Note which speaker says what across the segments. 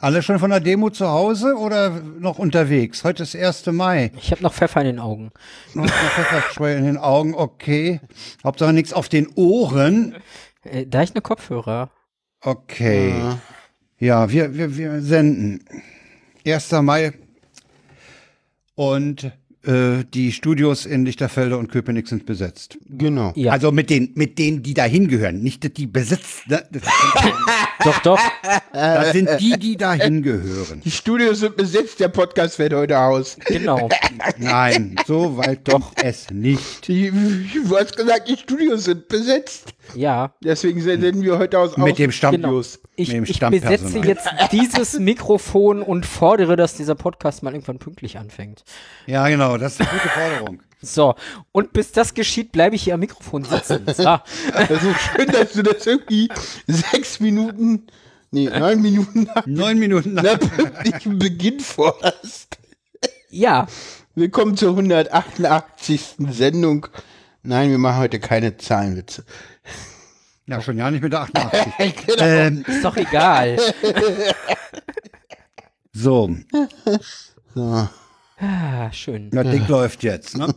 Speaker 1: Alle schon von der Demo zu Hause oder noch unterwegs? Heute ist 1. Mai.
Speaker 2: Ich habe noch Pfeffer in den Augen.
Speaker 1: Noch Pfefferschwell in den Augen, okay. Hauptsache nichts auf den Ohren.
Speaker 2: Äh, da ich eine Kopfhörer.
Speaker 1: Okay. Ja, wir, wir, wir senden. 1. Mai. Und äh, die Studios in Lichterfelde und Köpenick sind besetzt.
Speaker 3: Genau.
Speaker 2: Ja.
Speaker 1: Also mit den, mit denen, die da hingehören. Nicht, dass die besetzt. Ne? Das, sind,
Speaker 2: Doch, doch.
Speaker 1: das sind die, die da hingehören.
Speaker 3: Die Studios sind besetzt, der Podcast fällt heute aus.
Speaker 2: Genau.
Speaker 1: Nein, so weit doch es nicht.
Speaker 3: Die, du hast gesagt, die Studios sind besetzt.
Speaker 2: Ja.
Speaker 3: Deswegen senden wir heute aus.
Speaker 1: Mit dem Stammjus.
Speaker 2: Ich,
Speaker 1: mit dem
Speaker 2: ich besetze
Speaker 1: Stammpersonal.
Speaker 2: jetzt dieses Mikrofon und fordere, dass dieser Podcast mal irgendwann pünktlich anfängt.
Speaker 1: Ja, genau, das ist eine gute Forderung.
Speaker 2: So, und bis das geschieht, bleibe ich hier am Mikrofon sitzen. So.
Speaker 3: Das ist schön, dass du das irgendwie sechs Minuten, nee, neun Minuten nach
Speaker 1: Neun Minuten nach.
Speaker 3: der pünktlichen Beginn forderst.
Speaker 2: Ja,
Speaker 3: Willkommen zur 188. Sendung. Nein, wir machen heute keine Zahlenwitze.
Speaker 1: Ja, schon ja nicht mit der 88.
Speaker 3: genau.
Speaker 1: ähm,
Speaker 2: ist doch egal.
Speaker 1: so,
Speaker 3: So,
Speaker 2: Ah, schön.
Speaker 1: das Ding läuft jetzt, ne?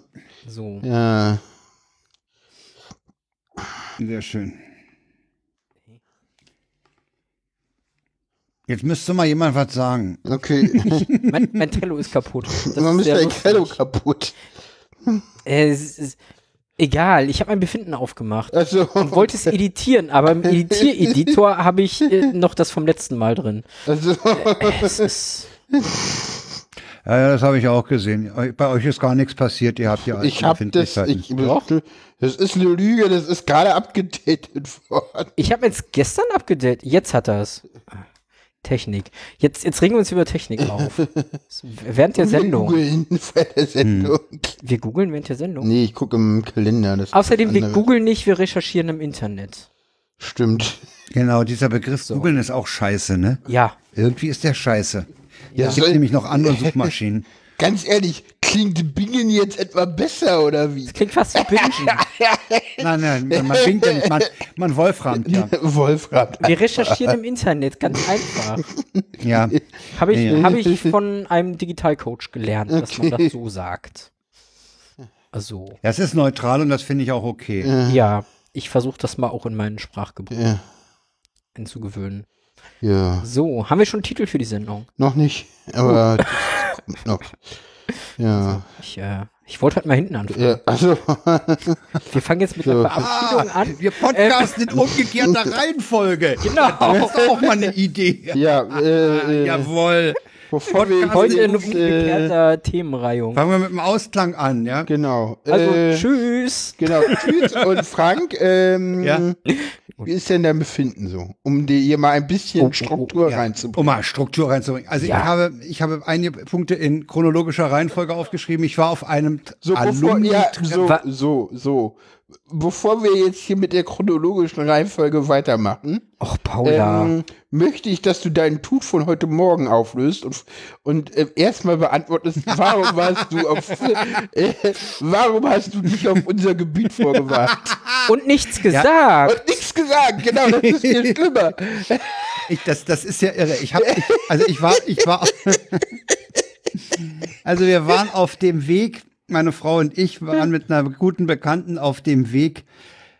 Speaker 2: So.
Speaker 3: ja.
Speaker 1: Sehr schön. Jetzt müsste mal jemand was sagen.
Speaker 3: Okay,
Speaker 2: Mein, mein Tello ist kaputt. Das
Speaker 3: man
Speaker 2: ist
Speaker 3: ist
Speaker 2: sehr
Speaker 3: dein
Speaker 2: lustig.
Speaker 3: Kello kaputt.
Speaker 2: Äh, es ist, egal, ich habe mein Befinden aufgemacht.
Speaker 3: Also,
Speaker 2: und wollte es editieren, aber im Editiereditor habe ich äh, noch das vom letzten Mal drin.
Speaker 3: also,
Speaker 2: Es ist,
Speaker 1: Ja, ja, das habe ich auch gesehen. Eu- Bei euch ist gar nichts passiert. Ihr habt ja alle
Speaker 3: ich habe das,
Speaker 1: Empfindlichkeiten.
Speaker 3: ich, das ist eine Lüge, das ist gerade abgedatet worden.
Speaker 2: ich habe jetzt gestern abgedatet. Jetzt hat er es. Technik. Jetzt, jetzt regen wir uns über Technik auf. S- Während der Sendung.
Speaker 3: Googeln vor der Sendung.
Speaker 2: Wir googeln während der Sendung.
Speaker 3: Nee, ich gucke im Kalender. Das
Speaker 2: Außerdem, wir
Speaker 3: andere-
Speaker 2: googeln nicht, wir recherchieren im Internet.
Speaker 3: Stimmt.
Speaker 1: Genau, dieser Begriff googeln ist auch scheiße, ne?
Speaker 2: Ja.
Speaker 1: Irgendwie ist der scheiße. Ja, es gibt
Speaker 3: soll-
Speaker 1: nämlich noch andere Suchmaschinen.
Speaker 3: Ganz ehrlich, klingt Bingen jetzt etwa besser oder wie?
Speaker 2: Das klingt fast wie Bingen.
Speaker 1: nein, nein, man, man winkt ja nicht. Man, man wolframt ja.
Speaker 3: Wolfram.
Speaker 2: Wir recherchieren im Internet, ganz einfach.
Speaker 1: Ja,
Speaker 2: Habe ich,
Speaker 1: Ja.
Speaker 2: hab ich von einem Digitalcoach gelernt, dass man das so sagt. Also,
Speaker 1: das ist neutral und das finde ich auch okay.
Speaker 2: ja, ich versuche das mal auch in meinen Sprachgebrauch
Speaker 3: Ja.
Speaker 2: einzugewöhnen.
Speaker 3: ja,
Speaker 2: So, haben wir schon einen Titel für die Sendung?
Speaker 3: noch nicht, aber das kommt noch. Ja,
Speaker 2: Ich, äh, ich wollte halt mal hinten anfangen.
Speaker 3: ja, also,
Speaker 2: Wir fangen jetzt mit der Verabschiedung an.
Speaker 3: Ah,
Speaker 1: Ah,
Speaker 2: Ähm,
Speaker 1: Wir podcasten
Speaker 3: Äh.
Speaker 1: in umgekehrter Reihenfolge. Genau. Das ist auch mal eine Idee.
Speaker 3: ja, äh, äh,
Speaker 1: Jawohl.
Speaker 3: bevor wir
Speaker 2: Heute in
Speaker 3: jetzt, äh,
Speaker 2: umgekehrter Themenreihung.
Speaker 1: Fangen wir mit dem Ausklang an, ja?
Speaker 3: genau,
Speaker 2: Also,
Speaker 3: äh,
Speaker 2: tschüss.
Speaker 3: genau, tschüss und Frank, ähm,
Speaker 1: Ja.
Speaker 3: wie ist denn dein Befinden so, um dir hier mal ein bisschen
Speaker 2: oh, oh,
Speaker 3: Struktur
Speaker 1: Ja,
Speaker 3: reinzubringen?
Speaker 1: Um mal Struktur reinzubringen. Also
Speaker 2: Ja.
Speaker 1: ich habe, ich habe einige Punkte in chronologischer Reihenfolge aufgeschrieben. Ich war auf einem
Speaker 3: So, bevor,
Speaker 1: Alumni-
Speaker 3: ja, so,
Speaker 2: Wa-
Speaker 3: so, so. Bevor wir jetzt hier mit der chronologischen Reihenfolge weitermachen,
Speaker 2: Och, Paula.
Speaker 3: ähm, möchte ich, dass du deinen Tut von heute Morgen auflöst und, und äh, erstmal beantwortest, warum warst du auf, äh, warum hast du dich auf unser Gebiet vorgewagt?
Speaker 2: Und nichts gesagt.
Speaker 3: Und nichts gesagt, genau, das ist viel schlimmer.
Speaker 1: Ich, das, das ist ja irre. Ich hab, ich, also ich war, ich war. Also wir waren auf dem Weg, meine Frau und ich waren mit einer guten Bekannten auf dem Weg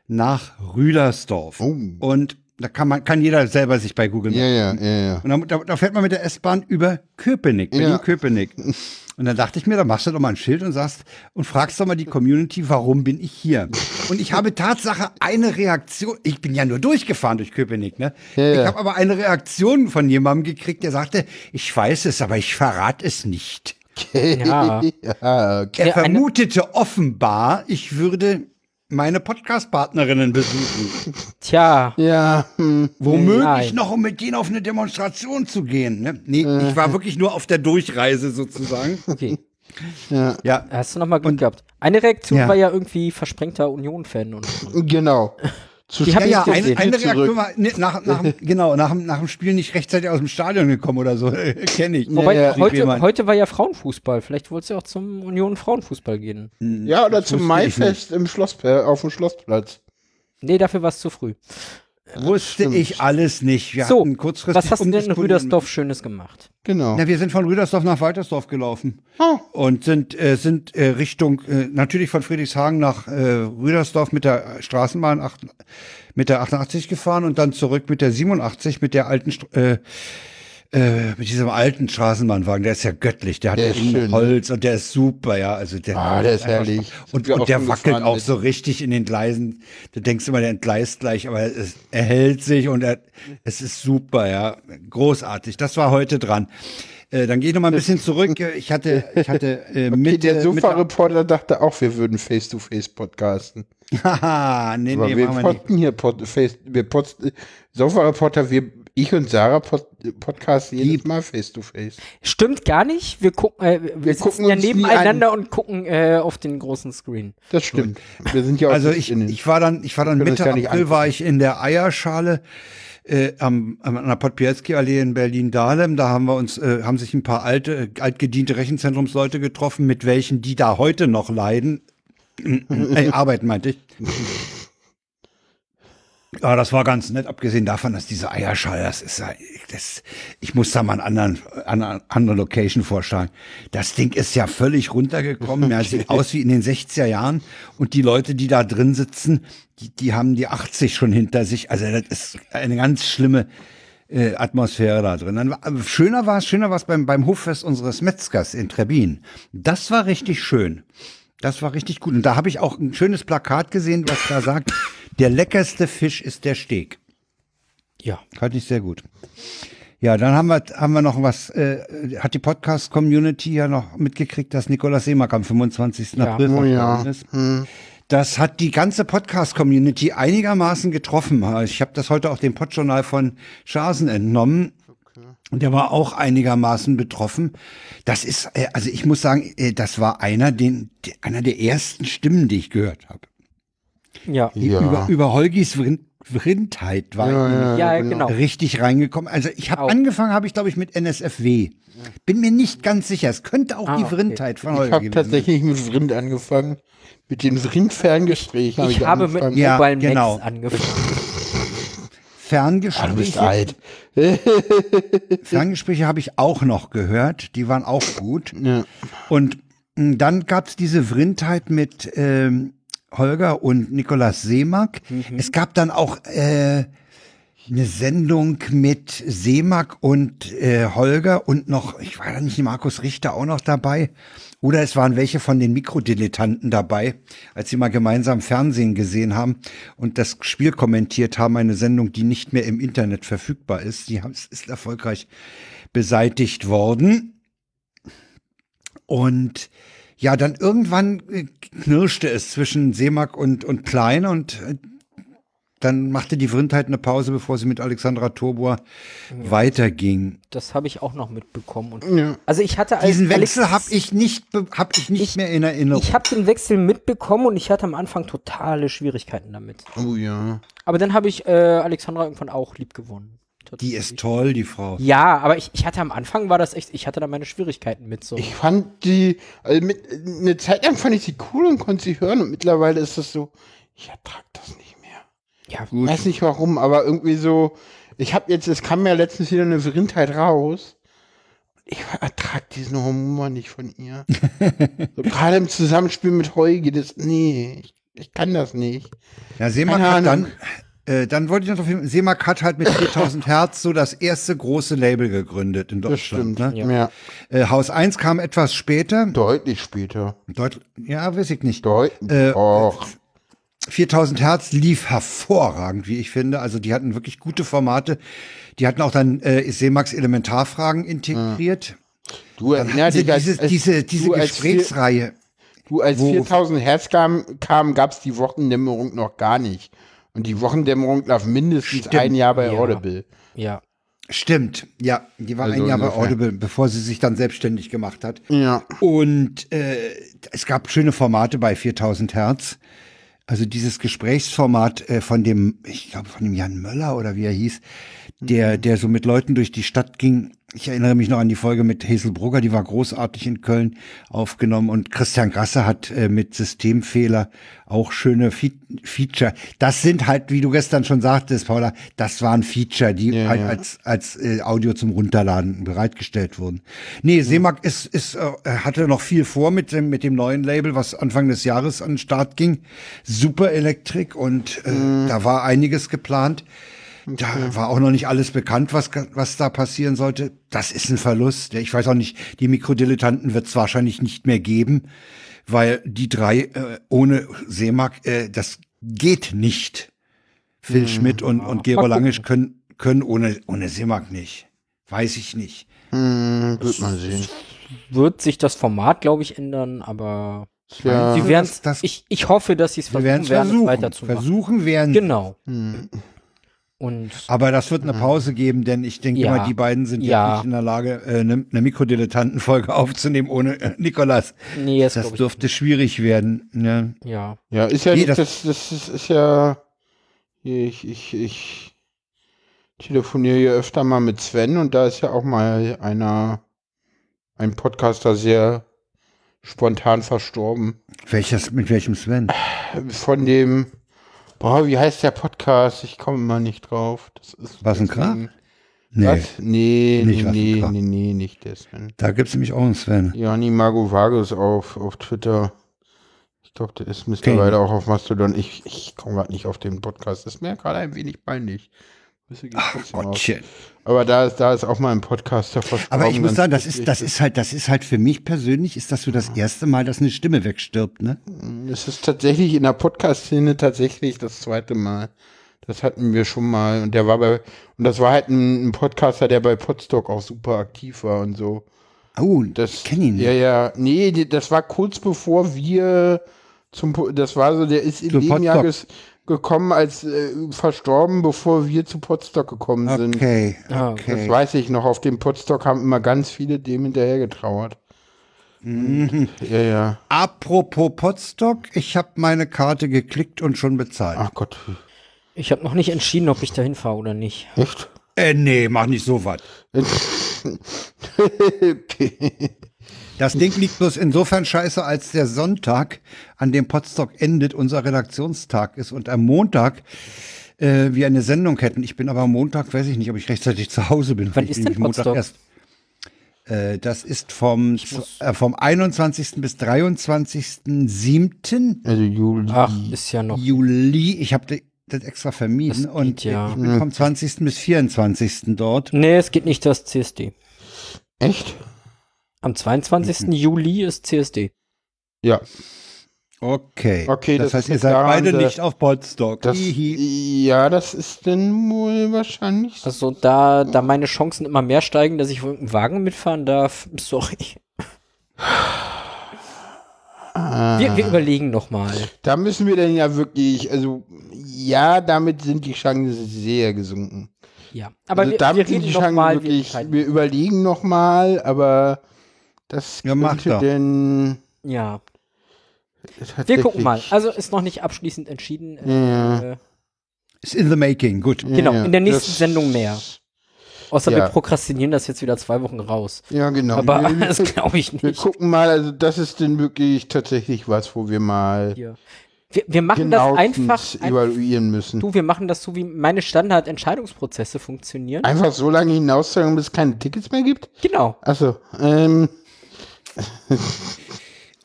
Speaker 1: nach Rüdersdorf. Und da kann man, kann jeder selber sich bei Google
Speaker 3: ja, ja, ja.
Speaker 1: Und dann, da, da fährt man mit der S-Bahn über Köpenick, Berlin-Köpenick. Und dann dachte ich mir, da machst du doch mal ein Schild und sagst und fragst doch mal die Community, warum bin ich hier? Und ich habe Tatsache eine Reaktion. Ich bin ja nur durchgefahren durch Köpenick, ne?
Speaker 3: Ja, ja.
Speaker 1: Ich habe aber eine Reaktion von jemandem gekriegt, der sagte, ich weiß es, aber ich verrate es nicht.
Speaker 2: Ja.
Speaker 3: ja okay.
Speaker 1: Er
Speaker 2: Ja, eine-
Speaker 1: vermutete offenbar, ich würde meine Podcast-Partnerinnen besuchen.
Speaker 2: Tja,
Speaker 3: Ja, hm.
Speaker 1: Womöglich
Speaker 2: Nein.
Speaker 1: noch, um mit denen auf eine Demonstration zu gehen. Ne? Nee, ich war wirklich nur auf der Durchreise sozusagen.
Speaker 2: okay.
Speaker 1: Ja,
Speaker 2: Hast du nochmal Glück gehabt. Eine Reaktion
Speaker 1: Ja.
Speaker 2: war ja irgendwie versprengter Union-Fan und
Speaker 1: Also,
Speaker 3: genau. Zu
Speaker 2: Die hab
Speaker 3: spät
Speaker 1: ja,
Speaker 2: ich
Speaker 3: zum
Speaker 1: eine,
Speaker 2: gesehen.
Speaker 3: Spiel
Speaker 1: eine Reaktion
Speaker 3: zurück.
Speaker 1: war ne, nach, nach, dem- genau, nach, dem- nach dem Spiel nicht rechtzeitig aus dem Stadion gekommen oder so. Kenne ich.
Speaker 2: Wobei,
Speaker 3: ja.
Speaker 2: heute,
Speaker 1: Jemand.
Speaker 2: heute war ja Frauenfußball. Vielleicht wolltest du auch zum Union Frauenfußball gehen.
Speaker 3: Ja, oder
Speaker 1: wusste
Speaker 3: zum
Speaker 1: ich
Speaker 3: Maifest im Schloss, auf dem äh, Schlossplatz.
Speaker 2: Nee, dafür war es zu früh.
Speaker 1: Wusste ich alles nicht. Wir
Speaker 2: So,
Speaker 1: hatten kurzfristig
Speaker 2: was hast du denn in
Speaker 1: umdisponieren
Speaker 2: Rüdersdorf Schönes gemacht?
Speaker 3: Genau.
Speaker 1: Na, wir sind von Rüdersdorf nach Waltersdorf gelaufen und sind, äh, sind äh, Richtung, äh, natürlich von Friedrichshagen nach äh, Rüdersdorf mit der Straßenbahn acht, mit der 88 gefahren und dann zurück mit der 87 mit der alten, Str- äh, äh, mit diesem alten Straßenbahnwagen. Der ist ja göttlich, der hat
Speaker 3: Der
Speaker 1: ja
Speaker 3: ist
Speaker 1: innen
Speaker 3: schön, ne?
Speaker 1: Holz und der ist super, ja. Also der,
Speaker 3: Ah, der ist herrlich. Sind
Speaker 1: Und,
Speaker 3: wir
Speaker 1: und
Speaker 3: auch
Speaker 1: der
Speaker 3: schon
Speaker 1: wackelt
Speaker 3: gefahren
Speaker 1: auch
Speaker 3: mit.
Speaker 1: so richtig in den Gleisen. Du denkst immer, der entgleist gleich, aber es, er hält sich und er, es ist super, ja. Großartig. Das war heute dran. Äh, dann gehe ich noch mal ein bisschen zurück. Äh, Ich hatte, ich hatte äh, mit
Speaker 3: der
Speaker 1: äh, mit-
Speaker 3: Sofa-Reporter dachte auch, wir würden face-to-face podcasten.
Speaker 1: Haha, Ah, nee,
Speaker 3: Aber
Speaker 1: nee,
Speaker 3: wir
Speaker 1: machen wir nicht.
Speaker 3: podden hier pod, face, wir pod, Sofa-Reporter, wir, ich und Sarah pod, podcasten jedes Mal face-to-face.
Speaker 2: Stimmt gar nicht. Wir gucken, äh, wir, sitzen
Speaker 3: gucken
Speaker 2: ja
Speaker 3: uns nie
Speaker 2: nebeneinander und gucken äh, auf den großen Screen.
Speaker 3: Das stimmt. Wir sind ja auch
Speaker 1: Also
Speaker 3: nicht
Speaker 1: ich,
Speaker 3: in den-
Speaker 1: ich war dann, ich war dann
Speaker 3: können das
Speaker 1: Mitte
Speaker 3: gar nicht
Speaker 1: April war ich in der Eierschale äh, am, am an der Podbielski Allee in Berlin Dahlem. Da haben wir uns, äh, haben sich ein paar alte, äh, altgediente Rechenzentrumsleute getroffen, mit welchen die da heute noch leiden. äh, arbeiten meinte ich. Ja, Ah, das war ganz nett, abgesehen davon, dass diese Eierschale, das ist ja, das, ich muss da mal einen anderen, an- an- andere Location vorschlagen. Das Ding ist ja völlig runtergekommen, ja, sieht aus wie in den 60er Jahren und die Leute, die da drin sitzen, die, die haben die 80 schon hinter sich, also das ist eine ganz schlimme äh, Atmosphäre da drin. Dann, war- aber schöner war es, schöner war es beim, beim Hoffest unseres Metzgers in Trebin. Das war richtig schön. Das war richtig gut. Und da habe ich auch ein schönes Plakat gesehen, was da sagt, der leckerste Fisch ist der Steg.
Speaker 2: Ja.
Speaker 1: Fand ich sehr gut. Ja, dann haben wir, haben wir noch was, äh, hat die Podcast-Community ja noch mitgekriegt, dass Nikolaus Seemack am 25. April
Speaker 3: Oh ja.
Speaker 1: verstorben ist. Das hat die ganze Podcast-Community einigermaßen getroffen. Ich habe das heute auch dem Podjournal von Schasen entnommen. Und der war auch einigermaßen betroffen. Das ist, äh, also ich muss sagen, äh, das war einer, den, de- einer der ersten Stimmen, die ich gehört habe.
Speaker 2: Ja.
Speaker 1: Die
Speaker 3: Ja.
Speaker 1: Über, über Holgis Vrind- Vrindheit war ich nämlich
Speaker 2: Ja, genau.
Speaker 1: richtig reingekommen. Also ich habe
Speaker 2: Auch.
Speaker 1: angefangen, habe ich glaube ich mit NSFW. Bin mir nicht ganz sicher. Es könnte auch
Speaker 2: Ah,
Speaker 1: die
Speaker 2: okay.
Speaker 1: Vrindheit von
Speaker 3: Ich
Speaker 1: Holger
Speaker 3: habe
Speaker 1: gewesen
Speaker 3: tatsächlich mit Vrind angefangen. Mit den Vrind-Ferngesprächen
Speaker 2: Ich habe mit
Speaker 3: angefangen.
Speaker 2: Mobile
Speaker 1: Ja,
Speaker 2: Max
Speaker 1: genau.
Speaker 2: angefangen.
Speaker 1: Ferngespräche.
Speaker 3: Ah, du bist alt.
Speaker 1: Ferngespräche habe ich auch noch gehört. Die waren auch gut.
Speaker 3: Ja.
Speaker 1: Und mh, dann gab es diese Vrindheit mit ähm, Holger und Nikolaus Seemack. Es gab dann auch äh, eine Sendung mit Seemack und äh, Holger und noch, ich weiß nicht, Markus Richter auch noch dabei. Oder es waren welche von den Mikrodilettanten dabei, als sie mal gemeinsam Fernsehen gesehen haben und das Spiel kommentiert haben, eine Sendung, die nicht mehr im Internet verfügbar ist. Die haben, es ist erfolgreich beseitigt worden. Und ja, dann irgendwann äh, knirschte es zwischen Seemack und, und Klein und äh, dann machte die Vrindheit eine Pause, bevor sie mit Alexandra Tobor weiterging.
Speaker 2: Das habe ich auch noch mitbekommen. Und
Speaker 3: Ja.
Speaker 2: Also ich hatte als
Speaker 1: Diesen Wechsel habe
Speaker 2: Alex-
Speaker 1: ich nicht, be- hab ich nicht mehr in Erinnerung.
Speaker 2: Ich habe den Wechsel mitbekommen und ich hatte am Anfang totale Schwierigkeiten damit.
Speaker 3: Oh ja.
Speaker 2: Aber dann habe ich äh, Alexandra irgendwann auch lieb gewonnen.
Speaker 1: die ist toll, die Frau.
Speaker 2: Ja, aber ich, ich hatte am Anfang war das echt, ich hatte da meine Schwierigkeiten mit so.
Speaker 3: Ich fand die, also mit, eine Zeit lang fand ich sie cool und konnte sie hören und mittlerweile ist das so, ich ertrag das nicht mehr.
Speaker 2: ja,
Speaker 3: Ich weiß nicht warum, aber irgendwie so, ich habe jetzt, es kam ja letztens wieder eine Verrindheit raus. Ich ertrag diesen Humor nicht von ihr. so, gerade im Zusammenspiel mit Heugi, das, nee, ich, ich kann das nicht.
Speaker 1: Ja, Seemack
Speaker 3: Keine
Speaker 1: hat dann,
Speaker 3: Ahnung.
Speaker 1: äh, dann wollte ich noch auf jeden Seemack hat halt mit 4000 Hertz so das erste große Label gegründet in Deutschland. Ne?
Speaker 3: Ja.
Speaker 1: Äh, Haus 1 kam etwas später.
Speaker 3: Deutlich später.
Speaker 1: Deut ja, weiß ich nicht.
Speaker 3: Deutlich.
Speaker 1: Äh,
Speaker 3: Och.
Speaker 1: 4000 Hertz lief hervorragend, wie ich finde. Also die hatten wirklich gute Formate. Die hatten auch dann äh, Semax Elementarfragen integriert.
Speaker 3: Du erinnerst
Speaker 1: Also
Speaker 3: dich, Ah. als-
Speaker 1: diese,
Speaker 3: als-
Speaker 1: diese, diese
Speaker 3: du als vier-
Speaker 1: Gesprächsreihe.
Speaker 3: Du, als
Speaker 1: Wo-
Speaker 3: 4000 Hertz kam, kam gab es die Wochendämmerung noch gar nicht. Und die Wochendämmerung lag mindestens
Speaker 1: Stimmt.
Speaker 3: ein Jahr bei
Speaker 2: Ja.
Speaker 3: Audible.
Speaker 2: ja.
Speaker 1: Stimmt, ja. Die war
Speaker 3: Also
Speaker 1: ein Jahr bei
Speaker 3: ungefähr.
Speaker 1: Audible, bevor sie sich dann selbstständig gemacht hat.
Speaker 3: Ja.
Speaker 1: Und äh, es gab schöne Formate bei 4000 Hertz. Also dieses Gesprächsformat äh, von dem, ich glaube, von dem Jan Möller oder wie er hieß, der, der so mit Leuten durch die Stadt ging Ich erinnere mich noch an die Folge mit Hazel Brugger, die war großartig in Köln aufgenommen und Christian Grasse hat äh, mit Systemfehler auch schöne Fe Feature. Das sind halt, wie du gestern schon sagtest, Paula, das waren Feature, die
Speaker 3: Ja,
Speaker 1: halt
Speaker 3: ja.
Speaker 1: als, als äh, Audio zum Runterladen bereitgestellt wurden. Nee, Semak ist, ist, äh, hatte noch viel vor mit dem, mit dem neuen Label, was Anfang des Jahres an den Start ging. Super Elektrik und äh,
Speaker 3: Mhm.
Speaker 1: da war einiges geplant. Da war auch noch nicht alles bekannt, was, ge- was da passieren sollte. Das ist ein Verlust. Ich weiß auch nicht, die Mikrodilettanten wird es wahrscheinlich nicht mehr geben, weil die drei äh, ohne Seemark, äh, das geht nicht. Phil
Speaker 2: Hm.
Speaker 1: Schmidt und, und Gero
Speaker 2: Mal gucken.
Speaker 1: Langisch können, können ohne, ohne Seemark nicht. Weiß ich nicht.
Speaker 3: Hm, wird man sehen.
Speaker 2: Wird sich das Format, glaube ich, ändern, aber
Speaker 3: Ja,
Speaker 2: sie werden's,
Speaker 1: das-
Speaker 2: ich, ich hoffe, dass sie es
Speaker 1: Wir
Speaker 2: versuchen
Speaker 1: werden es
Speaker 2: werden, es
Speaker 1: versuchen.
Speaker 2: weiterzumachen.
Speaker 1: Versuchen
Speaker 3: Hm.
Speaker 1: werden.
Speaker 2: Genau. Und
Speaker 1: Aber das wird eine Pause geben, denn ich denke
Speaker 2: Ja.
Speaker 1: mal, die beiden sind
Speaker 2: Ja.
Speaker 1: jetzt nicht in der Lage, äh, eine, eine Mikrodilettantenfolge aufzunehmen ohne äh, Nikolas.
Speaker 2: nee, jetzt
Speaker 1: Das
Speaker 2: glaube ich.
Speaker 1: dürfte schwierig werden. Ne?
Speaker 2: Ja.
Speaker 3: ja ist ja
Speaker 1: Nee,
Speaker 3: nicht,
Speaker 1: das-
Speaker 3: das, das ist, ist ja. Ich, ich, ich telefoniere ja öfter mal mit Sven und da ist ja auch mal einer, ein Podcaster sehr spontan verstorben.
Speaker 1: Welches, mit welchem Sven?
Speaker 3: Von dem, boah, wie heißt der Podcast? Ich komme mal nicht drauf. Das ist
Speaker 1: Was ein Krach?
Speaker 3: deswegen-
Speaker 1: Nee,
Speaker 3: Was? Nee,
Speaker 1: Nicht
Speaker 3: nee,
Speaker 1: was ein
Speaker 3: nee,
Speaker 1: Krach.
Speaker 3: nee, nee, nicht der Sven.
Speaker 1: da gibt es nämlich auch einen Sven.
Speaker 3: Jani Mago Vargas auf, auf Twitter. Ich glaube, der ist mittlerweile auch auf Mastodon. Ich, ich komme gerade nicht auf den Podcast. Das ist mir gerade ein wenig peinlich. Grüße gehen trotzdem raus.
Speaker 1: Gottchen.
Speaker 3: Aber da ist, da ist auch mal ein Podcaster verstorben.
Speaker 1: Aber ich muss
Speaker 3: ganz
Speaker 1: sagen, das ist,
Speaker 3: witzig.
Speaker 1: das ist halt, das ist halt für mich persönlich, ist das so das erste Mal, dass eine Stimme wegstirbt, ne?
Speaker 3: Es ist tatsächlich in der Podcast-Szene tatsächlich das zweite Mal. Das hatten wir schon mal. Und der war bei, und das war halt ein, ein Podcaster, der bei Podstock auch super aktiv war und so.
Speaker 1: Oh,
Speaker 3: Das
Speaker 1: ich kenne ihn.
Speaker 3: Ja, ja. Nee, die- das war kurz bevor wir zum Po- das war so, der ist in
Speaker 1: Zu
Speaker 3: dem
Speaker 1: Potsdok.
Speaker 3: Jahr ges, gekommen als äh, verstorben, bevor wir zu Potsdok gekommen sind.
Speaker 1: Okay,
Speaker 2: Ah,
Speaker 3: Das
Speaker 1: okay.
Speaker 3: weiß ich noch, auf dem Potsdok haben immer ganz viele dem hinterher getrauert.
Speaker 1: Mhm.
Speaker 3: Ja, ja.
Speaker 1: Apropos Potsdok, ich habe meine Karte geklickt und schon bezahlt.
Speaker 3: Ach Gott.
Speaker 2: Ich habe noch nicht entschieden, ob ich da hinfahre oder nicht.
Speaker 3: Echt?
Speaker 1: Äh, nee, mach nicht so was. Das Ding liegt bloß insofern scheiße, als der Sonntag, an dem Potsdok endet, unser Redaktionstag ist und am Montag äh, wir eine Sendung hätten. Ich bin aber am Montag, weiß ich nicht, ob ich rechtzeitig zu Hause bin.
Speaker 2: Wann
Speaker 1: ich
Speaker 2: ist
Speaker 1: bin
Speaker 2: denn
Speaker 1: nämlich
Speaker 2: Potsdok?
Speaker 1: Äh, das ist vom,
Speaker 2: muss-
Speaker 1: äh, vom 21. bis 23.07.
Speaker 3: Also Juli.
Speaker 2: Ach, ist ja
Speaker 3: Hm.
Speaker 2: noch.
Speaker 1: Juli. Ich habe das extra vermieden
Speaker 2: Das
Speaker 1: und
Speaker 2: geht ja.
Speaker 1: ich bin vom 20. bis 24. dort.
Speaker 2: Nee, es geht nicht das CSD.
Speaker 3: Echt?
Speaker 2: Am 22.
Speaker 3: Mhm.
Speaker 2: Juli ist CSD.
Speaker 3: Ja.
Speaker 1: Okay.
Speaker 3: Okay,
Speaker 1: das,
Speaker 3: das
Speaker 1: heißt,
Speaker 3: liegt
Speaker 1: ihr seid
Speaker 3: daran,
Speaker 1: beide
Speaker 3: dass-
Speaker 1: nicht auf Potsdok.
Speaker 3: Das,
Speaker 1: Hihi.
Speaker 3: ja, das ist denn wohl wahrscheinlich so.
Speaker 2: Also da, da
Speaker 3: Hm.
Speaker 2: meine Chancen immer mehr steigen, dass ich wohl einen Wagen mitfahren darf, sorry.
Speaker 3: Ah.
Speaker 2: Wir, wir überlegen nochmal.
Speaker 3: Da müssen wir dann ja wirklich, also ja, damit sind die Chancen sehr gesunken.
Speaker 2: Ja. Aber
Speaker 3: also
Speaker 2: wir,
Speaker 3: damit
Speaker 2: wir
Speaker 3: sind die
Speaker 2: reden
Speaker 3: Chancen
Speaker 2: nochmal. Wir,
Speaker 3: wirklich,
Speaker 2: entscheiden.
Speaker 3: wir überlegen nochmal, aber das
Speaker 1: Ja, mach doch.
Speaker 3: denn
Speaker 2: ja. wir
Speaker 3: tatsächlich-
Speaker 2: gucken mal. Also ist noch nicht abschließend entschieden.
Speaker 3: Ja.
Speaker 2: Äh, äh,
Speaker 1: Ist in the making. Gut.
Speaker 2: Genau, in der nächsten
Speaker 3: das-
Speaker 2: Sendung mehr. Außer
Speaker 3: Ja.
Speaker 2: wir prokrastinieren das jetzt wieder zwei Wochen raus.
Speaker 3: Ja, genau.
Speaker 2: Aber
Speaker 3: wir,
Speaker 2: das
Speaker 3: wir,
Speaker 2: glaube ich
Speaker 3: wir
Speaker 2: nicht.
Speaker 3: gucken mal, also das ist denn wirklich tatsächlich was, wo wir mal
Speaker 2: Hier. Wir, wir machen das
Speaker 3: genauestens
Speaker 2: einfach. Ein,
Speaker 3: evaluieren müssen.
Speaker 2: du, wir machen das so, wie meine Standardentscheidungsprozesse funktionieren.
Speaker 3: Einfach so lange hinauszögern, bis es keine Tickets mehr gibt?
Speaker 2: genau.
Speaker 3: Achso, ähm,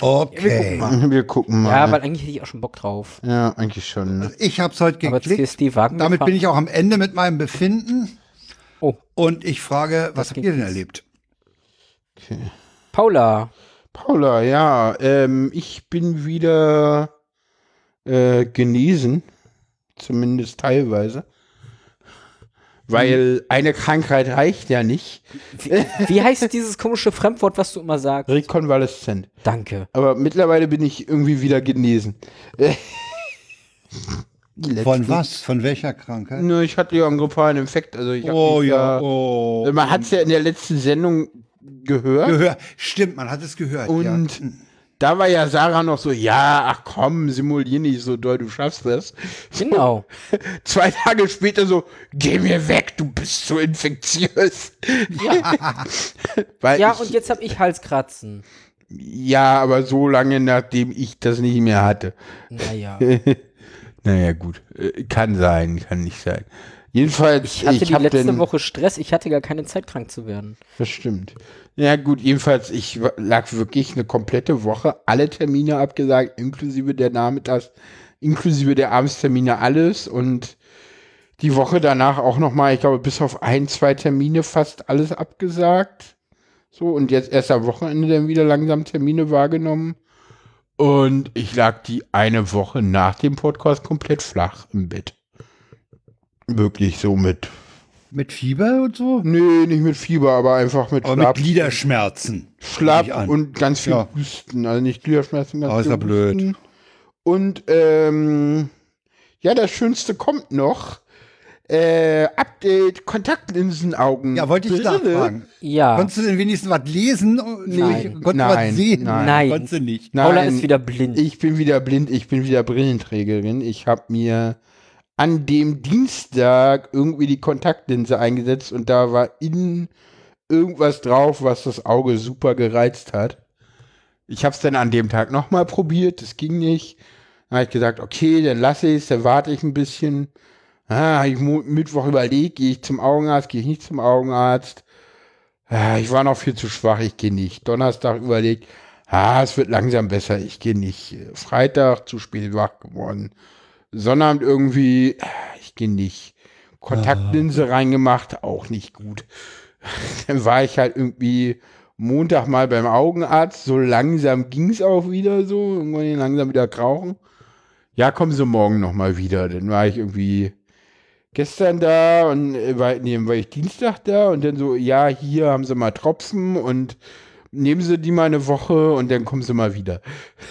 Speaker 1: Okay.
Speaker 3: wir gucken mal.
Speaker 2: Ja, weil eigentlich hätte ich auch schon Bock drauf.
Speaker 3: Ja, eigentlich schon. Ne?
Speaker 1: ich habe es heute
Speaker 2: Aber
Speaker 1: geklickt.
Speaker 2: CSD-Wagen.
Speaker 1: Damit bin ich auch am Ende mit meinem Befinden.
Speaker 2: Oh.
Speaker 1: Und ich frage, was habt
Speaker 2: geht
Speaker 1: ihr denn
Speaker 2: jetzt.
Speaker 1: erlebt?
Speaker 3: Okay.
Speaker 2: Paula.
Speaker 3: Paula, ja, ähm, ich bin wieder äh, genesen, zumindest teilweise. Weil eine Krankheit reicht ja nicht.
Speaker 2: Wie heißt dieses komische Fremdwort, was du immer sagst?
Speaker 3: Rekonvaleszent.
Speaker 2: Danke.
Speaker 3: Aber mittlerweile bin ich irgendwie wieder genesen. Die
Speaker 1: Von
Speaker 3: letzten-
Speaker 1: was? Von welcher Krankheit?
Speaker 3: Nö, ich hatte ja einen grippalen Infekt. Also ich hab
Speaker 1: Oh
Speaker 3: mich
Speaker 1: ja.
Speaker 3: da-
Speaker 1: Oh.
Speaker 3: Man hat es ja in der letzten Sendung gehört.
Speaker 1: Gehör. Stimmt, man hat es gehört. ja.
Speaker 3: Und Da war ja Sarah noch so, ja, ach komm, simulier nicht so doll, du schaffst das.
Speaker 2: Genau.
Speaker 3: Zwei Tage später so, geh mir weg, du bist so infektiös. Weil
Speaker 2: Ja,
Speaker 3: ich,
Speaker 2: und jetzt habe ich Halskratzen.
Speaker 3: ja, aber so lange, nachdem ich das nicht mehr hatte.
Speaker 2: Naja.
Speaker 3: Naja, gut. Äh, Kann sein, kann nicht sein. Jedenfalls,
Speaker 2: Ich hatte die
Speaker 3: hab
Speaker 2: letzte
Speaker 3: dann-
Speaker 2: Woche Stress, ich hatte gar keine Zeit, krank zu werden.
Speaker 3: Das stimmt. Ja, gut, jedenfalls, ich wa- lag wirklich eine komplette Woche, alle Termine abgesagt, inklusive der Nachmittags, inklusive der Abendstermine, alles und die Woche danach auch nochmal, ich glaube, bis auf ein, zwei Termine fast alles abgesagt. So, und jetzt erst am Wochenende dann wieder langsam Termine wahrgenommen. Und ich lag die eine Woche nach dem Podcast komplett flach im Bett. Wirklich so mit.
Speaker 1: Mit Fieber und so?
Speaker 3: Nee, nicht mit Fieber, aber einfach mit
Speaker 1: Aber
Speaker 3: Schlaf-
Speaker 1: mit Gliederschmerzen. Nehme ich
Speaker 3: Schlapp
Speaker 1: an.
Speaker 3: und ganz viel
Speaker 1: Ja.
Speaker 3: Husten. Also nicht Gliederschmerzen, ganz
Speaker 1: Oh, ist ja blöd.
Speaker 3: Husten. Und ähm, ja, das Schönste kommt noch. Äh, Update, Kontaktlinsenaugen.
Speaker 1: Ja, wollte ich
Speaker 3: Brille.
Speaker 1: nachfragen.
Speaker 2: Ja.
Speaker 1: Konntest du denn wenigstens was lesen?
Speaker 3: Nein.
Speaker 1: Konntest du
Speaker 3: Nein.
Speaker 1: was sehen?
Speaker 3: Nein.
Speaker 2: Nein.
Speaker 1: Konntest du nicht.
Speaker 3: Nein,
Speaker 2: Paula ist wieder blind.
Speaker 3: Ich bin wieder blind, ich bin wieder Brillenträgerin. Ich habe mir an dem Dienstag irgendwie die Kontaktlinse eingesetzt und da war innen irgendwas drauf, was das Auge super gereizt hat. Ich habe es dann an dem Tag nochmal probiert, das ging nicht. Dann habe ich gesagt, okay, dann lasse ich es, dann warte ich ein bisschen. Ah, hab ich Mo- Mittwoch überlegt, gehe ich zum Augenarzt, gehe ich nicht zum Augenarzt. Ah, ich war noch viel zu schwach, ich gehe nicht. Donnerstag überlegt, ah, es wird langsam besser, ich gehe nicht. Freitag zu spät wach geworden. Sonnabend irgendwie, ah, ich gehe nicht. Kontaktlinse reingemacht, auch nicht gut. Dann war ich halt irgendwie Montag mal beim Augenarzt, so langsam ging es auch wieder so, irgendwann ging langsam wieder krauchen. Ja, kommen Sie morgen nochmal wieder. Dann war ich irgendwie gestern da und äh, war, nee, war ich Dienstag da und dann so, ja, hier haben Sie mal Tropfen und nehmen Sie die mal eine Woche und dann kommen Sie mal wieder.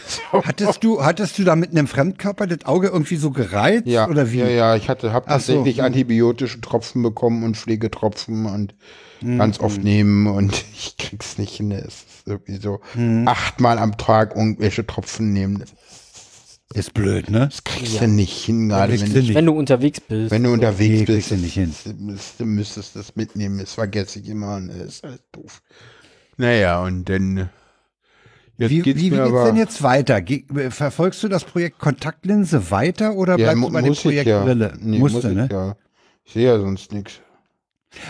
Speaker 3: So.
Speaker 1: Hattest du, hattest du da mit einem Fremdkörper das Auge irgendwie so gereizt?
Speaker 3: Ja,
Speaker 1: Oder wie?
Speaker 3: ja, ja, ich hatte hab
Speaker 1: Ach so. Mhm.
Speaker 3: tatsächlich antibiotische Tropfen bekommen und Pflegetropfen und
Speaker 1: Mhm.
Speaker 3: ganz oft nehmen und ich krieg's nicht hin. Es ist irgendwie so
Speaker 1: Mhm.
Speaker 3: achtmal am Tag irgendwelche Tropfen nehmen. Das
Speaker 1: Ist blöd, ne?
Speaker 3: kriegst
Speaker 2: Ja.
Speaker 3: du nicht hin, gerade
Speaker 1: Kriegst
Speaker 3: wenn,
Speaker 1: du
Speaker 3: ich-
Speaker 1: nicht.
Speaker 2: wenn du unterwegs bist.
Speaker 3: wenn du unterwegs
Speaker 1: Nee,
Speaker 3: bist.
Speaker 1: kriegst du nicht hin.
Speaker 3: Du müsstest das mitnehmen, das vergesse ich immer und das ist alles doof. Naja, und dann äh, jetzt
Speaker 1: Wie, wie,
Speaker 3: geht's
Speaker 1: wie
Speaker 3: mir
Speaker 1: geht's
Speaker 3: aber,
Speaker 1: denn jetzt weiter? Ge äh, verfolgst du das Projekt Kontaktlinse weiter oder
Speaker 3: Ja,
Speaker 1: bleibst
Speaker 3: mu-
Speaker 1: du bei dem
Speaker 3: muss ich
Speaker 1: Projekt
Speaker 3: ja.
Speaker 1: Brille?
Speaker 3: Nee,
Speaker 1: Musst
Speaker 3: muss
Speaker 1: du,
Speaker 3: ich
Speaker 1: ne?
Speaker 3: ja. Ich sehe ja sonst nichts.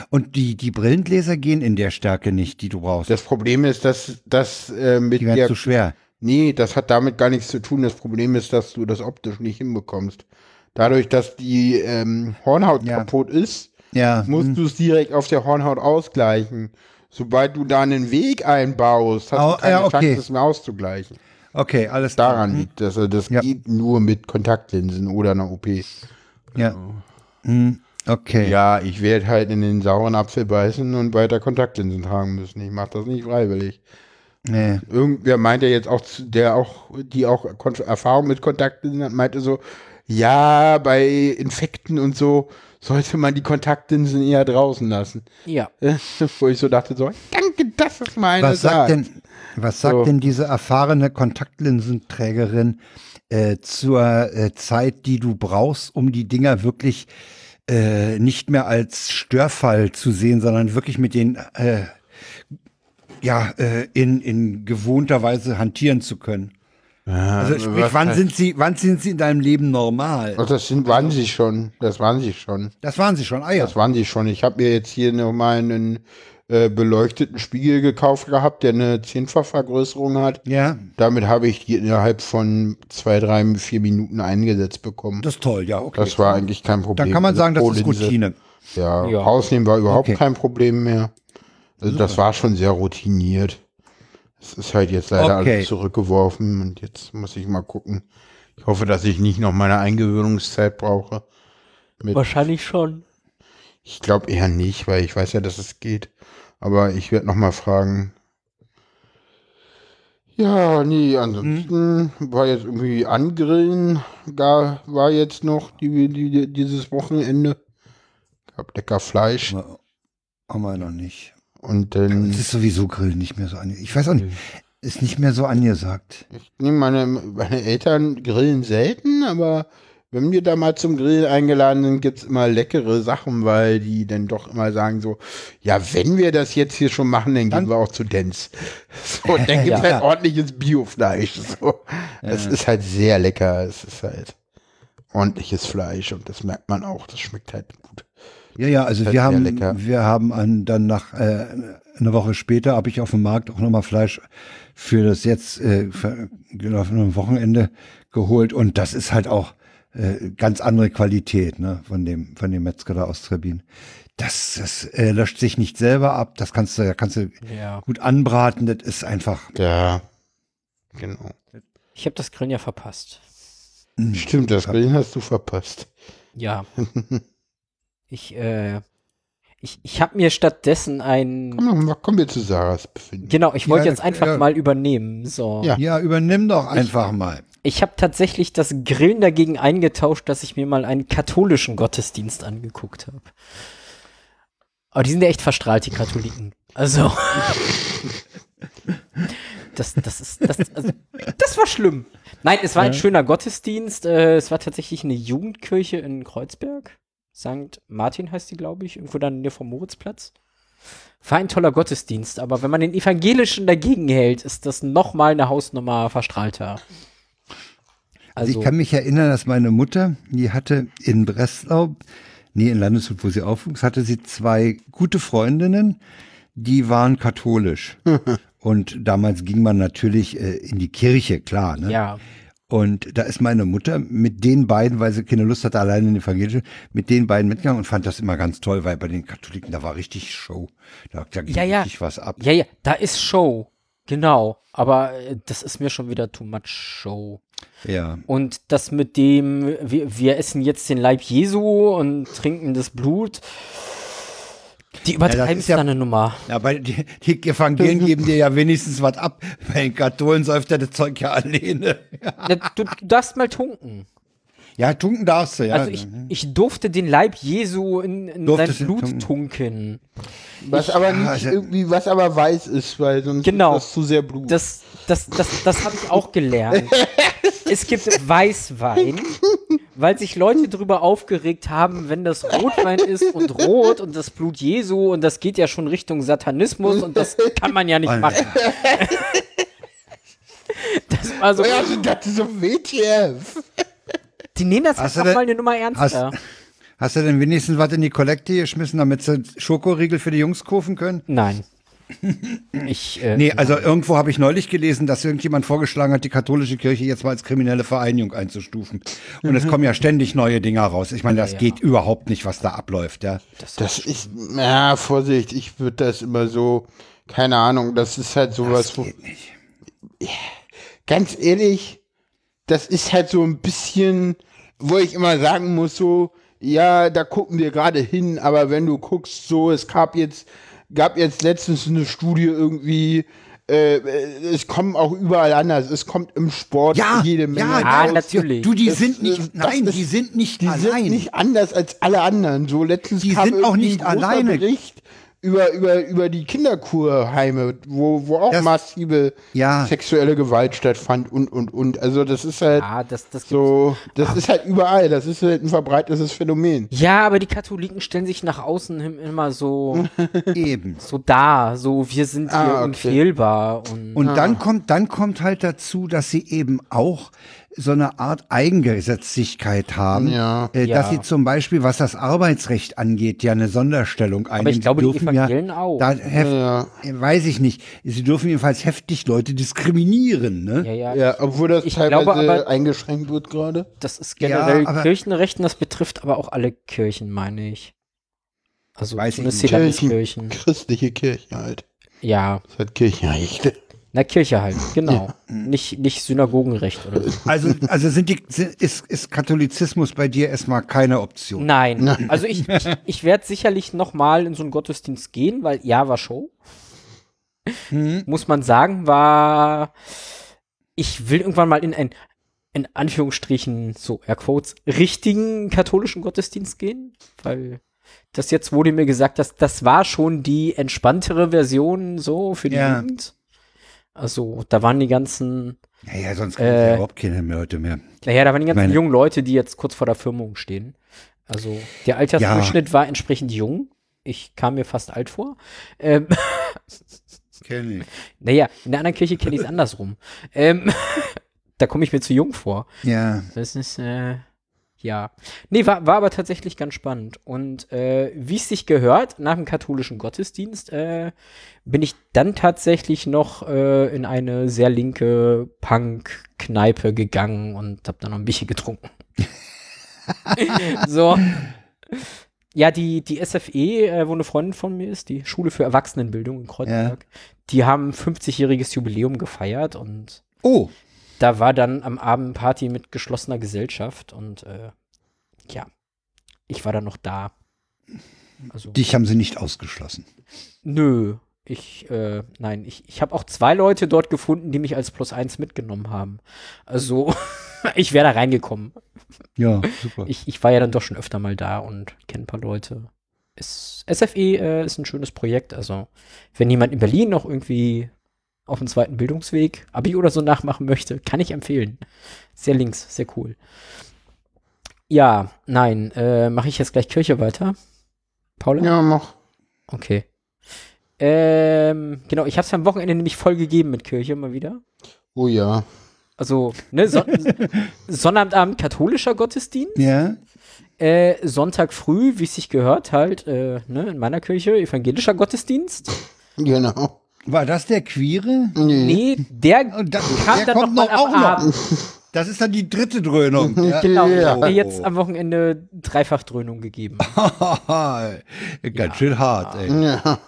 Speaker 1: Und die, die Brillengläser gehen in der Stärke nicht, die du brauchst.
Speaker 3: Das Problem ist, dass das äh, mit
Speaker 1: die werden
Speaker 3: der
Speaker 1: zu schwer.
Speaker 3: Nee, das hat damit gar nichts zu tun. Das Problem ist, dass du das optisch nicht hinbekommst. Dadurch, dass die ähm, Hornhaut
Speaker 1: Ja.
Speaker 3: kaputt ist,
Speaker 1: Ja.
Speaker 3: musst du es direkt auf der Hornhaut ausgleichen. Sobald du da einen Weg einbaust, hast
Speaker 1: Au-
Speaker 3: du keine
Speaker 1: ja, okay.
Speaker 3: Chance, es mehr auszugleichen.
Speaker 1: Okay, alles klar.
Speaker 3: Daran liegt das. Also das
Speaker 1: Ja.
Speaker 3: geht nur mit Kontaktlinsen oder einer OP.
Speaker 1: Ja. Hm, Okay.
Speaker 3: genau. Ja, ich werde halt in den sauren Apfel beißen und weiter Kontaktlinsen tragen müssen. Ich mache das nicht freiwillig.
Speaker 1: Nee.
Speaker 3: irgendwer meinte jetzt auch, zu- der auch, die auch Kon Erfahrung mit Kontaktlinsen hat, meinte so, ja, bei Infekten und so sollte man die Kontaktlinsen eher draußen lassen.
Speaker 2: ja.
Speaker 3: Wo ich so dachte, so, danke, das ist meine
Speaker 1: Was sagt
Speaker 3: Sache.
Speaker 1: denn, was sagt
Speaker 3: Äh, So.
Speaker 1: denn diese erfahrene Kontaktlinsenträgerin äh, zur äh, Zeit, die du brauchst, um die Dinger wirklich äh, nicht mehr als Störfall zu sehen, sondern wirklich mit denen äh, ja äh, in, in gewohnter Weise hantieren zu können? Also sprich,
Speaker 3: was
Speaker 1: wann
Speaker 3: heißt-
Speaker 1: sind sie, wann sind sie in deinem Leben normal?
Speaker 3: Ach, das sind, waren sie schon, das waren sie schon.
Speaker 1: Das waren sie schon. Ah ja.
Speaker 3: Das waren sie schon. Ich habe mir jetzt hier nochmal einen äh, beleuchteten Spiegel gekauft gehabt, der eine Zehnfachvergrößerung hat.
Speaker 1: Ja,
Speaker 3: Damit habe ich die innerhalb von zwei, drei, vier Minuten eingesetzt bekommen.
Speaker 1: das ist toll. Ja, okay.
Speaker 3: Das war eigentlich kein Problem.
Speaker 1: Dann kann man
Speaker 3: Also
Speaker 1: sagen, das
Speaker 3: pro
Speaker 1: ist
Speaker 3: Linse.
Speaker 1: Routine.
Speaker 3: Ja,
Speaker 2: Ja.
Speaker 3: rausnehmen war überhaupt
Speaker 1: Okay.
Speaker 3: kein Problem mehr. Also das war schon sehr routiniert. Es ist halt jetzt leider
Speaker 1: Okay.
Speaker 3: alles zurückgeworfen und jetzt muss ich mal gucken. Ich hoffe, dass ich nicht noch meine Eingewöhnungszeit brauche.
Speaker 2: Wahrscheinlich schon.
Speaker 3: Ich glaube eher nicht, weil ich weiß ja, dass es geht. Aber ich werde noch mal fragen. Ja, nee, ansonsten
Speaker 1: Hm.
Speaker 3: war jetzt irgendwie angrillen, gar war jetzt noch die, die, die, dieses Wochenende. Gab lecker Fleisch
Speaker 1: Haben wir- Haben wir noch nicht.
Speaker 3: und dann Mhm.
Speaker 1: Es ist sowieso Grillen nicht mehr so an. Ich weiß auch nicht. Ist nicht mehr so angesagt.
Speaker 3: Ich nehme meine, meine Eltern grillen selten, aber wenn wir da mal zum Grill eingeladen sind, gibt es immer leckere Sachen, weil die dann doch immer sagen so, ja, wenn wir das jetzt hier schon machen, dann,
Speaker 1: Dann-
Speaker 3: gehen wir auch zu Dens. So, und dann gibt
Speaker 1: Ja.
Speaker 3: es halt ordentliches Biofleisch. So. Es ist halt sehr lecker. Es ist halt ordentliches Fleisch und das merkt man auch. Das schmeckt halt gut.
Speaker 1: Ja, ja, also
Speaker 3: Halt
Speaker 1: wir
Speaker 3: sehr
Speaker 1: haben,
Speaker 3: lecker.
Speaker 1: wir haben an, dann nach äh, einer Woche später habe ich auf dem Markt auch nochmal Fleisch für das jetzt äh, ver- gelaufene Wochenende geholt und das ist halt auch äh, ganz andere Qualität ne, von dem von dem Metzger da aus Trebin. Das, das äh, löscht sich nicht selber ab, das kannst du, kannst du
Speaker 2: Ja.
Speaker 1: gut anbraten, das ist einfach.
Speaker 3: Ja. Genau.
Speaker 2: Ich habe das Grillen ja verpasst.
Speaker 1: Mhm.
Speaker 3: Stimmt, das Grillen hast du verpasst.
Speaker 2: Ja. ich, äh, ich, ich habe mir stattdessen
Speaker 3: Komm,
Speaker 2: ein.
Speaker 3: noch mal- kommen wir zu Sarahs Befinden.
Speaker 2: Genau, ich wollte
Speaker 1: Ja,
Speaker 2: jetzt einfach
Speaker 1: ja.
Speaker 2: mal übernehmen. So.
Speaker 3: Ja.
Speaker 1: Ja, übernimm doch einfach mal.
Speaker 2: Ich habe tatsächlich das Grillen dagegen eingetauscht, dass ich mir mal einen katholischen Gottesdienst angeguckt habe. Aber die sind ja echt verstrahlt, die Katholiken. Also. Das, das ist, das, also, das war schlimm. Nein, es war ein schöner Gottesdienst. Äh, es war tatsächlich eine Jugendkirche in Kreuzberg. St. Martin heißt die, glaube ich, irgendwo dann in der Nähe vom Moritzplatz. War ein toller Gottesdienst, aber wenn man den evangelischen dagegen hält, ist das nochmal eine Hausnummer verstrahlter.
Speaker 1: Also
Speaker 2: Also,
Speaker 1: ich kann mich erinnern, dass meine Mutter, die hatte in Breslau, nee, in Landeshut, wo sie aufwuchs, hatte sie zwei gute Freundinnen, die waren katholisch. Und damals ging man natürlich äh, in die Kirche, klar. Ne?
Speaker 2: ja,
Speaker 1: Und da ist meine Mutter mit den beiden, weil sie keine Lust hatte, alleine in die evangelische, mit den beiden mitgegangen und fand das immer ganz toll, weil bei den Katholiken, da war richtig Show. Da, da ging
Speaker 2: Ja, ja.
Speaker 1: richtig was ab.
Speaker 2: ja, ja, da ist Show. Genau. Aber äh, das ist mir schon wieder too much Show.
Speaker 1: ja.
Speaker 2: Und das mit dem, wir, wir essen jetzt den Leib Jesu und trinken das Blut. Die übertreiben es
Speaker 1: ist ja-
Speaker 2: dann eine Nummer.
Speaker 1: Ja, aber die, die Evangelien geben dir ja wenigstens was ab. Bei den Katholen säuft er das Zeug ja alleine.
Speaker 2: Na, du, du darfst mal tunken.
Speaker 1: Ja, tunken darfst du, ja.
Speaker 2: Also ich, ich durfte den Leib Jesu in, in sein
Speaker 1: Durftest du
Speaker 2: Blut tunken.
Speaker 1: tunken.
Speaker 3: Was aber nicht
Speaker 1: also-
Speaker 3: irgendwie, was aber weiß ist, weil sonst
Speaker 2: Genau.
Speaker 3: ist das zu sehr blut.
Speaker 2: Das, das, das, das habe ich auch gelernt. es gibt Weißwein, weil sich Leute darüber aufgeregt haben, wenn das Rotwein ist und rot und das Blut Jesu und das geht ja schon Richtung Satanismus und das kann man ja nicht machen. Das war so,
Speaker 3: Ja, also das ist so WTF.
Speaker 2: die nehmen das
Speaker 1: Hast du
Speaker 2: einfach
Speaker 1: denn-
Speaker 2: mal eine Nummer
Speaker 1: hast,
Speaker 2: ernster.
Speaker 1: hast du denn wenigstens was in die Kollekte geschmissen, damit sie Schokoriegel für die Jungs kaufen können?
Speaker 2: Nein. Ich, äh,
Speaker 1: Nee, also irgendwo habe ich neulich gelesen, dass irgendjemand vorgeschlagen hat, die katholische Kirche jetzt mal als kriminelle Vereinigung einzustufen. Und
Speaker 3: Mhm.
Speaker 1: es kommen ja ständig neue Dinger raus. Ich meine, das geht überhaupt nicht, was da abläuft, ja.
Speaker 3: Das ist, ja, Vorsicht, ich würde das immer so, keine Ahnung, das ist halt sowas, wo,
Speaker 1: Geht nicht.
Speaker 3: ganz ehrlich, das ist halt so ein bisschen, wo ich immer sagen muss, so, ja, da gucken wir gerade hin, aber wenn du guckst, so, es gab jetzt, gab jetzt letztens eine Studie irgendwie, äh, es kommen auch überall anders, es kommt im Sport
Speaker 1: Ja,
Speaker 3: jede
Speaker 1: ja,
Speaker 3: Menge.
Speaker 2: ah,
Speaker 3: raus.
Speaker 2: natürlich.
Speaker 1: Du, die
Speaker 3: Das
Speaker 1: sind
Speaker 3: ist- äh,
Speaker 1: nicht,
Speaker 3: das
Speaker 1: nein,
Speaker 3: ist-
Speaker 1: die sind nicht
Speaker 3: die
Speaker 1: allein.
Speaker 3: sind nicht anders als alle anderen. So letztens
Speaker 1: Die
Speaker 3: kam
Speaker 1: sind auch
Speaker 3: irgendwie
Speaker 1: nicht
Speaker 3: ein großer
Speaker 1: alleine.
Speaker 3: Bericht über über über die Kinderkurheime, wo wo auch
Speaker 1: Das-
Speaker 3: massive
Speaker 1: Ja.
Speaker 3: sexuelle Gewalt stattfand und und und. Also das ist halt
Speaker 2: ah, das, das gibt's
Speaker 3: so, das ist halt überall. Das ist halt ein verbreitetes Phänomen.
Speaker 2: Ja, aber die Katholiken stellen sich nach außen hin immer so,
Speaker 1: Eben.
Speaker 2: so da, so wir sind hier
Speaker 3: Ah, okay.
Speaker 2: unfehlbar und,
Speaker 1: Und dann kommt, dann kommt halt dazu, dass sie eben auch so eine Art Eigengesetzlichkeit haben,
Speaker 3: Ja.
Speaker 1: äh, dass
Speaker 2: Ja.
Speaker 1: sie zum Beispiel, was das Arbeitsrecht angeht, ja eine Sonderstellung einnehmen.
Speaker 2: ich glaube,
Speaker 1: Sie
Speaker 2: die
Speaker 1: dürfen ja
Speaker 2: Evangelien auch.
Speaker 1: Da heft,
Speaker 3: Ja.
Speaker 1: äh, Weiß ich nicht. Sie dürfen jedenfalls heftig Leute diskriminieren, ne?
Speaker 2: ja, ja,
Speaker 3: Ja, obwohl das
Speaker 2: Ich
Speaker 3: teilweise
Speaker 2: glaube aber-
Speaker 3: eingeschränkt wird gerade.
Speaker 2: das ist generell
Speaker 1: aber-
Speaker 2: Kirchenrecht und das betrifft aber auch alle Kirchen, meine ich. Also
Speaker 1: Weiß ich
Speaker 2: zumindest
Speaker 1: halt nicht.
Speaker 2: Kirchen.
Speaker 3: Christliche Kirche halt.
Speaker 2: Ja,
Speaker 3: Das ist halt Kirchenrechte.
Speaker 2: na Kirche halt, genau.
Speaker 1: Mhm.
Speaker 2: Nicht, nicht Synagogenrecht oder so.
Speaker 1: Also, also sind die, sind, ist, ist Katholizismus bei dir erstmal keine Option.
Speaker 2: Nein, also ich, ich, ich werde sicherlich nochmal in so einen Gottesdienst gehen, weil ja, war Show. Muss man sagen, war, ich will irgendwann mal in einen, in Anführungsstrichen, so Airquotes, richtigen katholischen Gottesdienst gehen, weil das jetzt wurde mir gesagt, dass das war schon die entspanntere Version so für die
Speaker 1: Ja.
Speaker 2: Jugend. Also, da waren die ganzen,
Speaker 1: Naja, sonst kriegen
Speaker 2: Äh,
Speaker 1: ja überhaupt keine mehr Leute mehr.
Speaker 2: naja, da waren die ganzen
Speaker 1: Meine-
Speaker 2: jungen Leute, die jetzt kurz vor der Firmung stehen. Also, der Altersdurchschnitt war entsprechend jung. Ich kam mir fast alt vor. Ähm,
Speaker 1: Kenn ich.
Speaker 2: naja, in der anderen Kirche kenne ich es andersrum. Ähm, da komme ich mir zu jung vor.
Speaker 1: Ja.
Speaker 2: Das ist, äh, ja. Nee, war, war aber tatsächlich ganz spannend. Und äh, wie es sich gehört, nach dem katholischen Gottesdienst äh, bin ich dann tatsächlich noch äh, in eine sehr linke Punk-Kneipe gegangen und habe dann noch ein bisschen getrunken. so. Ja, die, die SFE, äh, wo eine Freundin von mir ist, die Schule für Erwachsenenbildung in Kreuzberg, die haben 50-jähriges Jubiläum gefeiert und
Speaker 1: Oh,
Speaker 2: da war dann am Abend Party mit geschlossener Gesellschaft und äh, ja, ich war dann noch da. Also,
Speaker 1: dich haben sie nicht ausgeschlossen.
Speaker 2: nö, ich, äh, nein, ich, ich habe auch zwei Leute dort gefunden, die mich als Plus eins mitgenommen haben. Also, ich wäre da reingekommen.
Speaker 1: Ja, super.
Speaker 2: Ich, ich war ja dann doch schon öfter mal da und kenne ein paar Leute. Es, SFE äh, ist ein schönes Projekt. Also, wenn jemand in Berlin noch irgendwie auf dem zweiten Bildungsweg Abi oder so nachmachen möchte, kann ich empfehlen. Sehr links, sehr cool. Ja, nein, äh, mache ich jetzt gleich Kirche weiter? Paula?
Speaker 3: Ja, mach.
Speaker 2: Okay. Ähm, genau, ich habe es am Wochenende nämlich voll gegeben mit Kirche mal wieder.
Speaker 3: Oh ja.
Speaker 2: Also, ne, Son Sonnabendabend katholischer Gottesdienst.
Speaker 1: ja,
Speaker 2: Äh, Sonntag früh, wie es sich gehört, halt, äh, ne, in meiner Kirche, evangelischer Gottesdienst.
Speaker 3: Genau.
Speaker 1: war das der Queere?
Speaker 2: Nee, der
Speaker 1: Mhm. Und das-
Speaker 2: kam
Speaker 1: der
Speaker 2: dann
Speaker 1: kommt
Speaker 2: noch mal
Speaker 1: noch-
Speaker 2: am
Speaker 1: auch noch.
Speaker 2: Abend.
Speaker 1: Das ist dann die dritte Dröhnung. Ja.
Speaker 2: Genau,
Speaker 3: Ja.
Speaker 2: ich hab mir jetzt am Wochenende Dreifachdröhnung gegeben.
Speaker 1: Ganz schön hart, ey.
Speaker 3: Ja.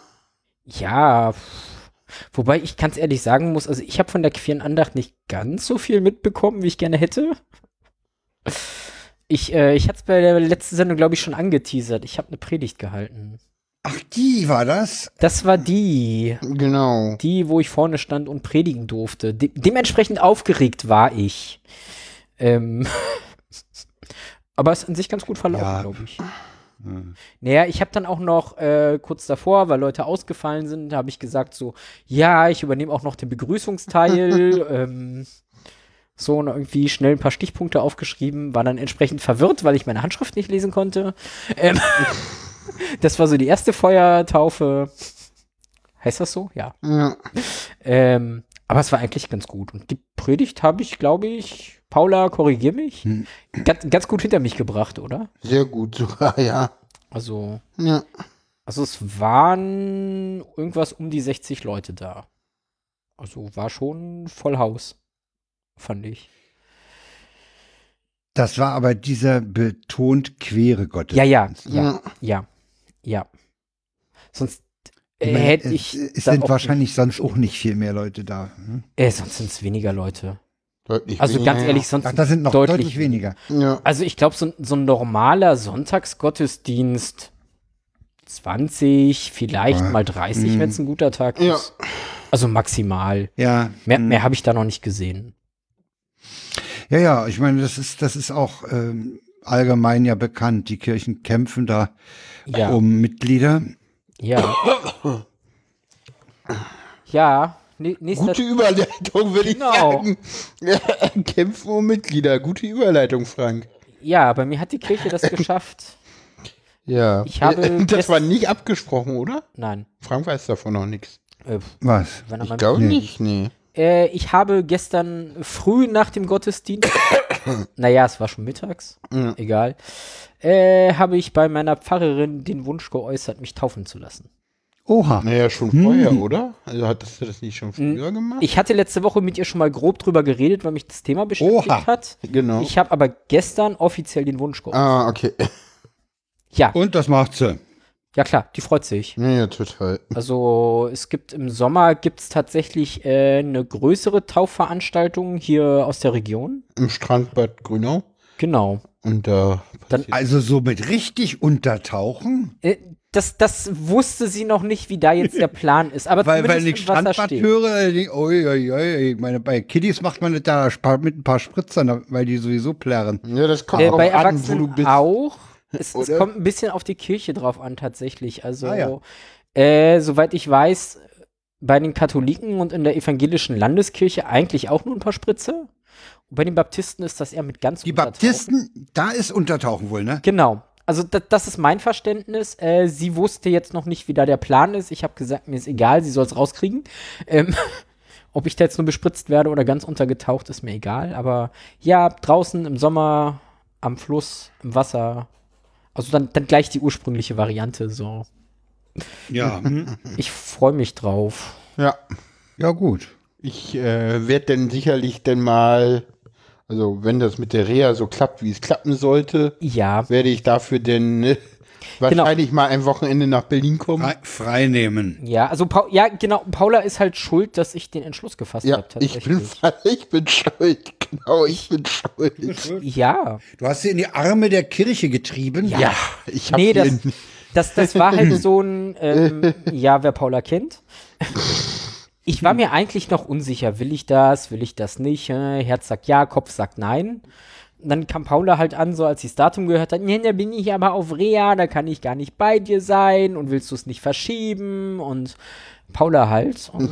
Speaker 2: Ja, pff. wobei ich ganz ehrlich sagen muss, also ich habe von der queeren Andacht nicht ganz so viel mitbekommen, wie ich gerne hätte. Ich, äh, ich hatte es bei der letzten Sendung, glaube ich, schon angeteasert. Ich habe eine Predigt gehalten.
Speaker 1: Ach, die war das?
Speaker 2: Das war die.
Speaker 3: Genau.
Speaker 2: die, wo ich vorne stand und predigen durfte. De dementsprechend aufgeregt war ich. Ähm, aber es ist an sich ganz gut verlaufen,
Speaker 1: Ja.
Speaker 2: glaube ich. Naja, ich habe dann auch noch äh, kurz davor, weil Leute ausgefallen sind, habe ich gesagt so, ja, ich übernehme auch noch den Begrüßungsteil. ähm, so und irgendwie schnell ein paar Stichpunkte aufgeschrieben, war dann entsprechend verwirrt, weil ich meine Handschrift nicht lesen konnte. Ähm, das war so die erste Feuertaufe. Heißt das so? Ja.
Speaker 3: Ja.
Speaker 2: Ähm, aber es war eigentlich ganz gut. Und die Predigt habe ich, glaube ich, Paula, korrigier mich,
Speaker 1: Hm.
Speaker 2: ganz, ganz gut hinter mich gebracht, oder?
Speaker 3: Sehr gut sogar, ja.
Speaker 2: Also,
Speaker 3: Ja.
Speaker 2: also es waren irgendwas um die 60 Leute da. Also war schon voll Haus, fand ich.
Speaker 1: Das war aber dieser betont queere Gottesdienst.
Speaker 2: Ja, ja, ja,
Speaker 3: Ja.
Speaker 2: ja, ja. Sonst äh,
Speaker 1: Ich meine,
Speaker 2: hätte
Speaker 1: es-
Speaker 2: ich.
Speaker 1: Es
Speaker 2: da
Speaker 1: sind
Speaker 2: auch-
Speaker 1: wahrscheinlich sonst auch nicht viel mehr Leute da. hm?
Speaker 2: Äh, sonst sind es weniger Leute.
Speaker 3: Deutlich
Speaker 2: Also ganz
Speaker 3: weniger.
Speaker 2: ehrlich, sonst
Speaker 1: Ach, da sind noch deutlich, weniger.
Speaker 3: Ja.
Speaker 2: Also ich glaube, so, ein- so ein normaler Sonntagsgottesdienst 20, vielleicht mal 30, wenn es ein guter Tag
Speaker 3: Hm. Ja. Hm.
Speaker 2: ist. Also maximal.
Speaker 1: Ja.
Speaker 2: Mehr, mehr habe ich da noch nicht gesehen.
Speaker 1: Ja, ja, ich meine, das ist, das ist auch ähm, allgemein ja bekannt. Die Kirchen kämpfen da
Speaker 2: Ja.
Speaker 1: um Mitglieder.
Speaker 2: Ja. ja. nä- Nächster,
Speaker 3: Gute Überleitung, will
Speaker 2: also Genau.
Speaker 3: ich sagen. Kämpfen um Mitglieder. Gute Überleitung, Frank.
Speaker 2: ja, bei mir hat die Kirche das geschafft.
Speaker 3: Ja.
Speaker 2: Ich habe
Speaker 3: das
Speaker 2: gest-
Speaker 3: war nicht abgesprochen, oder?
Speaker 2: Nein.
Speaker 3: Frank weiß davon noch nichts.
Speaker 2: Äh, pf,
Speaker 1: Was?
Speaker 2: wenn er
Speaker 3: Ich
Speaker 2: mal-
Speaker 3: glaube nicht, nee.
Speaker 2: äh, ich habe gestern früh nach dem Gottesdienst, naja, es war schon mittags,
Speaker 3: Ja.
Speaker 2: egal, äh, habe ich bei meiner Pfarrerin den Wunsch geäußert, mich taufen zu lassen.
Speaker 1: Oha.
Speaker 3: Naja, schon vorher,
Speaker 2: Hm.
Speaker 3: oder? Also hattest du das nicht schon früher gemacht?
Speaker 2: Ich hatte letzte Woche mit ihr schon mal grob drüber geredet, weil mich das Thema beschäftigt
Speaker 1: Oha.
Speaker 2: hat.
Speaker 3: Genau.
Speaker 2: Ich habe aber gestern offiziell den Wunsch geäußert.
Speaker 3: ah, okay.
Speaker 2: Ja,
Speaker 1: Und das macht sie.
Speaker 2: ja klar, die freut sich.
Speaker 3: Naja, total.
Speaker 2: Also es gibt im Sommer gibt's tatsächlich äh, eine größere Taufveranstaltung hier aus der Region.
Speaker 3: Im Strandbad Grünau.
Speaker 2: Genau.
Speaker 3: Und da
Speaker 2: Dann-
Speaker 3: passiert-
Speaker 1: Also so mit richtig untertauchen?
Speaker 2: Äh, das, das wusste sie noch nicht, wie da jetzt der Plan ist. Aber
Speaker 1: Weil, weil ich
Speaker 2: zumindest im Wasser
Speaker 1: Strandbad
Speaker 2: steht.
Speaker 1: höre, äh, die- oi, oi, oi, ich meine, bei Kiddies macht man das da spa- mit ein paar Spritzern, weil die sowieso plärren.
Speaker 3: ja, das kommt
Speaker 2: Äh,
Speaker 3: auch
Speaker 2: bei
Speaker 3: an, wo du
Speaker 2: Erwachsenen
Speaker 3: bist.
Speaker 2: auch. Es, es
Speaker 3: Oder? Ah
Speaker 2: kommt ein bisschen auf die Kirche drauf an, tatsächlich. Also,
Speaker 1: Ah, ja.
Speaker 2: äh, soweit ich weiß, bei den Katholiken und in der evangelischen Landeskirche eigentlich auch nur ein paar Spritze. Und bei den Baptisten ist das eher mit ganz
Speaker 1: Die
Speaker 2: Untertauchen.
Speaker 1: Baptisten, da ist Untertauchen wohl, ne?
Speaker 2: Genau. Also da, das ist mein Verständnis. Äh, sie wusste jetzt noch nicht, wie da der Plan ist. Ich habe gesagt, mir ist egal, sie soll es rauskriegen. Ähm, ob ich da jetzt nur bespritzt werde oder ganz untergetaucht, ist mir egal. Aber ja, draußen im Sommer, am Fluss, im Wasser. Also dann, dann gleich die ursprüngliche Variante. So.
Speaker 1: Ja.
Speaker 2: Ich freue mich drauf.
Speaker 3: Ja.
Speaker 1: Mhm. Ja, gut.
Speaker 3: Ich äh, werde dann sicherlich dann mal, also wenn das mit der Reha so klappt, wie es klappen sollte,
Speaker 2: Ja.
Speaker 3: werde ich dafür denn äh,
Speaker 2: Genau.
Speaker 3: wahrscheinlich mal ein Wochenende nach Berlin kommen.
Speaker 1: Frei, freinehmen.
Speaker 2: Ja, also Pau ja, genau, Paula ist halt schuld, dass ich den Entschluss gefasst
Speaker 3: Ja,
Speaker 2: habe.
Speaker 3: ich bin, ich bin schuld. Genau, ich bin schuld.
Speaker 2: ja.
Speaker 1: Du hast sie in die Arme der Kirche getrieben.
Speaker 3: Ja, ich habe
Speaker 2: Nee, das,
Speaker 3: hier
Speaker 2: das, das war halt so ein, ähm, ja, wer Paula kennt. Ich war mir eigentlich noch unsicher, will ich das, will ich das nicht? Äh, Herz sagt ja, Kopf sagt nein. Und dann kam Paula halt an, so als sie das Datum gehört hat, nee, da bin ich aber auf Rea, da kann ich gar nicht bei dir sein und willst du es nicht verschieben und Paula halt. Und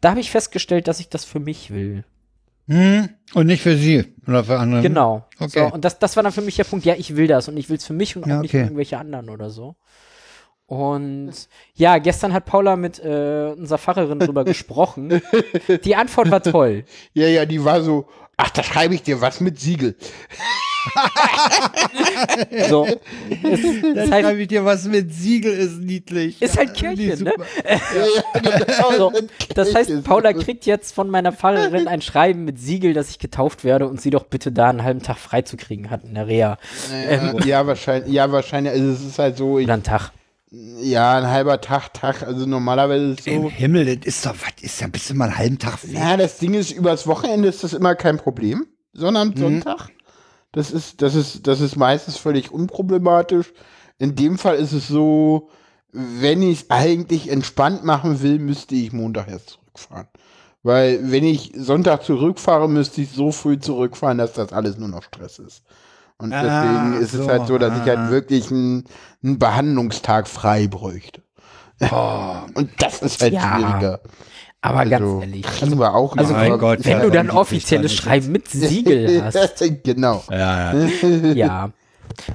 Speaker 2: da habe ich festgestellt, dass ich das für mich will.
Speaker 1: Hm? Und nicht für sie oder für andere.
Speaker 2: Genau.
Speaker 1: Mhm. Okay.
Speaker 2: So, und das, das war dann für mich der Punkt, ja, ich will das und ich will es für mich und auch
Speaker 1: Ja,
Speaker 2: nicht für
Speaker 1: okay.
Speaker 2: irgendwelche anderen oder so. Und ja, gestern hat Paula mit äh, unserer Pfarrerin drüber gesprochen. Die Antwort war toll.
Speaker 3: Ja, ja, die war so, ach, da schreibe ich dir was mit Siegel.
Speaker 2: So. Es, es
Speaker 1: Dann
Speaker 2: heißt,
Speaker 1: schreibe ich dir was mit Siegel, ist niedlich.
Speaker 2: Ist halt
Speaker 1: Ja, die
Speaker 2: Kirche, ne?
Speaker 1: super.
Speaker 3: genau,
Speaker 2: so. Das heißt, Paula kriegt jetzt von meiner Pfarrerin ein Schreiben mit Siegel, dass ich getauft werde und sie doch bitte da einen halben Tag freizukriegen hat in der Reha.
Speaker 3: Ja, ja, wahrscheinlich, ja, wahrscheinlich, also es ist halt so, ich,
Speaker 2: Oder einen Tag.
Speaker 3: ja, ein halber Tag, Tag, also normalerweise ist
Speaker 1: Im
Speaker 3: so.
Speaker 1: Himmel, das ist doch, was ist da, bist du mal einen halben Tag weg?
Speaker 3: Ja, das Ding ist, übers Wochenende ist das immer kein Problem, sondern
Speaker 1: Mhm.
Speaker 3: am Sonntag. Das ist, das ist, das ist meistens völlig unproblematisch. In dem Fall ist es so, wenn ich es eigentlich entspannt machen will, müsste ich Montag erst zurückfahren. Weil wenn ich Sonntag zurückfahre, müsste ich so früh zurückfahren, dass das alles nur noch Stress ist. Und
Speaker 1: Ah,
Speaker 3: deswegen ist es
Speaker 1: so,
Speaker 3: halt so, dass ich
Speaker 1: ah.
Speaker 3: halt wirklich einen, einen Behandlungstag frei bräuchte.
Speaker 1: Oh,
Speaker 3: Und das ist halt
Speaker 2: Ja.
Speaker 3: schwieriger.
Speaker 2: Aber
Speaker 3: Also,
Speaker 2: ganz ehrlich.
Speaker 3: Kann wir auch
Speaker 1: also
Speaker 3: machen,
Speaker 1: mein
Speaker 3: aber-
Speaker 1: Gott,
Speaker 2: Wenn
Speaker 1: Ja,
Speaker 2: du
Speaker 1: aber
Speaker 2: dann
Speaker 1: die kriegt
Speaker 2: offizielles
Speaker 1: man nicht
Speaker 2: Schreiben mit Siegel hast.
Speaker 3: genau.
Speaker 1: Ja, ja.
Speaker 2: Ja.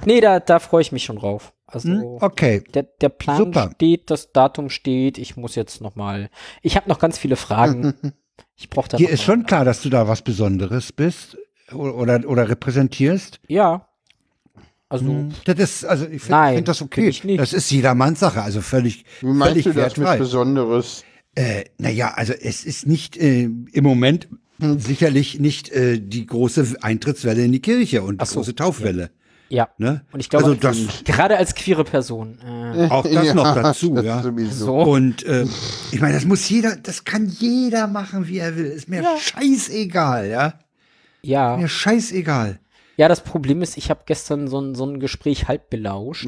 Speaker 2: Nee, da, da freue ich mich schon drauf. Also
Speaker 1: Okay.
Speaker 2: der, der Plan
Speaker 1: Hm? Super.
Speaker 2: steht, das Datum steht. Ich muss jetzt noch mal. Ich habe noch ganz viele Fragen. Ich brauche da
Speaker 1: Dir
Speaker 2: noch
Speaker 1: ist
Speaker 2: mal-
Speaker 1: schon klar, dass du da was Besonderes bist o- oder, oder repräsentierst.
Speaker 2: Ja. Also
Speaker 1: Das ist, also ich finde
Speaker 2: Nein,
Speaker 1: find das okay.
Speaker 2: find ich nicht.
Speaker 1: Das ist jedermanns Sache, also völlig,
Speaker 3: Wie meinst
Speaker 1: völlig
Speaker 3: du das mit
Speaker 1: wertfrei.
Speaker 3: Besonderes?
Speaker 1: Äh, naja, also es ist nicht äh, im Moment sicherlich nicht äh, die große Eintrittswelle in die Kirche und die
Speaker 2: so,
Speaker 1: große Taufwelle.
Speaker 2: ja.
Speaker 1: Ne?
Speaker 2: Und ich glaube,
Speaker 1: also das,
Speaker 2: gerade als queere Person. Äh,
Speaker 1: auch das noch dazu,
Speaker 3: das
Speaker 1: ja.
Speaker 3: Sowieso.
Speaker 2: so.
Speaker 1: Und äh, ich meine, das muss jeder, das kann jeder machen, wie er will. Ist mir scheißegal, ja.
Speaker 2: Ja.
Speaker 1: Mir scheißegal.
Speaker 2: Ja, das Problem ist, ich habe gestern so ein, so ein Gespräch halb belauscht.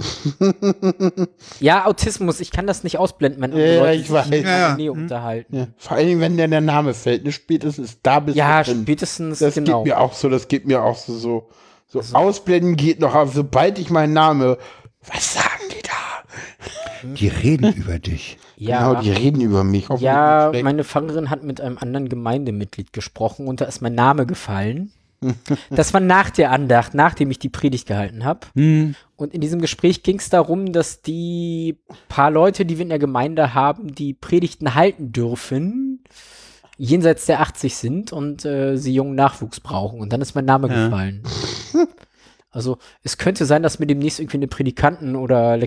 Speaker 2: ja, Autismus, ich kann das nicht ausblenden, wenn andere
Speaker 3: Ja,
Speaker 2: Leute
Speaker 3: ich
Speaker 2: sich
Speaker 3: weiß.
Speaker 2: in
Speaker 1: Ja, ja.
Speaker 2: der Nähe unterhalten.
Speaker 3: Ja. Vor allem, wenn dir der Name fällt, ne, spätestens da bist
Speaker 2: Ja,
Speaker 3: du drin.
Speaker 2: spätestens,
Speaker 3: Das
Speaker 2: genau. Also
Speaker 3: geht mir auch so, das geht mir auch so. So, so ausblenden geht noch, aber sobald ich meinen Name, was sagen die da?
Speaker 1: Die reden über dich.
Speaker 2: ja.
Speaker 3: Genau, die reden über mich. Hoffentlich
Speaker 2: Ja,
Speaker 3: nicht schlecht.
Speaker 2: meine Pfarrerin hat mit einem anderen Gemeindemitglied gesprochen und da ist mein Name gefallen. Das war nach der Andacht, nachdem ich die Predigt gehalten habe. Und in diesem Gespräch ging es darum, dass die paar Leute, die wir in der Gemeinde haben, die Predigten halten dürfen, jenseits der 80 sind und äh, sie jungen Nachwuchs brauchen. Und dann ist mein Name gefallen. Also es könnte sein, dass mir demnächst irgendwie eine Predikanten- oder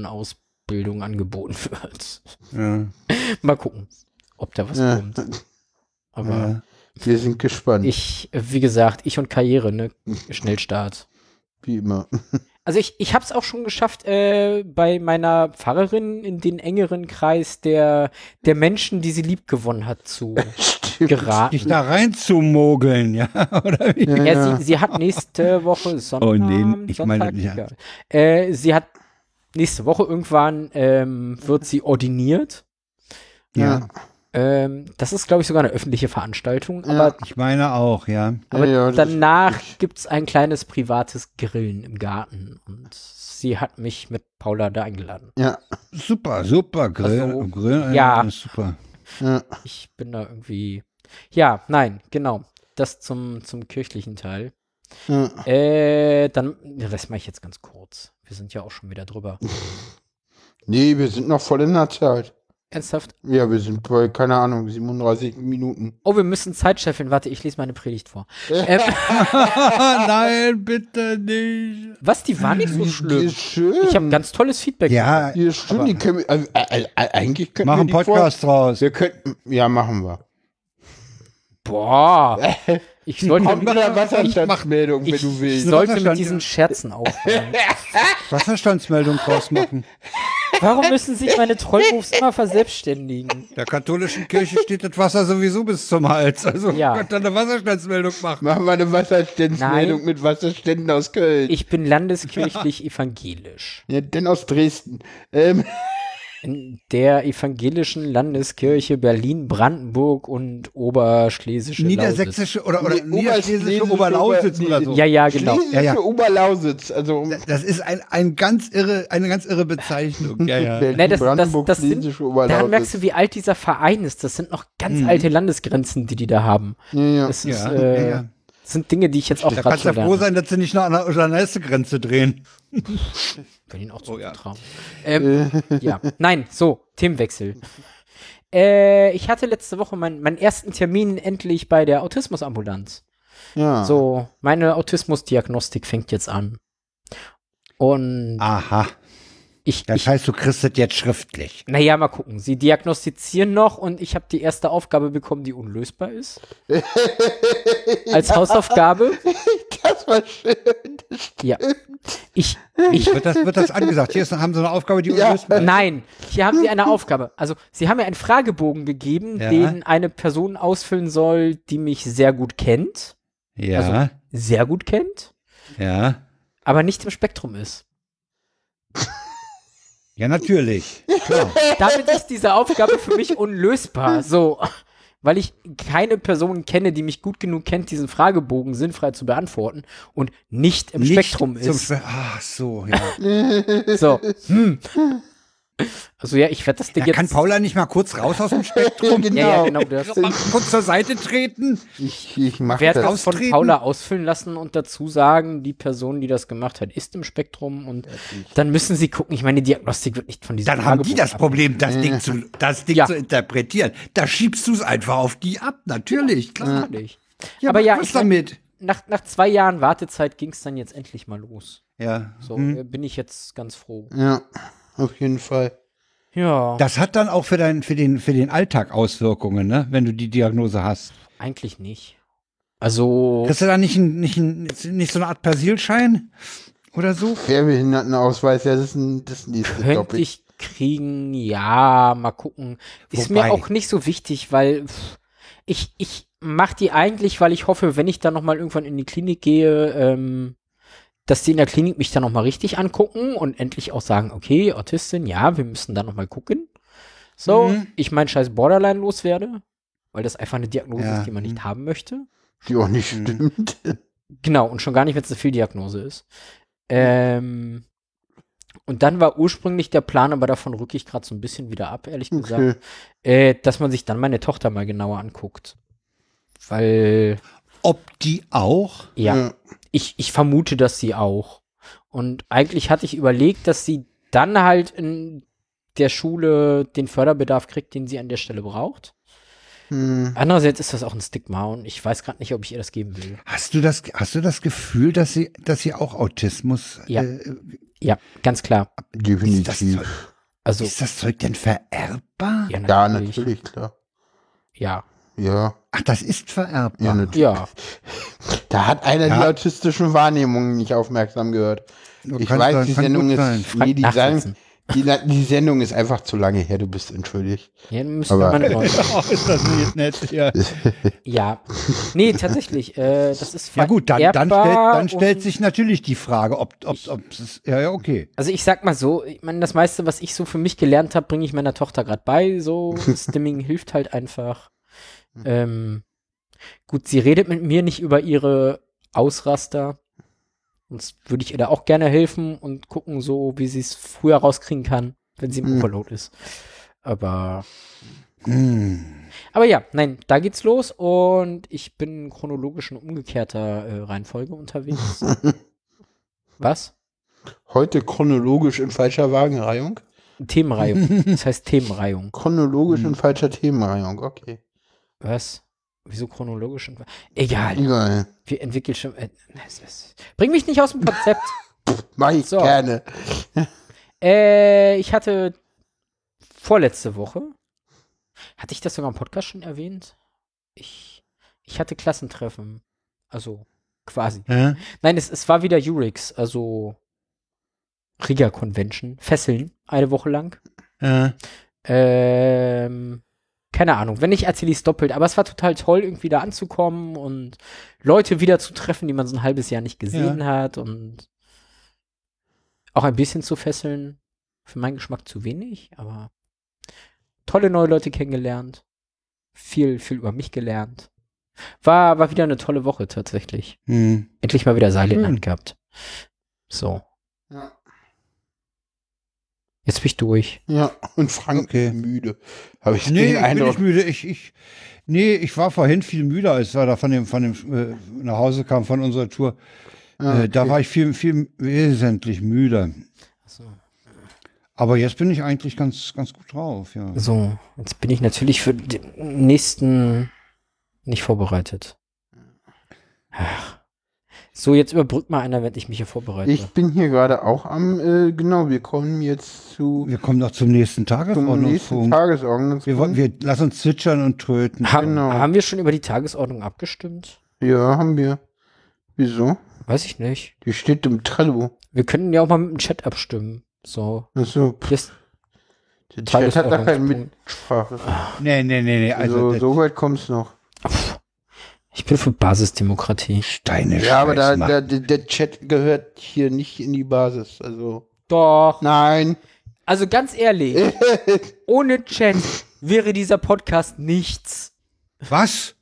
Speaker 2: Lektorenausbildung angeboten wird.
Speaker 1: Ja.
Speaker 2: Mal gucken, ob da was
Speaker 3: Ja.
Speaker 2: kommt. Aber
Speaker 3: Wir sind gespannt,
Speaker 2: ich, äh, wie gesagt, ich und Karriere, ne? Schnellstart.
Speaker 3: wie immer.
Speaker 2: Also ich, ich habe es auch schon geschafft, äh, bei meiner Pfarrerin in den engeren Kreis der, der Menschen, die sie lieb gewonnen hat, zu geraten.
Speaker 1: Dich da reinzumogeln, ja, oder wie?
Speaker 2: Ja, Sie, sie hat nächste Woche Sonntag.
Speaker 1: Oh, nee, ich meine
Speaker 2: Sonntag,
Speaker 1: das nicht
Speaker 2: egal. Äh, sie hat nächste Woche irgendwann ähm, wird sie ordiniert.
Speaker 1: Ja.
Speaker 2: Ähm, das ist, glaube ich, sogar eine öffentliche Veranstaltung, aber,
Speaker 1: Ich meine auch, ja.
Speaker 2: aber
Speaker 3: Ja, ja, das ist
Speaker 2: danach
Speaker 3: richtig.
Speaker 2: gibt es ein kleines privates Grillen im Garten und sie hat mich mit Paula da eingeladen.
Speaker 3: Ja,
Speaker 1: Super, super, Grill.
Speaker 2: Also,
Speaker 1: Grill
Speaker 2: ja.
Speaker 1: äh, Super.
Speaker 3: ja.
Speaker 2: Ich bin da irgendwie. Ja, nein, genau. Das zum, zum kirchlichen Teil.
Speaker 3: ja.
Speaker 2: Äh, dann, den Rest mache ich jetzt ganz kurz. Wir sind ja auch schon wieder drüber.
Speaker 3: Nee, wir sind noch voll in der Zeit.
Speaker 2: Ernsthaft?
Speaker 3: Ja, wir sind bei, keine Ahnung, 37 Minuten.
Speaker 2: Oh, wir müssen Zeit scheffeln. Warte, ich lese meine Predigt vor. ähm,
Speaker 1: Nein, bitte nicht.
Speaker 2: was, die war nicht so
Speaker 3: Die
Speaker 2: schlimm.
Speaker 3: ist schön.
Speaker 2: Ich habe ganz tolles Feedback.
Speaker 1: Ja,
Speaker 3: die ist schön, die können wir, also, äh, äh, eigentlich können
Speaker 1: mach einen
Speaker 3: wir die
Speaker 1: Podcast
Speaker 3: Vor,
Speaker 1: draus.
Speaker 3: wir könnten, ja, machen wir.
Speaker 2: Boah. Ich sollte,
Speaker 3: Kommt mit der Wasserstandsmeldung, wenn
Speaker 2: ich
Speaker 3: du willst.
Speaker 2: sollte mit
Speaker 1: Wasserstand,
Speaker 2: diesen
Speaker 1: ja.
Speaker 2: Scherzen aufhören.
Speaker 1: Wasserstandsmeldung draus machen.
Speaker 2: Warum müssen sich meine Trollmoves immer verselbstständigen?
Speaker 1: Der katholischen Kirche steht das Wasser sowieso bis zum Hals. Also
Speaker 2: Ja.
Speaker 1: ja. kann dann eine Wasserstandsmeldung machen.
Speaker 3: Machen wir eine Wasserstandsmeldung
Speaker 2: Nein.
Speaker 3: mit Wasserständen aus Köln.
Speaker 2: Ich bin landeskirchlich evangelisch.
Speaker 3: ja, denn aus Dresden. Ähm,
Speaker 2: In der evangelischen Landeskirche Berlin-Brandenburg und Oberschlesische
Speaker 3: Genau,
Speaker 2: Lausitz.
Speaker 1: Niedersächsische oder, oder
Speaker 3: Nee,
Speaker 1: niederschlesische
Speaker 3: Oberschlesische
Speaker 1: Oberlausitz
Speaker 3: Ober-
Speaker 1: oder so.
Speaker 2: Ja, ja, genau.
Speaker 3: Schlesische
Speaker 1: Ja, ja.
Speaker 3: Oberlausitz, also um
Speaker 1: Das ist ein, ein ganz irre, eine ganz irre Bezeichnung. Ja, ja.
Speaker 2: Nee, das, das,
Speaker 3: Brandenburg,
Speaker 2: das sind,
Speaker 3: Schlesische
Speaker 2: daran
Speaker 3: Oberlausitz.
Speaker 2: merkst du, wie alt dieser Verein ist. Das sind noch ganz alte Landesgrenzen, die die da haben.
Speaker 3: ja, ja.
Speaker 2: Das ist,
Speaker 1: Mhm. Ja,
Speaker 2: äh,
Speaker 1: ja, ja.
Speaker 2: das sind Dinge, die ich jetzt auch
Speaker 1: Da
Speaker 2: gerade
Speaker 1: kannst du
Speaker 2: so
Speaker 1: ja froh
Speaker 2: lerne.
Speaker 1: sein, dass sie nicht noch an der Journalistengrenze drehen.
Speaker 2: Kann ihn auch
Speaker 1: Oh, ja.
Speaker 2: zutrauen. Ähm, ja, nein, so, Themenwechsel. Äh, ich hatte letzte Woche mein, meinen ersten Termin endlich bei der Autismusambulanz.
Speaker 3: ja.
Speaker 2: So, meine Autismusdiagnostik fängt jetzt an. Und
Speaker 1: Aha.
Speaker 2: ich,
Speaker 1: Das heißt, du kriegst das jetzt schriftlich.
Speaker 2: naja, mal gucken. Sie diagnostizieren noch und ich habe die erste Aufgabe bekommen, die unlösbar ist. Als Hausaufgabe.
Speaker 3: Das war schön.
Speaker 2: Ja. Ich, ich,
Speaker 1: Wird das, wird das angesagt? Hier ist, haben sie eine Aufgabe, die
Speaker 3: Ja.
Speaker 1: unlösbar ist.
Speaker 2: Nein, hier haben sie eine Aufgabe. Also, sie haben mir einen Fragebogen gegeben,
Speaker 1: Ja.
Speaker 2: den eine Person ausfüllen soll, die mich sehr gut kennt.
Speaker 1: Ja,
Speaker 2: Also- Sehr gut kennt,
Speaker 1: ja.
Speaker 2: aber nicht im Spektrum ist.
Speaker 1: Ja, natürlich. Klar.
Speaker 2: Damit ist diese Aufgabe für mich unlösbar. So. Weil ich keine Person kenne, die mich gut genug kennt, diesen Fragebogen sinnfrei zu beantworten und nicht im Spektrum
Speaker 1: Nicht zum
Speaker 2: ist.
Speaker 1: Spe Ach so, ja.
Speaker 2: so. Hm. Also ja, ich werde das Ding
Speaker 1: Da kann
Speaker 2: jetzt.
Speaker 1: Paula nicht mal kurz raus aus dem Spektrum.
Speaker 2: ja, ja, genau. Du darfst-
Speaker 1: Mal kurz zur Seite treten.
Speaker 3: Ich, ich mach
Speaker 2: Wer hat
Speaker 3: das.
Speaker 2: das von
Speaker 1: Austreten?
Speaker 2: Paula ausfüllen lassen und dazu sagen, die Person, die das gemacht hat, ist im Spektrum und dann müssen sie gucken. Ich meine, die Diagnostik wird nicht von diesem
Speaker 1: Dann haben die
Speaker 2: Fragebogen
Speaker 1: das
Speaker 2: ab-
Speaker 1: Problem, das Ding zu, das Ding
Speaker 2: Ja.
Speaker 1: zu interpretieren. Da schiebst du es einfach auf die ab, natürlich, klar.
Speaker 2: Natürlich. Aber ja,
Speaker 1: was
Speaker 2: ich-
Speaker 1: damit?
Speaker 2: Nach, nach zwei Jahren Wartezeit ging es dann jetzt endlich mal los.
Speaker 1: Ja.
Speaker 2: So äh, bin ich jetzt ganz froh.
Speaker 3: Ja, auf jeden Fall.
Speaker 2: Ja,
Speaker 1: Das hat dann auch für, dein, für, den, für den Alltag Auswirkungen, ne? wenn du die Diagnose hast.
Speaker 2: eigentlich nicht. Also,
Speaker 1: Kriegst du da nicht, ein, nicht, ein, nicht so eine Art Persilschein oder so?
Speaker 3: Schwerbehindertenausweis, ja, das ist ein, das nächste
Speaker 2: könnte
Speaker 3: Topic.
Speaker 2: ich kriegen, ja, mal gucken. Ist
Speaker 1: Wobei-
Speaker 2: mir auch nicht so wichtig, weil pff, ich, ich mache die eigentlich, weil ich hoffe, wenn ich dann nochmal irgendwann in die Klinik gehe, ähm, dass die in der Klinik mich dann nochmal richtig angucken und endlich auch sagen, okay, Autistin, ja, wir müssen da nochmal gucken. So,
Speaker 1: Mhm.
Speaker 2: ich mein scheiß Borderline loswerde, weil das einfach eine Diagnose
Speaker 1: Ja,
Speaker 2: ist, die man nicht haben möchte.
Speaker 3: Die auch nicht
Speaker 2: Hm.
Speaker 1: Mhm.
Speaker 3: stimmt.
Speaker 2: Genau, und schon gar nicht, wenn es eine Fehldiagnose ist.
Speaker 3: Mhm.
Speaker 2: Ähm, und dann war ursprünglich der Plan, aber davon rücke ich gerade so ein bisschen wieder ab, ehrlich
Speaker 3: Okay.
Speaker 2: gesagt, äh, dass man sich dann meine Tochter mal genauer anguckt. Weil,
Speaker 1: Ob die auch?
Speaker 2: ja, ich, ich vermute, dass sie auch. Und eigentlich hatte ich überlegt, dass sie dann halt in der Schule den Förderbedarf kriegt, den sie an der Stelle braucht.
Speaker 3: Hm.
Speaker 2: Andererseits ist das auch ein Stigma und ich weiß gerade nicht, ob ich ihr das geben will.
Speaker 1: Hast du das, hast du das Gefühl, dass sie, dass sie auch Autismus?
Speaker 2: Ja.
Speaker 1: Äh,
Speaker 2: Ja, ganz klar.
Speaker 1: ist, das Zeug,
Speaker 3: Definitiv.
Speaker 2: Also,
Speaker 1: ist das Zeug denn vererbbar?
Speaker 2: ja, natürlich.
Speaker 3: Ja, natürlich, klar.
Speaker 2: Ja,
Speaker 3: Ja,
Speaker 1: Ach, das ist vererbbar.
Speaker 3: ja, natürlich.
Speaker 2: ja.
Speaker 3: Da hat einer
Speaker 1: Ja.
Speaker 3: die autistischen Wahrnehmungen nicht aufmerksam gehört. Ich
Speaker 1: kann
Speaker 3: weiß,
Speaker 1: sein,
Speaker 3: die
Speaker 1: kann
Speaker 3: Sendung
Speaker 1: gut
Speaker 3: ist.
Speaker 1: sein.
Speaker 3: Nee, die sagen,
Speaker 2: nachsitzen.
Speaker 3: Die, die Sendung ist einfach zu lange her, du bist entschuldigt.
Speaker 2: Ja, dann müssen wir
Speaker 3: Aber-
Speaker 2: mal eine neue-
Speaker 1: Oh, ist das nicht nett? Ja,
Speaker 2: Ja. Nee, tatsächlich. Äh, das ist
Speaker 1: ja gut, dann, dann,
Speaker 2: vererbbar
Speaker 1: stellt, dann stellt
Speaker 2: und-
Speaker 1: sich natürlich die Frage, ob, ob, ob es. Ja, ja, okay.
Speaker 2: Also ich sag mal so, ich meine, das meiste, was ich so für mich gelernt habe, bringe ich meiner Tochter gerade bei. So, Stimming hilft halt einfach.
Speaker 1: Hm.
Speaker 2: Ähm, gut, sie redet mit mir nicht über ihre Ausraster. Sonst würde ich ihr da auch gerne helfen und gucken so, wie sie es früher rauskriegen kann, wenn sie im
Speaker 3: Mhm.
Speaker 2: Overload ist. Aber,
Speaker 1: Hm.
Speaker 2: aber ja, nein, da geht's los und ich bin chronologisch in umgekehrter äh, Reihenfolge unterwegs. Was?
Speaker 3: Heute chronologisch in falscher Wagenreihung.
Speaker 2: Themenreihung. Das heißt Themenreihung.
Speaker 3: Chronologisch
Speaker 2: Hm.
Speaker 3: in falscher Themenreihung, okay.
Speaker 2: Was? Wieso chronologisch? Und Egal,
Speaker 3: Egal.
Speaker 2: wir entwickeln schon. Äh, es ist- bring mich nicht aus dem Konzept.
Speaker 3: Mach ich
Speaker 2: So.
Speaker 3: gerne.
Speaker 2: äh, ich hatte vorletzte Woche, hatte ich das sogar im Podcast schon erwähnt? Ich, ich hatte Klassentreffen. Also quasi.
Speaker 1: Hä?
Speaker 2: Nein, es, es war wieder Urix, also Riga Convention. Fesseln, eine Woche lang.
Speaker 1: Äh,
Speaker 2: Ähm, keine Ahnung, wenn nicht, erzähle ich es doppelt. Aber es war total toll, irgendwie da anzukommen und Leute wieder zu treffen, die man so ein halbes Jahr nicht gesehen hat und auch ein bisschen zu fesseln. Für meinen Geschmack zu wenig, aber tolle neue Leute kennengelernt. Viel, viel über mich gelernt. War, war wieder eine tolle Woche tatsächlich.
Speaker 1: hm.
Speaker 2: Endlich mal wieder Seil in der
Speaker 1: Schön.
Speaker 2: Hand gehabt. So,
Speaker 3: Ja.
Speaker 2: jetzt bin ich durch.
Speaker 3: ja, und Frank
Speaker 1: Okay.
Speaker 3: ist müde. Habe ich
Speaker 1: Nee,
Speaker 3: den
Speaker 1: ich bin
Speaker 3: Eindruck.
Speaker 1: nicht müde. Ich, ich, nee, ich war vorhin viel müder, als wir da von dem, von dem äh, nach Hause kamen von unserer Tour.
Speaker 3: Ja,
Speaker 1: Äh, da
Speaker 3: Ah, okay.
Speaker 1: war ich viel, viel wesentlich müder.
Speaker 2: So.
Speaker 1: Aber jetzt bin ich eigentlich ganz, ganz gut drauf, ja.
Speaker 2: So, jetzt bin ich natürlich für den nächsten nicht vorbereitet. Ach. So, jetzt überbrückt mal einer, wenn ich mich hier vorbereite.
Speaker 3: ich bin hier gerade auch am, äh, genau, wir kommen jetzt zu
Speaker 1: Wir kommen noch zum nächsten
Speaker 3: zum nächsten
Speaker 1: Tagesordnungspunkt. um- Wir, wollen-
Speaker 3: Tagesordnungspunkt.
Speaker 1: wir lass uns zwitschern und tröten.
Speaker 2: ha
Speaker 3: genau.
Speaker 2: Haben wir schon über die Tagesordnung abgestimmt?
Speaker 3: ja, haben wir. Wieso?
Speaker 2: Weiß ich nicht.
Speaker 3: Die steht im Trello.
Speaker 2: Wir können ja auch mal mit dem Chat abstimmen. So,
Speaker 3: Achso, pff,
Speaker 2: hier ist
Speaker 3: der Chat hat da keine
Speaker 2: Tagesordnungspunkt.
Speaker 3: Mitsprache.
Speaker 1: Nee, nee, nee, nee. Ah, Also,
Speaker 3: Also,
Speaker 1: das-
Speaker 3: so weit kommt's noch.
Speaker 2: Ich bin für Basisdemokratie.
Speaker 1: Steine
Speaker 3: Ja, aber da,
Speaker 1: scheiß
Speaker 3: da, der- der Chat gehört hier nicht in die Basis. Also,
Speaker 2: Doch.
Speaker 3: nein.
Speaker 2: Also ganz ehrlich, ohne Chat wäre dieser Podcast nichts.
Speaker 1: machen. Was?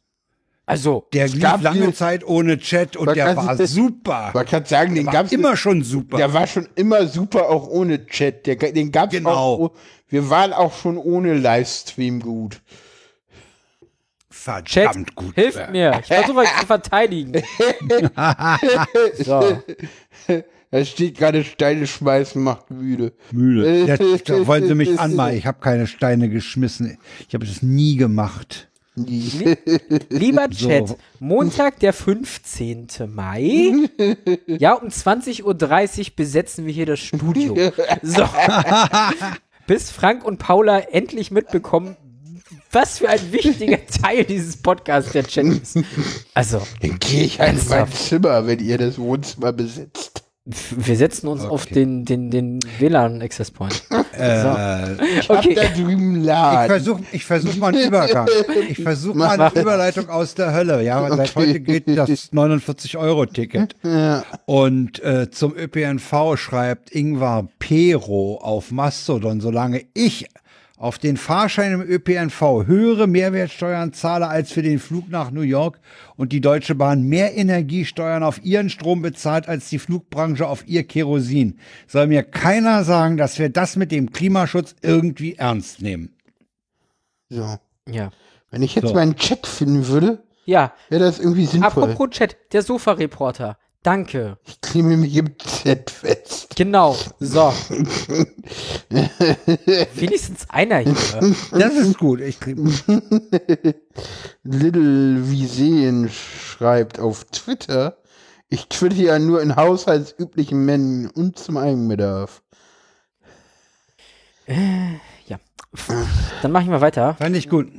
Speaker 2: Also,
Speaker 1: Der
Speaker 3: gab
Speaker 1: lief lange
Speaker 3: diese-
Speaker 1: Zeit ohne Chat und
Speaker 3: Man
Speaker 1: der
Speaker 3: kann
Speaker 1: war
Speaker 3: sich-
Speaker 1: super.
Speaker 3: Man kann sagen, den
Speaker 1: Ah. War
Speaker 3: gab's
Speaker 1: immer schon super.
Speaker 3: Der war schon immer super, auch ohne Chat. Der, den gab's
Speaker 1: Genau.
Speaker 3: auch. Wir waren auch schon ohne Livestream gut.
Speaker 2: Chat,
Speaker 1: Verdammt gut.
Speaker 2: hilft mir. Ich versuche euch zu verteidigen. so.
Speaker 3: Da steht gerade Steine schmeißen macht müde.
Speaker 1: Müde. Ja, da wollen Sie mich anmachen. Ich habe keine Steine geschmissen. Ich habe das nie gemacht.
Speaker 3: Die-
Speaker 2: Lieber
Speaker 1: So.
Speaker 2: Chat, Montag, der 15. Mai. Ja, um 20.30 Uhr besetzen wir hier das Studio. So. Bis Frank und Paula endlich mitbekommen, was für ein wichtiger Teil dieses Podcasts der Chat ist. Also,
Speaker 3: Dann gehe ich halt in mein
Speaker 2: Ernsthaft?
Speaker 3: Zimmer, wenn ihr das Wohnzimmer besetzt.
Speaker 2: f- wir setzen uns auf den, den, den WLAN-Access Point.
Speaker 3: Okay.
Speaker 1: Äh,
Speaker 2: Okay.
Speaker 3: Ab da drüben
Speaker 1: Ich
Speaker 3: laden.
Speaker 1: versuche ich versuch mal einen Übergang. Ich versuche mal eine Überleitung aus der Hölle. Ja, weil seit heute gilt das 49-Euro-Ticket. Und äh, zum ÖPNV schreibt Ingvar Pero auf Mastodon, solange ich auf den Fahrschein im ÖPNV höhere Mehrwertsteuern zahle als für den Flug nach New York und die Deutsche Bahn mehr Energiesteuern auf ihren Strom bezahlt als die Flugbranche auf ihr Kerosin. Soll mir keiner sagen, dass wir das mit dem Klimaschutz irgendwie ernst nehmen.
Speaker 3: So.
Speaker 2: Ja.
Speaker 3: Wenn ich jetzt
Speaker 1: So.
Speaker 3: meinen Chat finden würde,
Speaker 2: Ja.
Speaker 3: wäre das irgendwie sinnvoll.
Speaker 2: Apropos Chat, der Sofa-Reporter. Danke.
Speaker 3: Ich klemme mich im Chat fest.
Speaker 2: Genau. So. Wenigstens einer hier.
Speaker 1: Das ist gut. Ich krieg,
Speaker 3: Little Viseen schreibt auf Twitter, ich twitter ja nur in haushaltsüblichen Mengen und zum Eigenbedarf.
Speaker 2: Dann mache ich mal weiter.
Speaker 1: fand ich gut.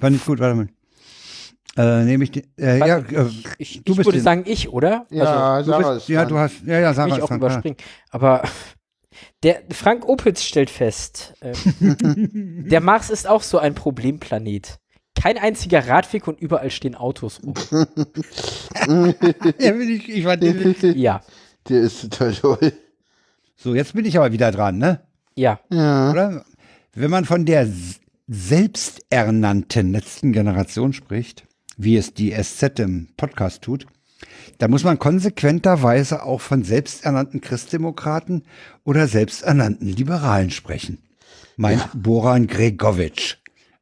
Speaker 1: Fand ich gut, warte mal. Äh, nehme ich die, äh, ja,
Speaker 2: Warte,
Speaker 1: äh,
Speaker 2: ich ich,
Speaker 1: du
Speaker 2: ich
Speaker 1: bist
Speaker 2: würde
Speaker 1: die-
Speaker 2: sagen, ich, oder?
Speaker 3: Also, Ja,
Speaker 1: du
Speaker 3: Sarah
Speaker 1: bist,
Speaker 3: ist
Speaker 1: ja,
Speaker 3: dran.
Speaker 1: du hast, ja, ja, Sarah
Speaker 2: mich
Speaker 1: ist
Speaker 2: auch
Speaker 1: dran, klar.
Speaker 2: überspringen. Aber Der Frank Opitz stellt fest, äh, der Mars ist auch so ein Problemplanet. Kein einziger Radweg und überall stehen Autos um. rum.
Speaker 1: Ja, bin ich, ich war,
Speaker 2: Ja,
Speaker 3: Der ist total toll.
Speaker 1: so, jetzt bin ich aber wieder dran, ne?
Speaker 2: ja.
Speaker 3: Ja.
Speaker 1: Oder? Wenn man von der s- selbsternannten letzten Generation spricht, wie es die SZ im Podcast tut, dann muss man konsequenterweise auch von selbsternannten Christdemokraten oder selbsternannten Liberalen sprechen. Meint Boran Gregowitsch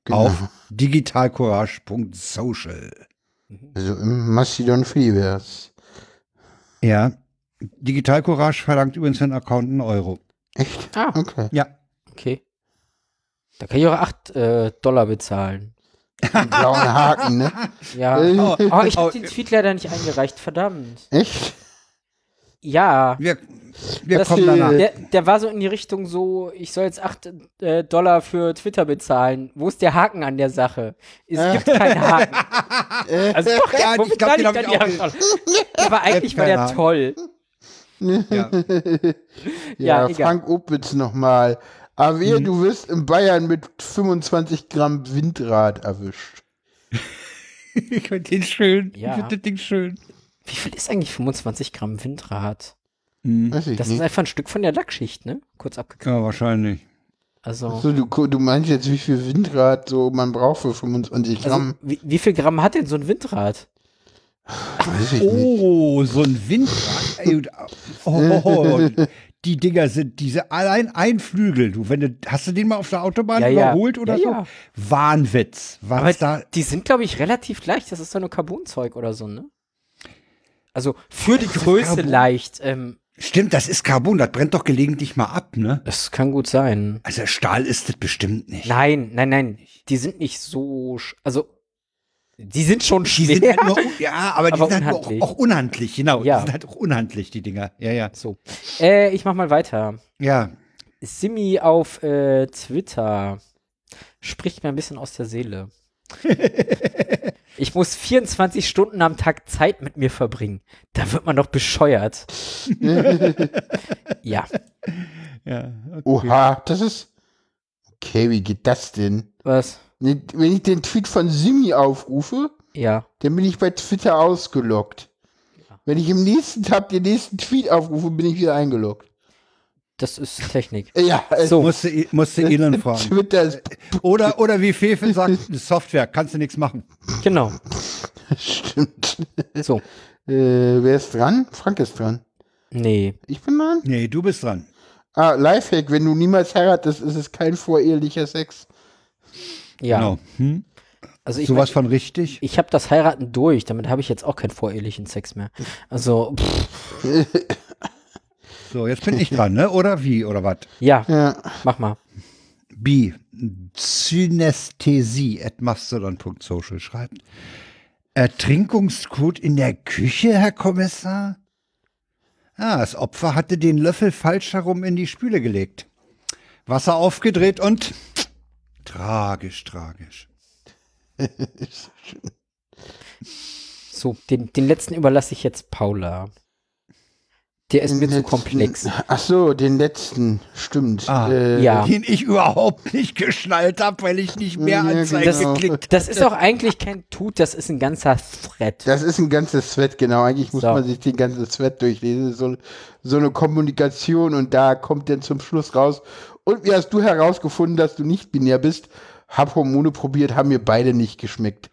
Speaker 1: auf digitalcourage.social.
Speaker 3: Also im Mastodon Freeverse.
Speaker 1: Ja, Digitalcourage verlangt übrigens für einen Account einen Euro.
Speaker 3: Echt?
Speaker 2: Ah.
Speaker 3: Okay.
Speaker 1: Ja,
Speaker 2: Okay. Da kann ich auch 8 äh, Dollar bezahlen.
Speaker 3: Einen blauen Haken, ne?
Speaker 2: Ja.
Speaker 3: Oh,
Speaker 2: Oh, ich
Speaker 1: oh,
Speaker 2: habe den Tweet leider nicht eingereicht, verdammt.
Speaker 3: Echt?
Speaker 2: Ja.
Speaker 1: wir, wir
Speaker 2: Das-
Speaker 1: kommen danach.
Speaker 2: Der, der war so in die Richtung so, ich soll jetzt 8 äh, Dollar für Twitter bezahlen. Wo ist der Haken an der Sache? Es gibt keinen Haken. Also doch,
Speaker 1: Äh. Ja,
Speaker 2: wo
Speaker 1: ich glaub, den
Speaker 2: liegt
Speaker 1: hab
Speaker 2: dann
Speaker 1: ich auch
Speaker 2: die Haken? Aber eigentlich war
Speaker 1: keine
Speaker 2: der
Speaker 1: Ahnung.
Speaker 2: toll.
Speaker 1: Ja.
Speaker 2: Ja, egal.
Speaker 3: Ja,
Speaker 2: Mhm.
Speaker 3: Frank Opitz nochmal. Aber wehe, du wirst in Bayern mit 25 Gramm Windrad erwischt.
Speaker 1: Ich finde den schön.
Speaker 2: Ja.
Speaker 1: Ich finde das Ding schön.
Speaker 2: Wie viel ist eigentlich 25 Gramm Windrad?
Speaker 3: Weiß ich
Speaker 2: Mhm. Das
Speaker 1: Mhm.
Speaker 2: ist
Speaker 3: nicht.
Speaker 2: einfach ein Stück von der Lackschicht, ne? Kurz abgekriegt.
Speaker 1: Ja, wahrscheinlich.
Speaker 2: Also,
Speaker 3: So, du, du meinst jetzt, wie viel Windrad so man braucht für 25
Speaker 2: also
Speaker 3: Gramm?
Speaker 2: wie, wie viel Gramm hat denn so ein Windrad?
Speaker 3: Weiß ich nicht.
Speaker 1: Oh, so ein Windrad. Ey, und- oh, oh, oh. Die Dinger sind diese allein ein Flügel. Du, wenn du, hast du den mal auf der Autobahn
Speaker 2: Ja, ja.
Speaker 1: überholt oder
Speaker 2: Ja,
Speaker 1: so?
Speaker 2: ja.
Speaker 1: Wahnwitz.
Speaker 2: Aber
Speaker 1: Was da?
Speaker 2: die sind, glaube ich, relativ leicht. Das ist doch nur Carbonzeug oder so, ne? Also für die Größe
Speaker 1: Carbon?
Speaker 2: leicht. Ähm,
Speaker 1: Stimmt, das ist Carbon. Das brennt doch gelegentlich mal ab, ne?
Speaker 2: das kann gut sein.
Speaker 1: Also Stahl ist das bestimmt nicht.
Speaker 2: Nein, nein, nein. Die sind nicht so. sch- Also, die sind schon
Speaker 1: Die
Speaker 2: schwer.
Speaker 1: sind halt nur, ja, aber die
Speaker 2: Aber
Speaker 1: sind halt nur
Speaker 2: unhandlich.
Speaker 1: auch, auch unhandlich, genau.
Speaker 2: Ja.
Speaker 1: Die sind halt auch unhandlich, die Dinger. Ja, ja.
Speaker 2: so. Äh, ich mach mal weiter.
Speaker 1: Ja.
Speaker 2: Simi auf äh, Twitter spricht mir ein bisschen aus der Seele. ich muss 24 Stunden am Tag Zeit mit mir verbringen. Da wird man doch bescheuert. ja,
Speaker 1: ja.
Speaker 2: oh,
Speaker 3: Oha, das ist. Okay, wie geht das denn?
Speaker 2: was?
Speaker 3: Ne, Wenn ich den Tweet von Simi aufrufe,
Speaker 2: Ja.
Speaker 3: dann bin ich bei Twitter ausgeloggt. Wenn ich im nächsten Tab den nächsten Tweet aufrufe, bin ich wieder eingeloggt.
Speaker 2: Das ist Technik.
Speaker 3: Ja, es-
Speaker 2: So, äh,
Speaker 1: Musste, musste Elon fragen.
Speaker 3: Twitter ist
Speaker 1: Oder, oder wie Fefe sagt, eine Software, kannst du nichts machen.
Speaker 2: genau.
Speaker 3: stimmt.
Speaker 2: So.
Speaker 3: Äh, wer ist dran? Frank ist dran.
Speaker 2: Nee.
Speaker 3: Ich bin dran.
Speaker 1: Nee, du bist dran.
Speaker 3: Ah, Lifehack, wenn du niemals heiratest, ist es kein vorehelicher Sex.
Speaker 2: Ja.
Speaker 1: Genau. Hm?
Speaker 2: Also ich,
Speaker 1: Sowas von richtig?
Speaker 2: ich habe das Heiraten durch. Damit habe ich jetzt auch keinen vorehelichen Sex mehr. Also, pff,
Speaker 1: So, jetzt bin ich dran, ne? Oder wie? Oder was?
Speaker 2: ja,
Speaker 3: Ja.
Speaker 2: mach mal.
Speaker 1: B. Synästhesie at mastodon.social schreibt. Ertrinkungscode in der Küche, Herr Kommissar? Ah, das Opfer hatte den Löffel falsch herum in die Spüle gelegt. Wasser aufgedreht und tragisch, tragisch.
Speaker 2: So, den, den letzten überlasse ich jetzt Paula. Der ist mir zu komplex.
Speaker 3: Ach so, den letzten. Stimmt.
Speaker 1: Ah,
Speaker 3: Äh,
Speaker 2: Ja.
Speaker 1: Den ich überhaupt nicht geschnallt habe, weil ich nicht mehr
Speaker 3: Ja,
Speaker 1: Anzeige
Speaker 3: genau.
Speaker 1: geklickt
Speaker 2: Das ist auch eigentlich kein Tut, das ist ein ganzer Thread.
Speaker 3: Das ist ein ganzes Sweat, genau. Eigentlich muss
Speaker 2: So.
Speaker 3: man sich den ganzen Sweat durchlesen. So, so eine Kommunikation und da kommt dann zum Schluss raus. Und wie hast du herausgefunden, dass du nicht binär bist? Hab Hormone probiert, haben mir beide nicht geschmeckt.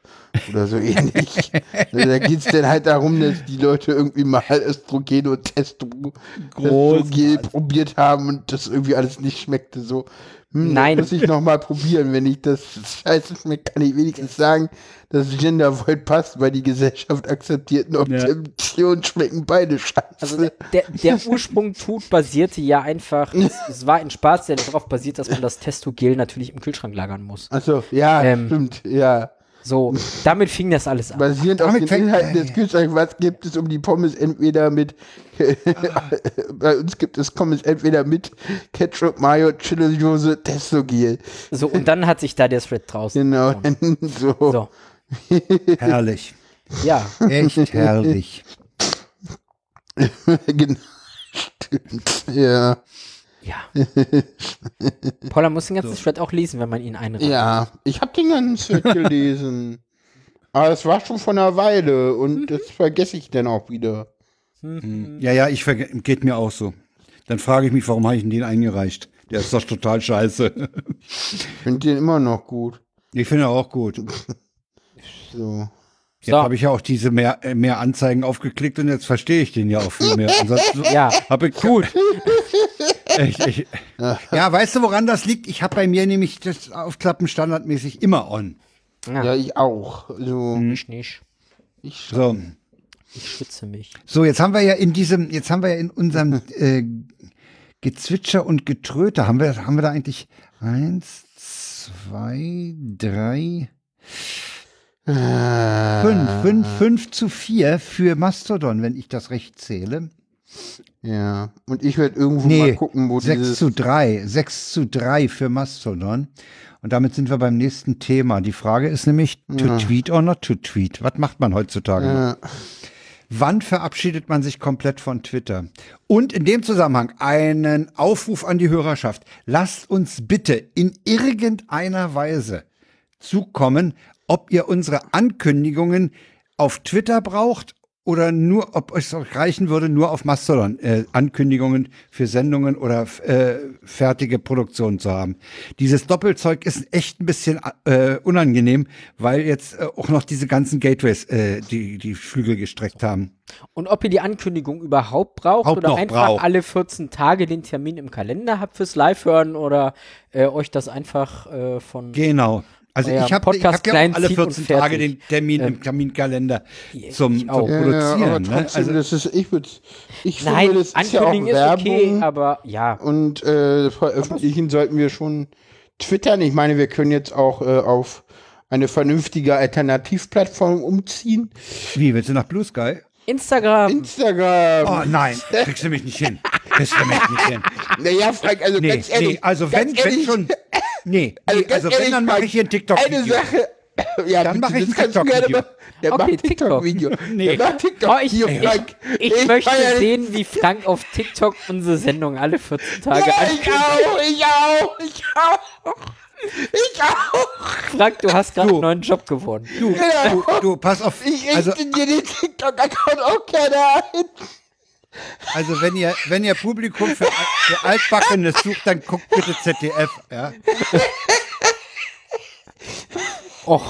Speaker 3: Oder so ähnlich. Also da geht's dann halt darum, dass die Leute irgendwie mal Östrogen und Testosteron Östrogel probiert haben und das irgendwie alles nicht schmeckte. So, hm, das
Speaker 2: Nein.
Speaker 3: muss ich nochmal probieren. Wenn ich das scheiße schmeckt, kann ich wenigstens sagen, dass Gender Void passt, weil die Gesellschaft akzeptierten Optionen schmecken beide scheiße.
Speaker 2: Also der, der Ursprung Tut basierte ja einfach, es, es war ein Spaß, der darauf basiert, dass man das Testogel natürlich im Kühlschrank lagern muss.
Speaker 3: Achso, ja,
Speaker 2: Ähm.
Speaker 3: stimmt, ja.
Speaker 2: So, damit fing das alles an.
Speaker 3: Basierend auf
Speaker 1: Damit
Speaker 3: den
Speaker 1: fängt-
Speaker 3: Inhalten des Kühlschranks, was gibt es um die Pommes entweder mit, bei uns gibt es Pommes entweder mit Ketchup, Mayo, Chili-Soße, Testogel.
Speaker 2: So, und dann hat sich da der Thread draußen.
Speaker 3: Genau, so.
Speaker 2: So,
Speaker 1: Herrlich.
Speaker 2: ja.
Speaker 1: Echt herrlich.
Speaker 3: genau. Stimmt. Ja.
Speaker 2: Ja. Paula muss den ganzen Thread auch lesen, wenn man ihn einreicht.
Speaker 3: Ja, ich habe den ganzen Shit gelesen. Aber das war schon vor einer Weile und das vergesse ich dann auch wieder.
Speaker 1: Ja, ja, ich verge- geht mir auch so. Dann frage ich mich, warum habe ich denn den eingereicht? Der ist doch total scheiße.
Speaker 3: Ich finde den immer noch gut.
Speaker 1: Ich finde auch gut.
Speaker 3: So.
Speaker 1: Jetzt habe ich ja auch diese mehr, äh, mehr Anzeigen aufgeklickt und jetzt verstehe ich den ja auch viel mehr. Ansonsten
Speaker 2: Ja.
Speaker 1: habe ich gut. Ich, ich, ja, weißt du, woran das liegt? Ich habe bei mir nämlich das Aufklappen standardmäßig immer on.
Speaker 3: Ja, ich auch. So.
Speaker 2: Ich nicht.
Speaker 3: Ich,
Speaker 1: So.
Speaker 2: Ich schütze mich.
Speaker 1: So, jetzt haben wir ja in diesem, jetzt haben wir ja in unserem äh, Gezwitscher und Getröte, haben wir, haben wir da eigentlich eins, zwei, drei, fünf, fünf, fünf zu vier für Mastodon, wenn ich das recht zähle.
Speaker 3: ja. Und ich werde irgendwo
Speaker 1: Nee,
Speaker 3: mal gucken, wo
Speaker 1: 6
Speaker 3: dieses.
Speaker 1: zu 3, 6 zu 3 für Mastodon. Und damit sind wir beim nächsten Thema. Die Frage ist nämlich, to tweet or not to tweet? Was macht man heutzutage? noch?
Speaker 3: Ja.
Speaker 1: Wann verabschiedet man sich komplett von Twitter? Und in dem Zusammenhang einen Aufruf an die Hörerschaft. Lasst uns bitte in irgendeiner Weise zukommen, ob ihr unsere Ankündigungen auf Twitter braucht oder nur, ob es euch reichen würde, nur auf Mastodon äh, Ankündigungen für Sendungen oder äh, fertige Produktionen zu haben. Dieses Doppelzeug ist echt ein bisschen äh, unangenehm, weil jetzt äh, auch noch diese ganzen Gateways äh, die, die Flügel gestreckt haben.
Speaker 2: Und ob ihr die Ankündigung überhaupt braucht
Speaker 1: Haupt
Speaker 2: oder
Speaker 1: noch
Speaker 2: einfach
Speaker 1: braucht.
Speaker 2: alle 14 Tage den Termin im Kalender habt fürs Live-Hören oder äh, euch das einfach äh, von.
Speaker 1: Genau. Also
Speaker 2: Euer
Speaker 1: ich habe ich hab
Speaker 2: Podcast
Speaker 1: ja auch alle
Speaker 2: kleinzieht und
Speaker 1: 14 Tage
Speaker 2: fertig.
Speaker 1: den Termin im Terminkalender
Speaker 2: ich
Speaker 1: zum, zum
Speaker 2: auch. Ja,
Speaker 1: Produzieren.
Speaker 3: aber
Speaker 1: ne?
Speaker 3: trotzdem,
Speaker 1: also,
Speaker 3: das ist, ich würde, ich
Speaker 2: Nein,
Speaker 3: finde, das ist ja auch
Speaker 2: Ankündigung ist, okay,
Speaker 3: Werbung
Speaker 2: aber ja.
Speaker 3: und äh, veröffentlichen sollten wir schon twittern. Ich meine, wir können jetzt auch äh, auf eine vernünftige Alternativplattform umziehen.
Speaker 1: wie, willst du nach Blue Sky?
Speaker 2: Instagram.
Speaker 1: Oh
Speaker 3: Instagram.
Speaker 1: nein, kriegst du mich nicht hin. Kriegst du mich nicht hin.
Speaker 3: Naja, Frank, also
Speaker 1: Nee,
Speaker 3: ganz ehrlich.
Speaker 1: nee, also wenn,
Speaker 3: ganz
Speaker 1: wenn
Speaker 3: ehrlich,
Speaker 1: schon. Nee,
Speaker 3: Also,
Speaker 1: nee,
Speaker 3: ganz
Speaker 1: also wenn,
Speaker 3: ehrlich,
Speaker 1: dann mache ich hier ein
Speaker 3: Eine
Speaker 1: TikTok-Video.
Speaker 3: Sache. Ja,
Speaker 1: Dann mach ich ein
Speaker 3: kannst du gerne
Speaker 1: TikTok-Video.
Speaker 3: machen. Der
Speaker 2: Okay,
Speaker 3: macht TikTok-Video.
Speaker 1: Nee.
Speaker 3: Der macht
Speaker 2: Oh, ich,
Speaker 3: TikTok-Video,
Speaker 2: ich,
Speaker 3: Frank.
Speaker 2: ich, möchte
Speaker 3: feier dich.
Speaker 2: sehen, wie Frank auf TikTok unsere Sendung alle 14 Tage
Speaker 3: Ja,
Speaker 2: an.
Speaker 3: ich auch, ich auch, ich auch. Ich auch.
Speaker 2: Frank, du hast gerade
Speaker 1: Du.
Speaker 2: einen neuen Job gewonnen.
Speaker 1: Du, du, du, pass auf.
Speaker 3: genau. Ich richte
Speaker 1: Also,
Speaker 3: dir den TikTok-Account auch gerne ein.
Speaker 1: also wenn ihr, wenn ihr Publikum für, für Altbackenes sucht, dann guckt bitte ZDF. Ja?
Speaker 2: Och.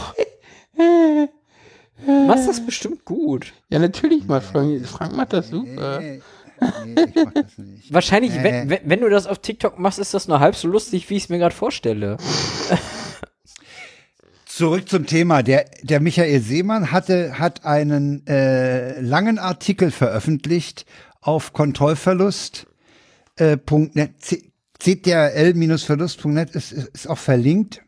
Speaker 2: Machst das bestimmt gut.
Speaker 3: Ja, natürlich mal, Frank. Frank macht das super.
Speaker 1: Nee, nee, ich mach das nicht.
Speaker 2: Wahrscheinlich, wenn, wenn, wenn du das auf TikTok machst, ist das nur halb so lustig, wie ich es mir gerade vorstelle.
Speaker 1: Zurück zum Thema. Der, der Michael Seemann hatte, hat einen äh, langen Artikel veröffentlicht auf kontrollverlust.net. Äh, C- CTRL-verlust.net ist, ist, ist auch verlinkt.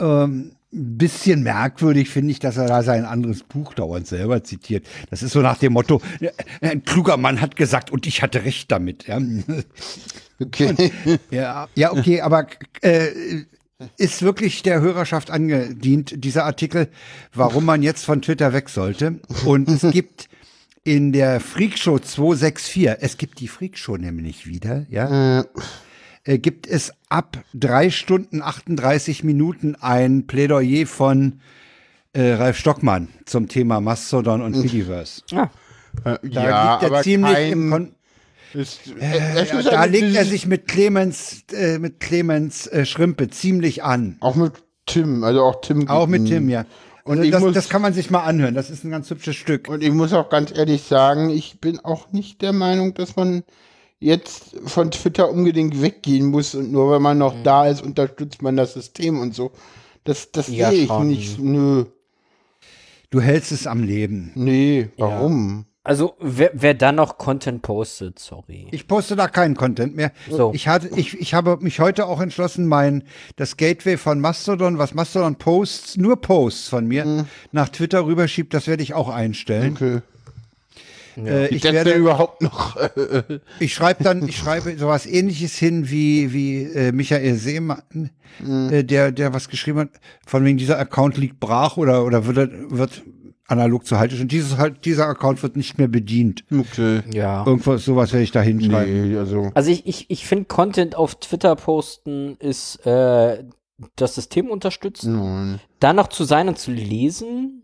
Speaker 1: Ähm, ein bisschen merkwürdig finde ich, dass er da sein anderes Buch dauernd selber zitiert. Das ist so nach dem Motto, äh, ein kluger Mann hat gesagt und ich hatte recht damit. Ja.
Speaker 3: Okay.
Speaker 1: Ja, ja, okay, aber äh, ist wirklich der Hörerschaft angedient, dieser Artikel, warum man jetzt von Twitter weg sollte. Und es gibt in der Freakshow 264, es gibt die Freakshow nämlich wieder, ja, äh, gibt es ab drei Stunden 38 Minuten ein Plädoyer von äh, Ralf Stockmann zum Thema Mastodon und Fediverse.
Speaker 2: Ja.
Speaker 1: Da liegt er ziemlich im Kon
Speaker 3: ist,
Speaker 1: ja, da legt er sich mit Clemens, äh, mit Clemens äh, Schrimpe ziemlich an.
Speaker 3: Auch mit Tim, also auch Tim.
Speaker 1: Auch mit
Speaker 3: Guten.
Speaker 1: Tim, ja.
Speaker 3: Und
Speaker 1: Also
Speaker 3: ich
Speaker 1: das,
Speaker 3: muss-
Speaker 1: das kann man sich mal anhören. Das ist ein ganz hübsches Stück.
Speaker 3: Und ich muss auch ganz ehrlich sagen, ich bin auch nicht der Meinung, dass man jetzt von Twitter unbedingt weggehen muss und nur weil man noch
Speaker 1: Mhm.
Speaker 3: da ist, unterstützt man das System und so. Das, das
Speaker 2: Ja,
Speaker 3: sehe ich
Speaker 2: schon.
Speaker 3: nicht. Nö,
Speaker 1: Du hältst es am Leben.
Speaker 3: nee, warum?
Speaker 2: Also, wer, wer da noch Content postet, sorry.
Speaker 1: Ich poste da keinen Content mehr.
Speaker 2: So.
Speaker 1: Ich, hatte, ich, ich habe mich heute auch entschlossen, mein das Gateway von Mastodon, was Mastodon Posts, nur Posts von mir,
Speaker 3: Mhm.
Speaker 1: nach Twitter rüberschiebt, das werde ich auch einstellen.
Speaker 3: Okay.
Speaker 1: Äh, ich
Speaker 3: Mhm. Gibt es
Speaker 1: werde
Speaker 3: denn überhaupt noch?
Speaker 1: Ich schreibe dann, ich schreibe sowas ähnliches hin wie, wie äh, Michael Seemann,
Speaker 2: Mhm.
Speaker 1: äh, der, der was geschrieben hat, von wegen dieser Account liegt brach oder, oder wird, wird analog zu Haltestellen. Dieses, halt, dieser Account wird nicht mehr bedient.
Speaker 3: Okay.
Speaker 2: Ja.
Speaker 1: Irgendwas, sowas werde ich da hinschreiben.
Speaker 3: Nee, also.
Speaker 2: Also ich, ich, ich finde Content auf Twitter posten ist äh, das System unterstützen.
Speaker 3: Nein.
Speaker 2: Da noch zu sein und zu lesen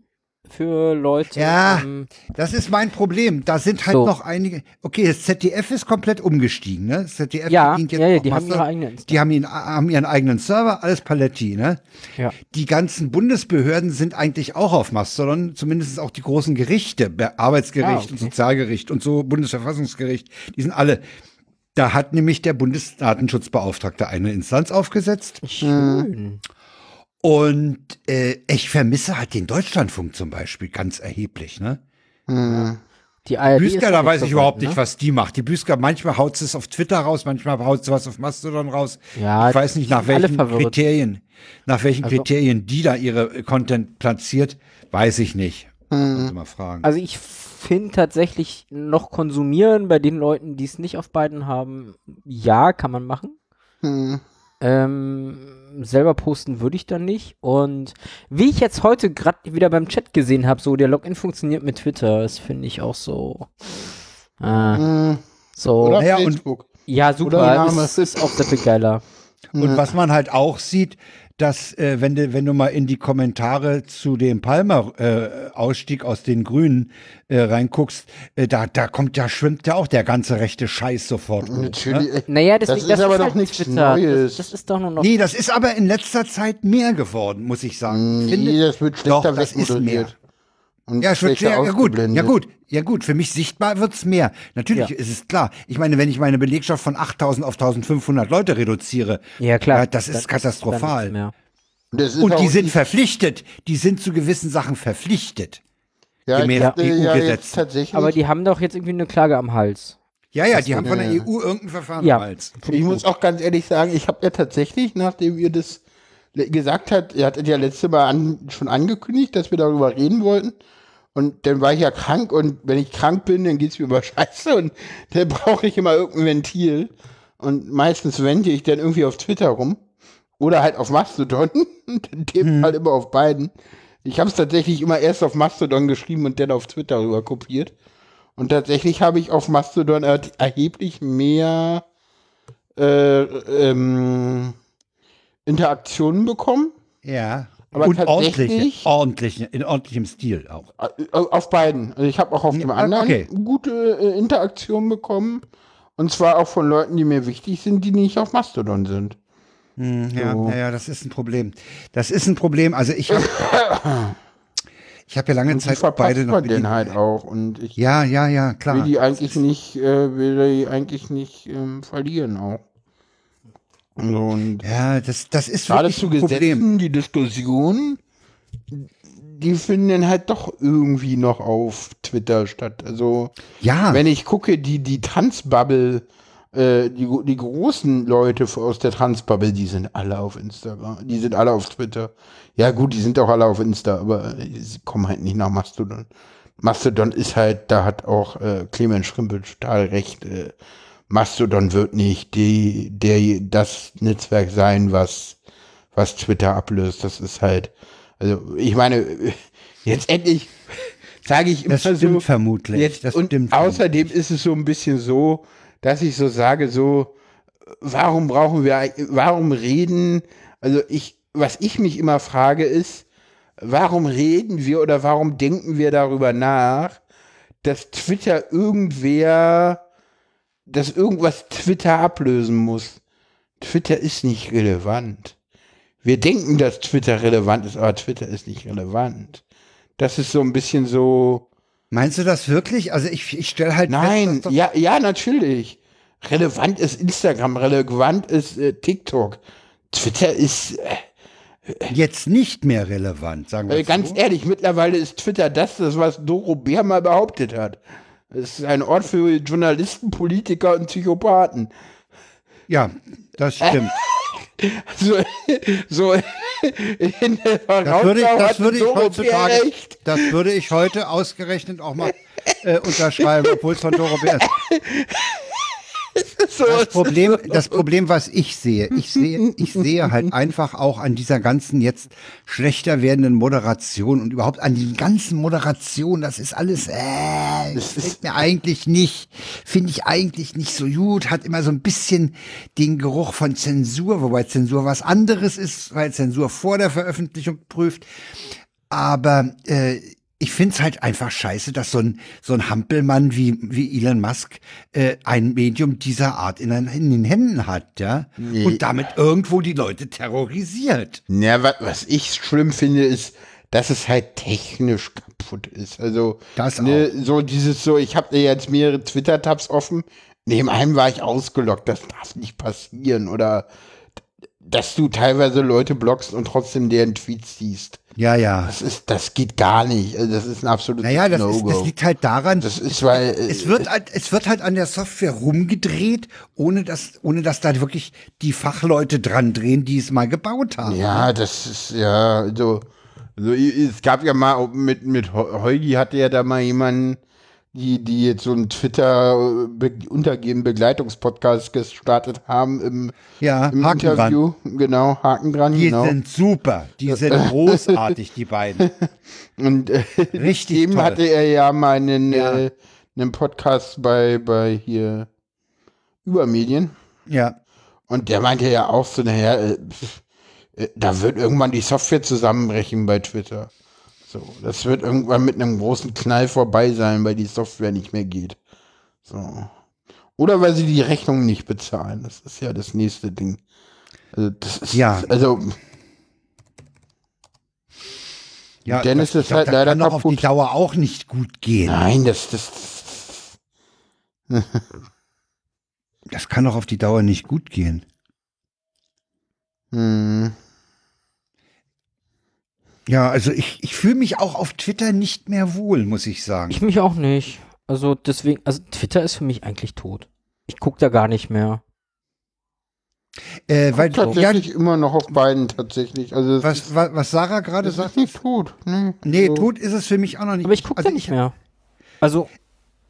Speaker 2: für Leute.
Speaker 1: Ja.
Speaker 2: ähm,
Speaker 1: Das ist mein Problem. Da sind halt
Speaker 2: So.
Speaker 1: noch einige. Okay, das ZDF ist komplett umgestiegen, ne? Das ZDF
Speaker 2: ja,
Speaker 1: bedient jetzt
Speaker 2: ja, ja,
Speaker 1: noch
Speaker 2: die haben
Speaker 1: Masse.
Speaker 2: ihre eigenen Insta-
Speaker 1: Die haben, ihn, haben ihren eigenen Server, alles Paletti, ne?
Speaker 2: Ja.
Speaker 1: Die ganzen Bundesbehörden sind eigentlich auch auf Mastodon, zumindest auch die großen Gerichte, Be- Arbeitsgericht
Speaker 2: Ah, okay.
Speaker 1: und Sozialgericht und so Bundesverfassungsgericht, die sind alle. Da hat nämlich der Bundesdatenschutzbeauftragte eine Instanz aufgesetzt.
Speaker 2: Schön.
Speaker 1: Und äh, ich vermisse halt den Deutschlandfunk zum Beispiel ganz erheblich, ne?
Speaker 3: Hm.
Speaker 2: Die ARD ist
Speaker 1: Büsker, da
Speaker 2: noch
Speaker 1: weiß ich
Speaker 2: verbunden,
Speaker 1: überhaupt nicht,
Speaker 2: ne?
Speaker 1: was die macht. Die Büsker, manchmal haut sie es auf Twitter raus, manchmal haut sie was auf Mastodon raus.
Speaker 2: ne? Ja,
Speaker 1: ich weiß nicht,
Speaker 2: die
Speaker 1: nach
Speaker 2: sind alle
Speaker 1: welchen
Speaker 2: verwirrt. Also
Speaker 1: Kriterien, nach welchen Kriterien die da ihre äh, Content platziert, weiß ich nicht.
Speaker 3: Hm.
Speaker 1: Kannst du mal fragen.
Speaker 2: Also ich finde tatsächlich noch konsumieren bei den Leuten, die es nicht auf beiden haben, ja, kann man machen.
Speaker 3: Hm.
Speaker 2: Ähm, selber posten würde ich dann nicht. Und wie ich jetzt heute gerade wieder beim Chat gesehen habe, so der Login funktioniert mit Twitter. Das finde ich auch so. Äh,
Speaker 3: Hm.
Speaker 2: so.
Speaker 3: Oder
Speaker 1: Naja, Oh. und-
Speaker 3: Facebook.
Speaker 2: ja,
Speaker 3: oder
Speaker 2: super.
Speaker 3: Name.
Speaker 2: Das ist auch sehr viel geiler.
Speaker 1: Und was man halt auch sieht, dass äh, wenn, du, wenn du mal in die Kommentare zu dem Palmer-Ausstieg aus den Grünen äh, reinguckst, äh, da, da kommt ja, schwimmt ja auch der ganze rechte Scheiß sofort.
Speaker 3: Mhm.
Speaker 1: hoch, ne?
Speaker 3: Natürlich. ey.
Speaker 2: Naja,
Speaker 3: Das
Speaker 2: deswegen,
Speaker 3: ist aber doch
Speaker 2: halt
Speaker 3: nichts
Speaker 2: Twitter.
Speaker 3: Neues.
Speaker 2: Das, das ist doch nur noch.
Speaker 1: Nee, das ist aber in letzter Zeit mehr geworden, muss ich sagen. Ich finde-
Speaker 3: Mhm. Nee, das wird schlechter
Speaker 1: Doch, das ist mehr.
Speaker 3: wegmoderiert. Und
Speaker 1: Ja, es wird
Speaker 3: schlechter
Speaker 1: sehr, ja gut, ja
Speaker 3: ausgeblendet.
Speaker 1: gut, ja gut. Für mich sichtbar wird's mehr. Natürlich
Speaker 2: Ja.
Speaker 1: ist es klar. Ich meine, wenn ich meine Belegschaft von 8.000 auf 1.500 Leute reduziere,
Speaker 2: Ja, klar.
Speaker 1: ja, das
Speaker 2: Dann
Speaker 1: ist
Speaker 2: dann nichts
Speaker 1: katastrophal.
Speaker 2: mehr.
Speaker 3: Das ist
Speaker 1: Und
Speaker 3: auch
Speaker 1: die sind
Speaker 3: nicht-
Speaker 1: verpflichtet. Die sind zu gewissen Sachen verpflichtet.
Speaker 3: ja,
Speaker 1: gemäß
Speaker 3: ich dachte ja
Speaker 1: EU-Gesetzen.
Speaker 3: jetzt tatsächlich.
Speaker 2: Aber die haben doch jetzt irgendwie eine Klage am Hals.
Speaker 1: Ja, ja, die haben von der
Speaker 3: ja, ja.
Speaker 1: EU irgendein Verfahren
Speaker 2: Ja.
Speaker 1: am Hals.
Speaker 3: ich muss auch ganz ehrlich sagen, ich habe ja tatsächlich, nachdem ihr das le- gesagt habt, ihr hattet ja letzte Mal an, schon angekündigt, dass wir darüber reden wollten. Und dann war ich ja krank und wenn ich krank bin, dann geht's mir über Scheiße und dann brauche ich immer irgendein Ventil. Und meistens wende ich dann irgendwie auf Twitter rum. Oder halt auf Mastodon. Und in dem Fall immer auf beiden. Ich habe es tatsächlich immer erst auf Mastodon geschrieben und dann auf Twitter rüber kopiert. Und tatsächlich habe ich auf Mastodon er erheblich mehr äh, ähm, Interaktionen bekommen.
Speaker 1: Ja.
Speaker 3: Aber
Speaker 1: Und
Speaker 3: tatsächlich-
Speaker 1: ordentlich, ordentlich, in ordentlichem Stil auch.
Speaker 3: Äh, Auf beiden. Also ich habe auch auf dem
Speaker 1: Ja,
Speaker 3: anderen
Speaker 1: okay.
Speaker 3: gute äh, Interaktionen bekommen. Und zwar auch von Leuten, die mir wichtig sind, die nicht auf Mastodon sind.
Speaker 1: Ja, naja, das ist ein Problem. Das ist ein Problem. Also ich habe, ich habe ja lange
Speaker 3: Und die
Speaker 1: Zeit beide
Speaker 3: verpasst
Speaker 1: noch
Speaker 3: man den
Speaker 1: bedient.
Speaker 3: halt auch. Und ich
Speaker 1: Ja, ja, ja, klar.
Speaker 3: will die eigentlich nicht, äh, will die eigentlich nicht ähm, verlieren auch. So, und
Speaker 1: Ja, das, das ist
Speaker 3: gerade
Speaker 1: wirklich
Speaker 3: zu
Speaker 1: ein Problem.
Speaker 3: Gesetzen, die Diskussion, die finden halt doch irgendwie noch auf Twitter statt. Also
Speaker 1: Ja,
Speaker 3: wenn ich gucke, die, die Tanzbubble, äh, die, die großen Leute aus der Tanzbubble, die sind alle auf Instagram, die sind alle auf Twitter. Ja, gut, die sind auch alle auf Insta, aber sie kommen halt nicht nach Mastodon. Mastodon ist halt, da hat auch äh, Clemens Schrimpel total recht. Äh, Mastodon wird nicht die, der, das Netzwerk sein, was, was Twitter ablöst. Das ist halt, also ich meine, jetzt endlich sage ich immer
Speaker 1: das stimmt
Speaker 3: so,
Speaker 1: vermutlich.
Speaker 3: Jetzt,
Speaker 1: das
Speaker 3: und
Speaker 1: stimmt.
Speaker 3: außerdem ist es so ein bisschen so, dass ich so sage, so, warum brauchen wir, eig- warum reden, also ich, was ich mich immer frage ist, warum reden wir oder warum denken wir darüber nach, dass Twitter irgendwer, dass irgendwas Twitter ablösen muss. Twitter ist nicht relevant. Wir denken, dass Twitter relevant ist, aber Twitter ist nicht relevant. Das ist so ein bisschen so,
Speaker 1: Meinst du das wirklich? Also ich, ich stelle halt
Speaker 3: Nein,
Speaker 1: fest, dass das-
Speaker 3: ja, ja, natürlich. Relevant ist Instagram, relevant ist äh, TikTok. Twitter ist, äh,
Speaker 1: jetzt nicht mehr relevant, sagen wir
Speaker 3: äh,
Speaker 1: es
Speaker 3: ganz
Speaker 1: so.
Speaker 3: ehrlich, mittlerweile ist Twitter das, das was Doro Bär mal behauptet hat. Es ist ein Ort für Journalisten, Politiker und Psychopathen.
Speaker 1: Ja, das
Speaker 3: Äh,
Speaker 1: stimmt.
Speaker 3: So, so in der
Speaker 1: Das würde ich,
Speaker 3: Vorausschau
Speaker 1: das
Speaker 3: hatte
Speaker 1: würde ich
Speaker 3: Doro Bär
Speaker 1: heutzutage,
Speaker 3: recht.
Speaker 1: das würde ich heute ausgerechnet auch mal äh, unterschreiben, obwohl es von Doro Bär ist.
Speaker 3: so
Speaker 1: Das Problem, das Problem, was ich sehe, ich sehe, ich sehe halt einfach auch an dieser ganzen jetzt schlechter werdenden Moderation und überhaupt an den ganzen Moderationen, das ist alles, äh, das fällt mir eigentlich nicht, finde ich eigentlich nicht so gut, hat immer so ein bisschen den Geruch von Zensur, wobei Zensur was anderes ist, weil Zensur vor der Veröffentlichung prüft. Aber äh, ich find's halt einfach scheiße, dass so ein, so ein Hampelmann wie, wie Elon Musk äh, ein Medium dieser Art in, den- in den Händen hat, ja. Und damit irgendwo die Leute terrorisiert.
Speaker 3: Ja, was, was ich schlimm finde, ist, dass es halt technisch kaputt ist. Also,
Speaker 1: Das
Speaker 3: so dieses so, ich habe jetzt mehrere Twitter-Tabs offen. Neben einem war ich ausgelockt, das darf nicht passieren. Oder dass du teilweise Leute blockst und trotzdem deren Tweets siehst.
Speaker 1: Ja, ja.
Speaker 3: Das ist, das geht gar nicht. Also, das ist ein absolutes
Speaker 1: Naja, das, ist,
Speaker 3: No-Go.
Speaker 1: das liegt halt daran,
Speaker 3: das ist, weil. äh,
Speaker 1: es wird, halt- es wird halt an der Software rumgedreht, ohne dass, ohne dass da wirklich die Fachleute dran drehen, die es mal gebaut haben.
Speaker 3: Ja, das ist ja so. so i- es gab ja mal mit, mit Heu- Heugi hatte ja da mal jemanden, die, die jetzt so einen Twitter untergeben Begleitungspodcast gestartet haben im,
Speaker 1: Ja,
Speaker 3: im
Speaker 1: Haken dran.
Speaker 3: Interview. Genau, Haken dran,
Speaker 1: Die
Speaker 3: genau.
Speaker 1: sind super, die sind großartig, die beiden.
Speaker 3: Und äh,
Speaker 1: Richtig
Speaker 3: eben
Speaker 1: toll.
Speaker 3: hatte er ja mal einen,
Speaker 1: Ja.
Speaker 3: Äh, einen Podcast bei, bei hier Übermedien.
Speaker 1: Ja.
Speaker 3: Und der meinte ja auch so, naja, äh, pf, äh, da wird irgendwann die Software zusammenbrechen bei Twitter. So, das wird irgendwann mit einem großen Knall vorbei sein, weil die Software nicht mehr geht. So. Oder weil sie die Rechnung nicht bezahlen. Das ist ja das nächste Ding. Also, das ist,
Speaker 1: Ja.
Speaker 3: Also,
Speaker 1: Ja,
Speaker 3: Dennis
Speaker 1: das,
Speaker 3: ist
Speaker 1: ich glaub,
Speaker 3: halt
Speaker 1: das
Speaker 3: leider
Speaker 1: kann doch auf die
Speaker 3: kaputt.
Speaker 1: Dauer auch nicht gut gehen.
Speaker 3: nein, das, das, das
Speaker 1: Das kann doch auf die Dauer nicht gut gehen.
Speaker 3: hm.
Speaker 1: Ja, also ich, ich fühle mich auch auf Twitter nicht mehr wohl, muss ich sagen.
Speaker 2: Ich mich auch nicht. Also deswegen, also Twitter ist für mich eigentlich tot. Ich gucke da gar nicht mehr.
Speaker 1: Äh, weil, ja,
Speaker 3: tatsächlich immer noch auf beiden tatsächlich. Also, das
Speaker 1: was, was, was Sarah gerade
Speaker 3: das ist
Speaker 1: sagt,
Speaker 3: nicht tot. Nee,
Speaker 1: nee,
Speaker 3: Also-
Speaker 1: tot ist es für mich auch noch nicht.
Speaker 2: Aber ich gucke
Speaker 1: also
Speaker 2: da nicht
Speaker 1: ich-
Speaker 2: mehr. Also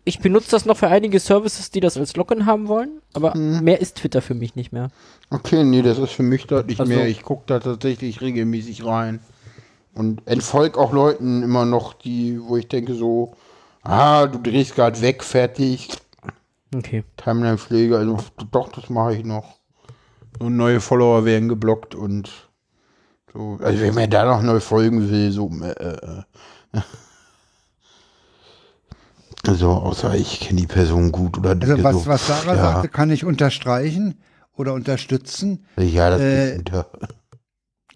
Speaker 2: ich benutze das noch für einige Services, die das als Login haben wollen, aber
Speaker 1: Mhm.
Speaker 2: mehr ist Twitter für mich nicht mehr.
Speaker 3: Okay, nee, das ist für mich deutlich
Speaker 2: Also-
Speaker 3: mehr. Ich gucke da tatsächlich regelmäßig rein. Und entfolg auch Leuten immer noch, die, wo ich denke so, ah, du drehst gerade weg, fertig,
Speaker 2: Okay.
Speaker 3: Timeline-Pflege, also doch, das mache ich noch. Und neue Follower werden geblockt und so. Also wenn mir da noch neu folgen will, so, äh, äh. äh. So, außer ich kenne die Person gut oder
Speaker 1: Also
Speaker 3: denke
Speaker 1: was,
Speaker 3: so,
Speaker 1: was Sarah
Speaker 3: ja,
Speaker 1: sagte, kann ich unterstreichen oder unterstützen.
Speaker 3: Ja, das
Speaker 1: äh,
Speaker 3: geht wieder.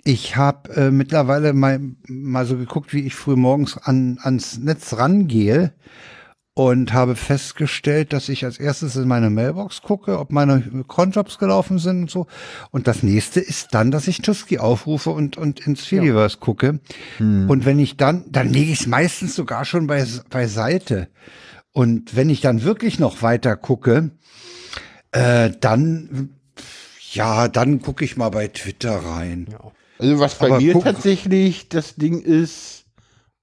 Speaker 1: Ich habe äh, mittlerweile mal, mal so geguckt, wie ich früh morgens an, ans Netz rangehe und habe festgestellt, dass ich als erstes in meine Mailbox gucke, ob meine Cronjobs gelaufen sind und so. Und das nächste ist dann, dass ich Tusky aufrufe und, und ins Fediverse gucke. Und wenn ich dann, dann lege ich es meistens sogar schon bei, beiseite. Und wenn ich dann wirklich noch weiter gucke, äh, dann, ja, dann gucke ich mal bei Twitter rein.
Speaker 3: Also was bei
Speaker 1: Aber
Speaker 3: mir
Speaker 1: guck-
Speaker 3: tatsächlich das Ding ist,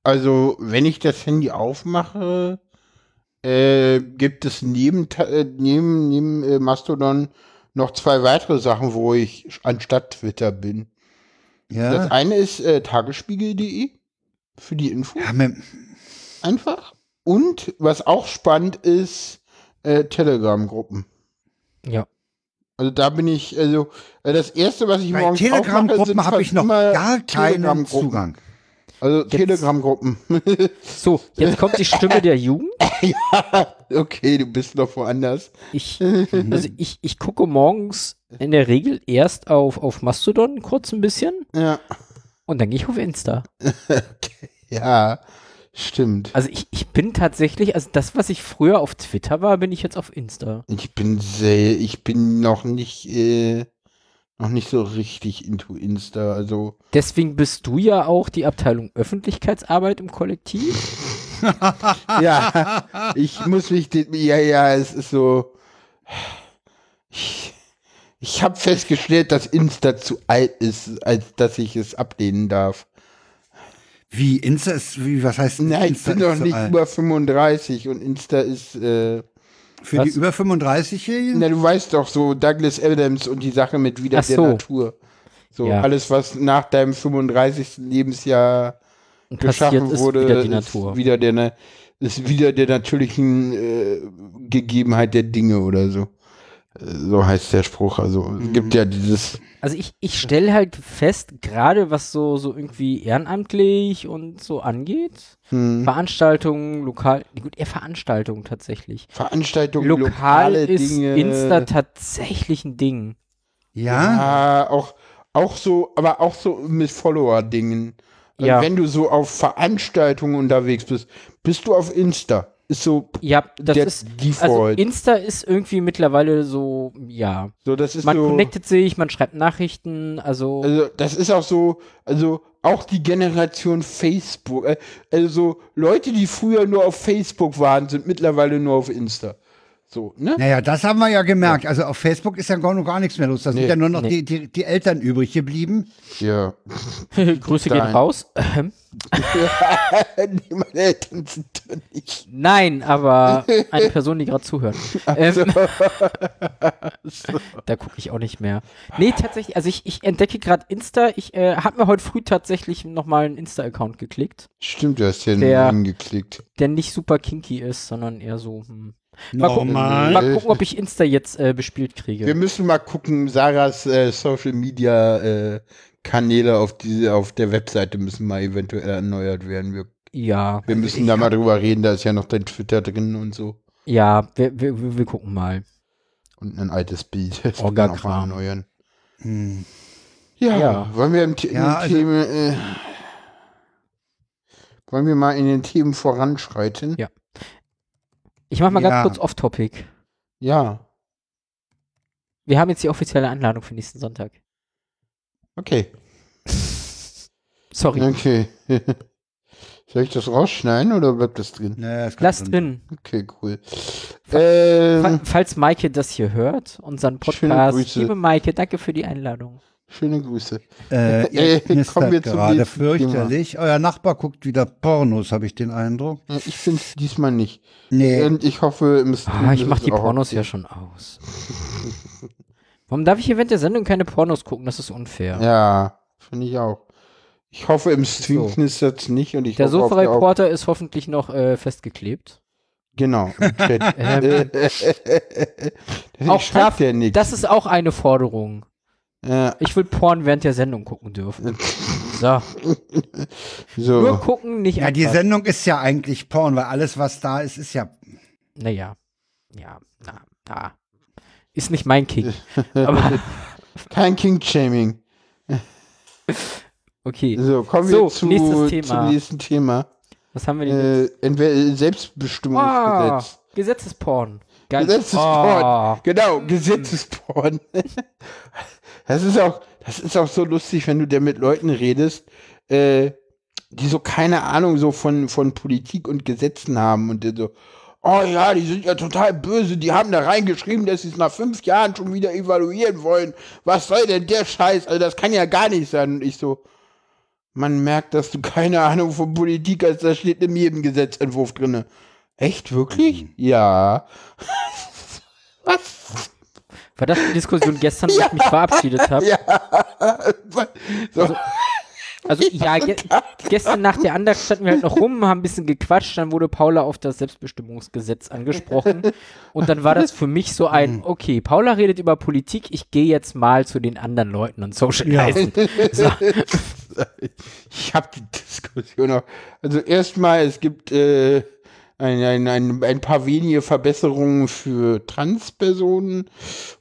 Speaker 3: also wenn ich das Handy aufmache, äh, gibt es neben, Ta- äh, neben, neben äh, Mastodon noch zwei weitere Sachen, wo ich sch- anstatt Twitter bin. Das
Speaker 1: Ja,
Speaker 3: eine ist äh, tagesspiegel.de für die Info
Speaker 1: ja mit,
Speaker 3: einfach. Und was auch spannend ist, äh, Telegram-Gruppen.
Speaker 2: Ja.
Speaker 3: Also da bin ich, also äh, das erste, was ich
Speaker 1: bei
Speaker 3: morgens aufmache, sind
Speaker 1: Telegram-Gruppen habe
Speaker 3: fast
Speaker 1: ich noch
Speaker 3: immer
Speaker 1: gar keinen
Speaker 3: Telegram-Gruppen.
Speaker 1: Zugang.
Speaker 3: Also Telegram-Gruppen.
Speaker 2: So, jetzt kommt die Stimme der Jugend.
Speaker 3: okay, du bist noch woanders.
Speaker 2: Ich,
Speaker 1: Mhm.
Speaker 2: also ich, ich gucke morgens in der Regel erst auf, auf Mastodon kurz ein bisschen
Speaker 3: Ja.
Speaker 2: und dann gehe ich auf Insta.
Speaker 3: Ja, stimmt.
Speaker 2: Also ich, ich bin tatsächlich, also das, was ich früher auf Twitter war, bin ich jetzt auf Insta.
Speaker 3: Ich bin sehr, ich bin noch nicht, äh, noch nicht so richtig into Insta. Also,
Speaker 2: Deswegen bist du ja auch die Abteilung Öffentlichkeitsarbeit im Kollektiv.
Speaker 3: ja, ich muss mich, den, ja, ja, es ist so, ich, ich habe festgestellt, dass Insta zu alt ist, als dass ich es ablehnen darf.
Speaker 1: Wie Insta ist, wie was heißt
Speaker 3: Nein, ich
Speaker 1: Insta
Speaker 3: bin noch
Speaker 1: ist so
Speaker 3: nicht
Speaker 1: alt?
Speaker 3: über 35 und Insta ist, äh,
Speaker 1: Für die über 35-Jährigen?
Speaker 3: Na, du weißt doch so Douglas Adams und die Sache mit Wieder
Speaker 2: Ach
Speaker 3: der
Speaker 2: so.
Speaker 3: Natur. So
Speaker 2: Ja.
Speaker 3: alles, was nach deinem 35. Lebensjahr
Speaker 2: Und
Speaker 3: geschaffen
Speaker 2: passiert ist
Speaker 3: wurde,
Speaker 2: wieder die Natur.
Speaker 3: Ist wieder der, Na- ist wieder der natürlichen äh, Gegebenheit der Dinge oder so. Äh, So heißt der Spruch. Also
Speaker 2: Mhm.
Speaker 3: es gibt ja dieses.
Speaker 2: Also ich, ich stelle halt fest, gerade was so, so irgendwie ehrenamtlich und so angeht,
Speaker 3: Hm,
Speaker 2: Veranstaltungen, lokal, gut, eher Veranstaltungen tatsächlich.
Speaker 3: Veranstaltungen,
Speaker 2: Lokal
Speaker 3: lokale
Speaker 2: ist
Speaker 3: Dinge.
Speaker 2: Insta tatsächlich ein Ding.
Speaker 1: Ja.
Speaker 3: Ja, Ah, auch, auch so, aber auch so mit Follower-Dingen. Also
Speaker 2: Ja.
Speaker 3: Wenn du so auf Veranstaltungen unterwegs bist, bist du auf Insta. Ist so,
Speaker 2: Ja, das
Speaker 3: Der
Speaker 2: ist also
Speaker 3: Default.
Speaker 2: Insta ist irgendwie mittlerweile so, ja,
Speaker 3: so das ist
Speaker 2: man
Speaker 3: so.
Speaker 2: connectet sich, man schreibt Nachrichten, also,
Speaker 3: Also das ist auch so, also auch die Generation Facebook. äh, Also so Leute, die früher nur auf Facebook waren, sind mittlerweile nur auf Insta. So, ne?
Speaker 1: Naja, das haben wir ja gemerkt. Also auf Facebook ist ja gar, noch gar nichts mehr los. Da
Speaker 3: Nee.
Speaker 1: sind ja nur noch
Speaker 2: Nee.
Speaker 1: die, die, die Eltern übrig geblieben.
Speaker 3: Ja.
Speaker 2: Grüße gehen
Speaker 3: Äh, Nein.
Speaker 2: raus.
Speaker 3: nee, meine Eltern sind da nicht.
Speaker 2: Nein, aber eine Person, die gerade zuhört. Ähm, da gucke ich auch nicht mehr. Nee, tatsächlich, also ich, ich entdecke gerade Insta. Ich äh, habe mir heute früh tatsächlich nochmal einen Insta-Account geklickt,
Speaker 3: Stimmt, du hast hier
Speaker 2: Der-
Speaker 3: angeklickt.
Speaker 2: der nicht super kinky ist, sondern eher so. Hm. Mal, gucken,
Speaker 1: Normal.
Speaker 2: mal gucken, ob ich Insta jetzt äh, bespielt
Speaker 3: Wir
Speaker 2: kriege.
Speaker 3: müssen mal gucken, Sarahs äh, Social Media äh, Kanäle auf diese, auf der Webseite müssen mal eventuell erneuert werden. Wir,
Speaker 2: Ja,
Speaker 3: wir müssen da mal drüber reden, da ist ja noch dein Twitter drin und so.
Speaker 2: ja, wir, wir, wir, wir gucken mal.
Speaker 3: Und ein altes Bild. Das
Speaker 2: Orga-Kram.
Speaker 3: kann man auch mal erneuern.
Speaker 1: Hm,
Speaker 3: Ja,
Speaker 2: Ja.
Speaker 3: wollen wir im, The
Speaker 1: Ja,
Speaker 3: in
Speaker 1: also-
Speaker 3: den Themen, äh, wollen wir mal in den Themen voranschreiten?
Speaker 2: Ja. Ich mache mal
Speaker 1: Ja.
Speaker 2: ganz kurz off-topic.
Speaker 3: Ja,
Speaker 2: Wir haben jetzt die offizielle Einladung für nächsten Sonntag.
Speaker 3: okay.
Speaker 2: Sorry,
Speaker 3: Okay. Soll ich das rausschneiden oder bleibt das drin?
Speaker 1: Naja, das kommt
Speaker 2: lass
Speaker 1: schon.
Speaker 2: drin.
Speaker 3: Okay, cool.
Speaker 2: Fa-
Speaker 3: Ähm,
Speaker 2: Falls Maike das hier hört, unseren
Speaker 3: Schöne
Speaker 2: Podcast.
Speaker 3: Grüße.
Speaker 2: Liebe Maike, danke für die Einladung.
Speaker 3: schöne Grüße.
Speaker 1: Äh, ihr
Speaker 3: Ey, kommen
Speaker 1: knistert
Speaker 3: wir zum
Speaker 1: gerade
Speaker 3: nächsten Thema.
Speaker 1: fürchterlich. Euer Nachbar guckt wieder Pornos, habe ich den Eindruck.
Speaker 3: Ja, Ich finde es diesmal nicht.
Speaker 1: Nee,
Speaker 3: Und ich hoffe, im Stream
Speaker 2: Äh. Ah, ich
Speaker 3: ist
Speaker 2: mach
Speaker 3: es
Speaker 2: die
Speaker 3: auch
Speaker 2: Pornos
Speaker 3: okay.
Speaker 2: ja schon aus. Warum darf ich hier während der Sendung keine Pornos gucken? Das ist unfair.
Speaker 3: Ja, finde ich auch. Ich hoffe, im Stream
Speaker 2: So.
Speaker 3: knistert es nicht und ich
Speaker 2: der
Speaker 3: hoffe, auf der Au-
Speaker 2: Sofa-Reporter ist hoffentlich noch äh, festgeklebt.
Speaker 3: Genau, im Chat.
Speaker 2: Ähm,
Speaker 3: Deswegen
Speaker 2: auch
Speaker 3: schreibt
Speaker 2: darf,
Speaker 3: der nichts.
Speaker 2: das ist auch eine Forderung.
Speaker 3: Äh,
Speaker 2: Ich will Porn während der Sendung gucken dürfen. So. Nur
Speaker 3: so.
Speaker 2: gucken, nicht
Speaker 1: ja, die
Speaker 2: anfassen.
Speaker 1: Sendung ist ja eigentlich Porn, weil alles, was da ist, ist ja.
Speaker 2: Naja. Ja, na, na. Ist nicht mein King. Aber,
Speaker 3: Kein King-Shaming.
Speaker 2: okay.
Speaker 3: So, kommen
Speaker 2: So,
Speaker 3: wir zu,
Speaker 2: nächstes Thema.
Speaker 3: zum nächsten Thema.
Speaker 2: Was haben wir denn
Speaker 3: Äh, Entwe-
Speaker 2: Ah,
Speaker 3: Selbstbestimmungsgesetz.
Speaker 2: Gesetzesporn. Geil.
Speaker 3: Gesetzesporn.
Speaker 2: Ah.
Speaker 3: Genau, Gesetzesporn. Das ist auch, das ist auch so lustig, wenn du da mit Leuten redest, äh, die so keine Ahnung so von, von Politik und Gesetzen haben und die so, oh ja, die sind ja total böse, die haben da reingeschrieben, dass sie es nach fünf Jahren schon wieder evaluieren wollen. Was soll denn der Scheiß? Also das kann ja gar nicht sein. Und ich so, man merkt, dass du keine Ahnung von Politik hast, da steht in jedem Gesetzentwurf drinne. Echt, wirklich? Ja. Was?
Speaker 2: War das die Diskussion gestern, wo ich mich verabschiedet habe?
Speaker 3: Ja. So,
Speaker 2: Also ja, ge gestern nach der Andacht standen wir halt noch rum, haben ein bisschen gequatscht, dann wurde Paula auf das Selbstbestimmungsgesetz angesprochen und dann war das für mich so
Speaker 3: Hm.
Speaker 2: ein, okay, Paula redet über Politik, ich gehe jetzt mal zu den anderen Leuten und socializen.
Speaker 3: ich habe die Diskussion auch. Also erstmal, es gibt äh, ein, ein, ein, ein paar wenige Verbesserungen für Transpersonen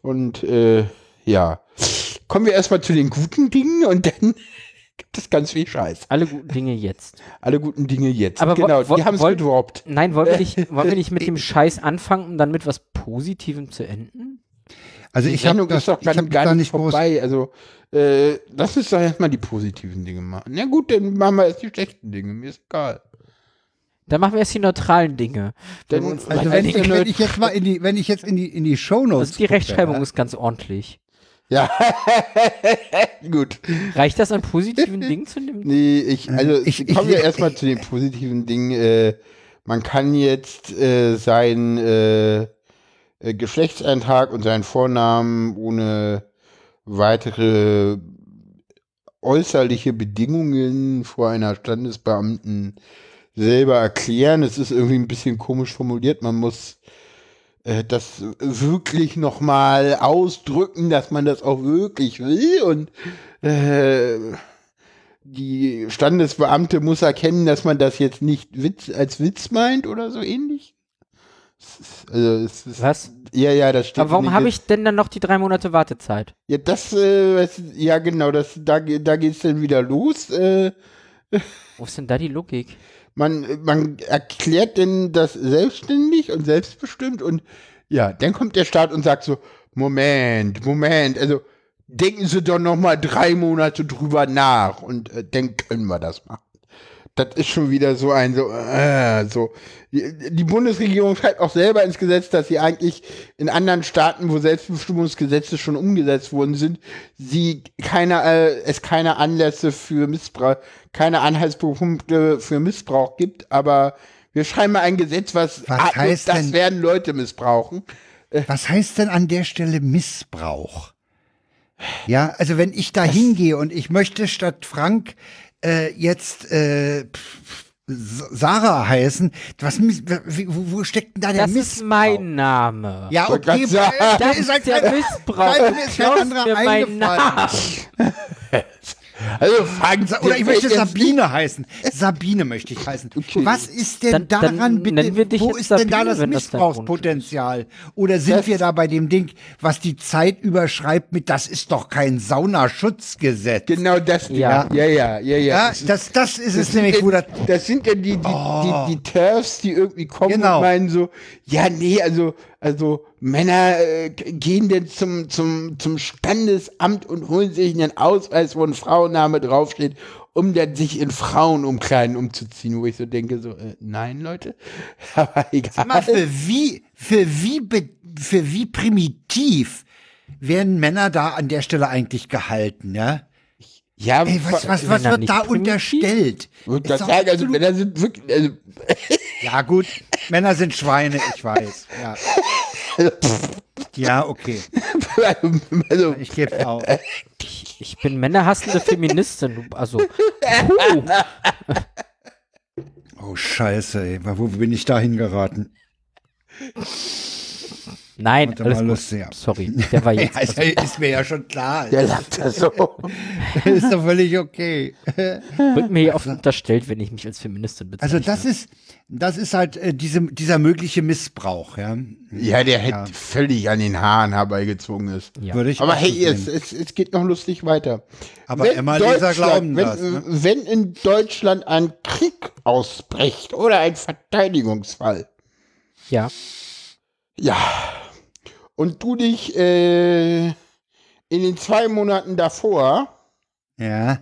Speaker 3: und äh, ja. Kommen wir erstmal zu den guten Dingen und dann gibt es ganz viel Scheiß.
Speaker 2: Alle guten Dinge jetzt.
Speaker 3: Alle guten Dinge jetzt.
Speaker 2: Aber wo-
Speaker 3: genau,
Speaker 2: wo-
Speaker 3: die haben es
Speaker 2: wollt-
Speaker 3: gedroppt.
Speaker 2: Nein, wollen wir nicht, wollen wir nicht mit dem Scheiß anfangen, um dann mit was Positivem zu enden?
Speaker 1: Also
Speaker 3: Die
Speaker 1: ich habe
Speaker 3: Sendung
Speaker 1: das
Speaker 3: ist doch gar,
Speaker 1: ich hab
Speaker 3: gar
Speaker 1: da
Speaker 3: nicht
Speaker 1: nicht groß.
Speaker 3: vorbei. Also, äh, lass uns doch erstmal die positiven Dinge machen. Na gut, dann machen wir erst die schlechten Dinge. Mir ist egal.
Speaker 2: Dann machen wir erst die neutralen Dinge. Wenn wir
Speaker 3: Dann-
Speaker 2: uns
Speaker 1: Also
Speaker 2: bei
Speaker 1: wenn,
Speaker 2: den-
Speaker 1: ich- wenn ich jetzt mal in die, wenn ich jetzt in die, in die Shownotes.
Speaker 2: also die Rechtschreibung ist ganz ordentlich.
Speaker 3: Ja, gut.
Speaker 2: Reicht das an positiven Dingen zu nehmen?
Speaker 3: Nee, ich, also,
Speaker 1: Hm. ich-
Speaker 3: kommen
Speaker 1: ich-
Speaker 3: wir erstmal zu den positiven Dingen. Äh, man kann jetzt äh, sein, äh, äh, Geschlechtseintrag und seinen Vornamen ohne weitere äußerliche Bedingungen vor einer Standesbeamten selber erklären. Es ist irgendwie ein bisschen komisch formuliert. Man muss äh, das wirklich nochmal ausdrücken, dass man das auch wirklich will und äh, die Standesbeamte muss erkennen, dass man das jetzt nicht Witz, als Witz meint oder so ähnlich. Es ist- Also es ist,
Speaker 2: Was?
Speaker 3: Ja, ja, das steht.
Speaker 2: Aber warum
Speaker 3: nicht
Speaker 2: habe
Speaker 3: jetzt-
Speaker 2: ich denn dann noch die drei Monate Wartezeit?
Speaker 3: Ja, das, äh, das ja genau, das, da, ge- da geht's dann wieder los. Äh,
Speaker 2: Wo ist denn da die Logik?
Speaker 3: man, man erklärt denn das selbstständig und selbstbestimmt und ja, dann kommt der Staat und sagt so, Moment, Moment, also denken Sie doch noch mal drei Monate drüber nach und äh, dann können wir das machen. Das ist schon wieder so ein so, äh, so. Die die Bundesregierung schreibt auch selber ins Gesetz, dass sie eigentlich in anderen Staaten, wo Selbstbestimmungsgesetze schon umgesetzt worden sind, sie keine, äh, es keine Anlässe für Missbrauch, keine Anhaltspunkte für Missbrauch gibt, aber wir schreiben mal ein Gesetz, was,
Speaker 1: Was
Speaker 3: ah,
Speaker 1: heißt
Speaker 3: das
Speaker 1: denn-
Speaker 3: werden Leute missbrauchen.
Speaker 1: Was heißt denn an der Stelle Missbrauch? Ja, also wenn ich da hingehe und ich möchte statt Frank äh, jetzt äh, pf, S- Sarah heißen, was, miss- w- wo, wo steckt denn da der
Speaker 2: Das ist
Speaker 1: Missbrauch?
Speaker 2: mein Name.
Speaker 1: Ja,
Speaker 3: Wollte grad
Speaker 1: okay,
Speaker 3: sagen.
Speaker 1: weil-
Speaker 2: Das
Speaker 1: mir
Speaker 2: ist,
Speaker 1: halt
Speaker 2: der
Speaker 1: kein-
Speaker 2: Missbrauch.
Speaker 1: weil mir ist kein
Speaker 2: Klaus
Speaker 1: anderer
Speaker 2: mir meinen
Speaker 1: eingefallen.
Speaker 2: Namen.
Speaker 3: Also fragen Sie,
Speaker 1: Oder ich möchte
Speaker 3: jetzt nicht-
Speaker 1: Sabine heißen. Sabine möchte ich heißen. Was ist denn
Speaker 2: Dann- dann
Speaker 1: daran bitte?
Speaker 2: nennen wir dich
Speaker 1: wo
Speaker 2: jetzt
Speaker 1: ist denn
Speaker 2: Sabine,
Speaker 1: da das
Speaker 2: wenn das dein Wunsch ist.
Speaker 1: Missbrauchspotenzial? Oder sind wir da bei dem Ding, was die Zeit überschreibt mit, das ist doch kein Saunaschutzgesetz?
Speaker 3: Genau das.
Speaker 2: Ja.
Speaker 3: ja, ja, ja.
Speaker 1: Ja,
Speaker 3: Es ist-
Speaker 1: das, das ist es
Speaker 3: sind
Speaker 1: nämlich,
Speaker 3: ja-
Speaker 1: wo das. Oh.
Speaker 3: das sind ja die, die, die, die Turfs, die irgendwie kommen
Speaker 1: Genau.
Speaker 3: und meinen so, ja, nee, also, also Männer äh, gehen denn zum, zum, zum Standesamt und holen sich einen Ausweis, wo ein Frauenname draufsteht, um dann sich in Frauenumkleiden umzuziehen, wo ich so denke, so, äh, nein, Leute, aber egal.
Speaker 1: Mal, für wie, für wie, be- für wie primitiv werden Männer da an der Stelle eigentlich gehalten, ja?
Speaker 3: Ja,
Speaker 1: Ey, was, was, was
Speaker 2: Männer
Speaker 1: wird
Speaker 2: nicht
Speaker 1: da
Speaker 2: primitiv?
Speaker 1: unterstellt?
Speaker 3: Und
Speaker 1: Ist
Speaker 3: das
Speaker 1: doch
Speaker 3: sagen, also
Speaker 1: absolut-
Speaker 3: Männer sind wirklich, also,
Speaker 1: ja, gut, Männer sind Schweine, ich weiß. Ja, ja okay.
Speaker 3: also, also
Speaker 1: Ich gebe auf.
Speaker 2: Ich, ich bin männerhassende Feministin. du- Also,
Speaker 1: Oh, Scheiße, ey. Wo bin ich da hingeraten?
Speaker 2: nein,
Speaker 1: Warte
Speaker 2: alles
Speaker 1: mal,
Speaker 2: gut.
Speaker 1: lustig, ja.
Speaker 2: Sorry, der war jetzt.
Speaker 1: Also, ist mir ja schon klar.
Speaker 3: der sagt das so.
Speaker 1: Ist doch völlig okay.
Speaker 2: Wird mir hier oft unterstellt, wenn ich mich als Feministin bezeichne.
Speaker 1: Also das ist, das ist halt äh, diese, dieser mögliche Missbrauch, ja.
Speaker 3: Ja, der hätte völlig an den Haaren herbeigezogen ist.
Speaker 2: Ja.
Speaker 1: Würde ich
Speaker 3: Aber
Speaker 1: auch
Speaker 3: hey,
Speaker 1: so
Speaker 3: es,
Speaker 1: sehen.
Speaker 3: es, es geht noch lustig weiter.
Speaker 1: Aber Emma-Leser glauben
Speaker 3: wenn, äh,
Speaker 1: das, ne?
Speaker 3: wenn in Deutschland ein Krieg ausbricht oder ein Verteidigungsfall,
Speaker 2: ja.
Speaker 3: ja, und du dich äh, in den zwei Monaten davor
Speaker 1: ja.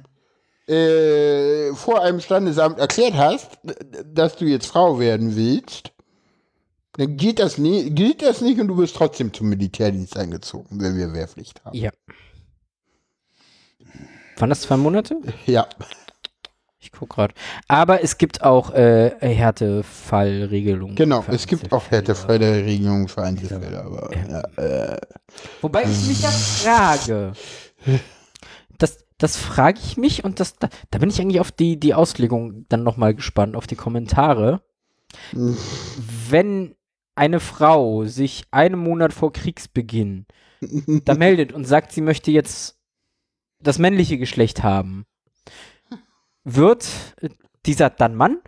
Speaker 3: äh, vor einem Standesamt erklärt hast, dass du jetzt Frau werden willst, dann gilt das, nie, gilt das nicht und du bist trotzdem zum Militärdienst eingezogen, wenn wir Wehrpflicht haben.
Speaker 2: Ja. Waren das zwei Monate?
Speaker 3: Ja.
Speaker 2: Ich guck gerade. Aber es gibt auch äh, Härtefallregelungen.
Speaker 3: Genau,
Speaker 2: für
Speaker 3: es gibt auch
Speaker 2: Einzelfälle.
Speaker 3: härtefreie Regelungen für Einzelfälle, aber ja, äh,
Speaker 2: Wobei ich mich ja frage. Das, das frage ich mich und das, da, da bin ich eigentlich auf die, die Auslegung dann nochmal gespannt, auf die Kommentare. Wenn eine Frau sich einen Monat vor Kriegsbeginn da meldet und sagt, sie möchte jetzt das männliche Geschlecht haben, wird dieser dann Mann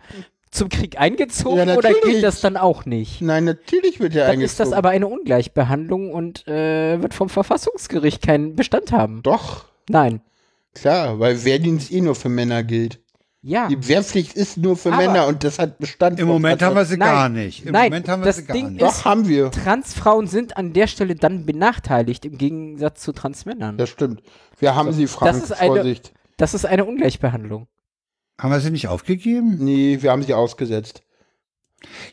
Speaker 2: zum Krieg eingezogen
Speaker 3: Ja,
Speaker 2: oder
Speaker 3: natürlich.
Speaker 2: gilt das dann auch nicht?
Speaker 3: nein, natürlich wird er
Speaker 2: Dann ist das
Speaker 3: eingezogen.
Speaker 2: aber eine Ungleichbehandlung und äh, wird vom Verfassungsgericht keinen Bestand haben.
Speaker 3: Doch,
Speaker 2: Nein.
Speaker 3: klar, weil Wehrdienst eh nur für Männer gilt.
Speaker 2: Ja.
Speaker 3: Die Wehrpflicht ist nur für
Speaker 2: Ah. Aber-
Speaker 3: Männer und das hat Bestand. Also,
Speaker 1: Im Moment haben wir sie
Speaker 2: Nein.
Speaker 1: gar nicht. Im
Speaker 2: Nein,
Speaker 1: Moment haben wir
Speaker 2: das
Speaker 1: sie gar
Speaker 2: Ding
Speaker 1: nicht.
Speaker 3: Doch, haben wir.
Speaker 2: Transfrauen sind an der Stelle dann benachteiligt im Gegensatz zu Transmännern.
Speaker 3: Das stimmt. Wir haben sie, Frank,
Speaker 2: ist eine-
Speaker 3: Vorsicht.
Speaker 2: Das ist eine Ungleichbehandlung.
Speaker 1: Haben wir sie nicht aufgegeben?
Speaker 3: Nee, wir haben sie ausgesetzt.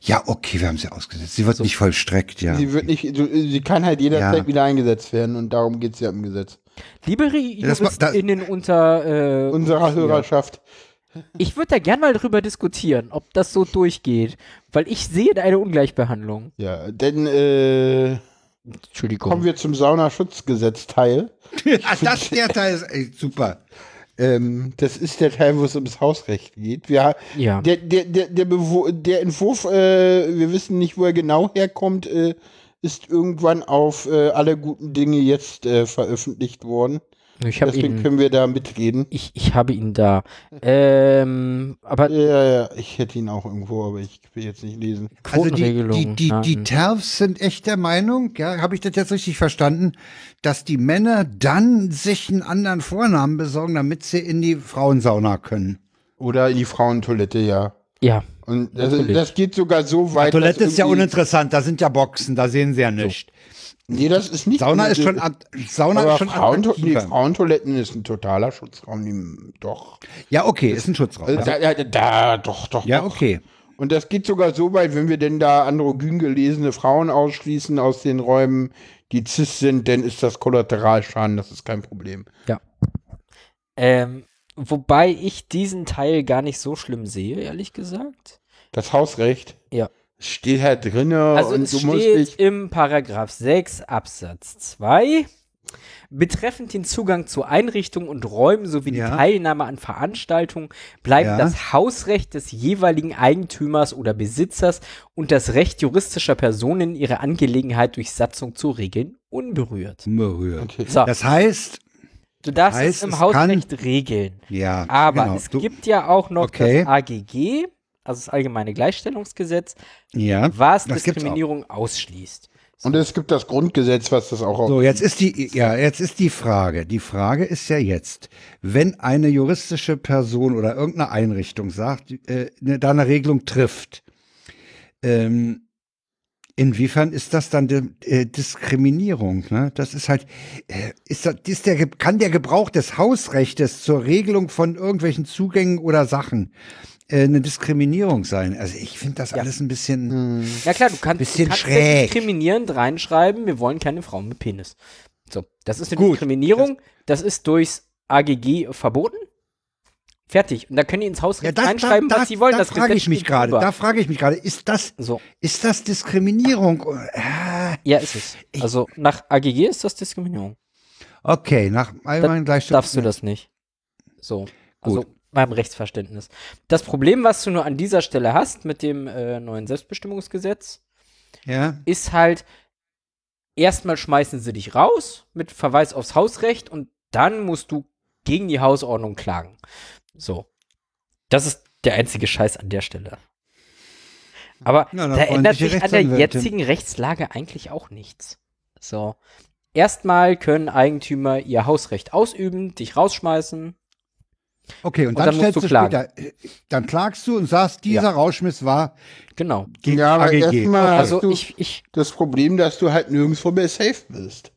Speaker 1: Ja, okay, wir haben sie ausgesetzt. Sie wird nicht vollstreckt, ja.
Speaker 3: Sie wird nicht, so- sie kann halt jederzeit
Speaker 1: Ja.
Speaker 3: wieder eingesetzt werden und darum geht es ja im Gesetz.
Speaker 2: Liebe
Speaker 1: das ma- das-
Speaker 2: JuristInnen unter äh,
Speaker 3: Unserer Hörerschaft.
Speaker 2: Ich würde da gern mal drüber diskutieren, ob das so durchgeht, weil ich sehe da eine Ungleichbehandlung.
Speaker 3: Ja, denn äh,
Speaker 2: Entschuldigung.
Speaker 3: kommen wir zum Saunaschutzgesetz-Teil.
Speaker 1: Ach, das der Teil ist ey, super.
Speaker 3: Ähm, das ist der Teil, wo es ums Hausrecht geht. Wir,
Speaker 2: Ja.
Speaker 3: der, der, der, der, Bewo der Entwurf, äh, wir wissen nicht, wo er genau herkommt, äh, ist irgendwann auf äh, alle guten Dinge jetzt äh, veröffentlicht worden.
Speaker 2: Ich habe
Speaker 3: Deswegen
Speaker 2: ihn,
Speaker 3: können wir da mitreden.
Speaker 2: ich, ich habe ihn da. Ähm, aber
Speaker 3: Ja, ja, ich hätte ihn auch irgendwo, aber ich will jetzt nicht lesen.
Speaker 1: Also die,
Speaker 2: Quotenregelung. mhm.
Speaker 1: die, die, die
Speaker 2: nein.
Speaker 1: TERFs sind echt der Meinung, ja, habe ich das jetzt richtig verstanden, dass die Männer dann sich einen anderen Vornamen besorgen, damit sie in die Frauensauna können.
Speaker 3: Oder in die Frauentoilette, ja.
Speaker 2: ja.
Speaker 3: Und das,
Speaker 2: Natürlich.
Speaker 3: das geht sogar so weit.
Speaker 1: Toilette
Speaker 3: dass
Speaker 1: ist ja
Speaker 3: irgendwie-
Speaker 1: uninteressant, da sind ja Boxen, da sehen sie ja nichts.
Speaker 3: Nee, das ist nicht.
Speaker 1: Sauna ist schon ab, Sauna
Speaker 3: aber
Speaker 1: ist schon
Speaker 3: Frauento nee,
Speaker 1: attraktiver.
Speaker 3: Frauentoiletten ist ein totaler Schutzraum. die- Doch.
Speaker 1: Ja, okay, ist ein Schutzraum.
Speaker 3: Also da, da, da, doch, doch.
Speaker 1: ja,
Speaker 3: doch.
Speaker 1: okay.
Speaker 3: Und das geht sogar so weit, wenn wir denn da androgyn gelesene Frauen ausschließen aus den Räumen, die cis sind, dann ist das Kollateralschaden, das ist kein Problem.
Speaker 2: Ähm, wobei ich diesen Teil gar nicht so schlimm sehe, ehrlich gesagt.
Speaker 3: Das Hausrecht
Speaker 2: Ja.
Speaker 3: steht halt drinne
Speaker 2: Also
Speaker 3: und
Speaker 2: es
Speaker 3: du musst
Speaker 2: steht
Speaker 3: dich.
Speaker 2: im Paragraph 6 Absatz 2 betreffend den Zugang zu Einrichtungen und Räumen sowie
Speaker 1: Ja.
Speaker 2: die Teilnahme an Veranstaltungen bleibt
Speaker 1: Ja.
Speaker 2: das Hausrecht des jeweiligen Eigentümers oder Besitzers und das Recht juristischer Personen ihre Angelegenheit durch Satzung zu regeln unberührt.
Speaker 1: Berührt.
Speaker 3: Okay. Ah.
Speaker 2: So,
Speaker 1: Das heißt,
Speaker 2: du darfst
Speaker 1: heißt,
Speaker 2: es im
Speaker 1: es
Speaker 2: Hausrecht regeln.
Speaker 1: ja.
Speaker 2: Aber
Speaker 1: genau,
Speaker 2: es
Speaker 1: du-
Speaker 2: gibt ja auch noch
Speaker 1: Okay.
Speaker 2: das AGG, also das Allgemeine Gleichstellungsgesetz,
Speaker 1: ja,
Speaker 2: was
Speaker 1: das gibt's auch.
Speaker 2: Diskriminierung ausschließt.
Speaker 3: Und es gibt das Grundgesetz, was das auch
Speaker 1: So, jetzt ist die, ja, jetzt ist die Frage. Die Frage ist ja jetzt, wenn eine juristische Person oder irgendeine Einrichtung sagt, äh, ne, da eine Regelung trifft, ähm, inwiefern ist das dann di- äh, Diskriminierung? Ne? Das ist halt, äh, ist, das, ist der, Ge- kann der Gebrauch des Hausrechtes zur Regelung von irgendwelchen Zugängen oder Sachen äh, eine Diskriminierung sein? Also ich finde das alles ein bisschen.
Speaker 2: Na klar, du kannst,
Speaker 1: Bisschen
Speaker 2: du kannst ja
Speaker 1: schräg.
Speaker 2: diskriminierend reinschreiben, wir wollen keine Frauen mit Penis. So, das ist eine
Speaker 1: Gut.
Speaker 2: Diskriminierung, das, ist durchs AGG verboten. Fertig. Und da können die ins Haus reinschreiben, was sie wollen.
Speaker 1: Da
Speaker 2: das
Speaker 1: frage
Speaker 2: Gesetz
Speaker 1: ich mich
Speaker 2: steht
Speaker 1: gerade.
Speaker 2: drüber.
Speaker 1: Da frage ich mich gerade, ist das,
Speaker 2: So.
Speaker 1: ist das Diskriminierung? Äh,
Speaker 2: Ja, ist es. Also nach AGG ist das Diskriminierung.
Speaker 1: Okay, nach allgemeinen Gleichstellung.
Speaker 2: darfst du das nicht. So. Also
Speaker 1: ne? Gut.
Speaker 2: beim Rechtsverständnis. Das Problem, was du nur an dieser Stelle hast mit dem äh, neuen Selbstbestimmungsgesetz,
Speaker 1: Ja.
Speaker 2: ist halt, erstmal schmeißen sie dich raus mit Verweis aufs Hausrecht und dann musst du gegen die Hausordnung klagen. So. Das ist der einzige Scheiß an der Stelle. Aber
Speaker 1: Ja, da
Speaker 2: da
Speaker 1: freuen
Speaker 2: ändert
Speaker 1: sich die
Speaker 2: sich an der
Speaker 1: Rechtsanwälte.
Speaker 2: jetzigen Rechtslage eigentlich auch nichts. So. Erstmal können Eigentümer ihr Hausrecht ausüben, dich rausschmeißen.
Speaker 1: Okay, und
Speaker 2: Und
Speaker 1: dann,
Speaker 2: dann musst
Speaker 1: stellst
Speaker 2: du
Speaker 1: du
Speaker 2: klagen.
Speaker 1: später, äh, dann klagst du und sagst, dieser
Speaker 2: Ja.
Speaker 1: Rauschmiss war
Speaker 2: Genau.
Speaker 1: gegen
Speaker 3: ja, aber
Speaker 1: AGG.
Speaker 3: erstmal hast
Speaker 2: Also
Speaker 3: du
Speaker 2: ich, ich,
Speaker 3: das Problem, dass du halt nirgendwo mehr safe bist.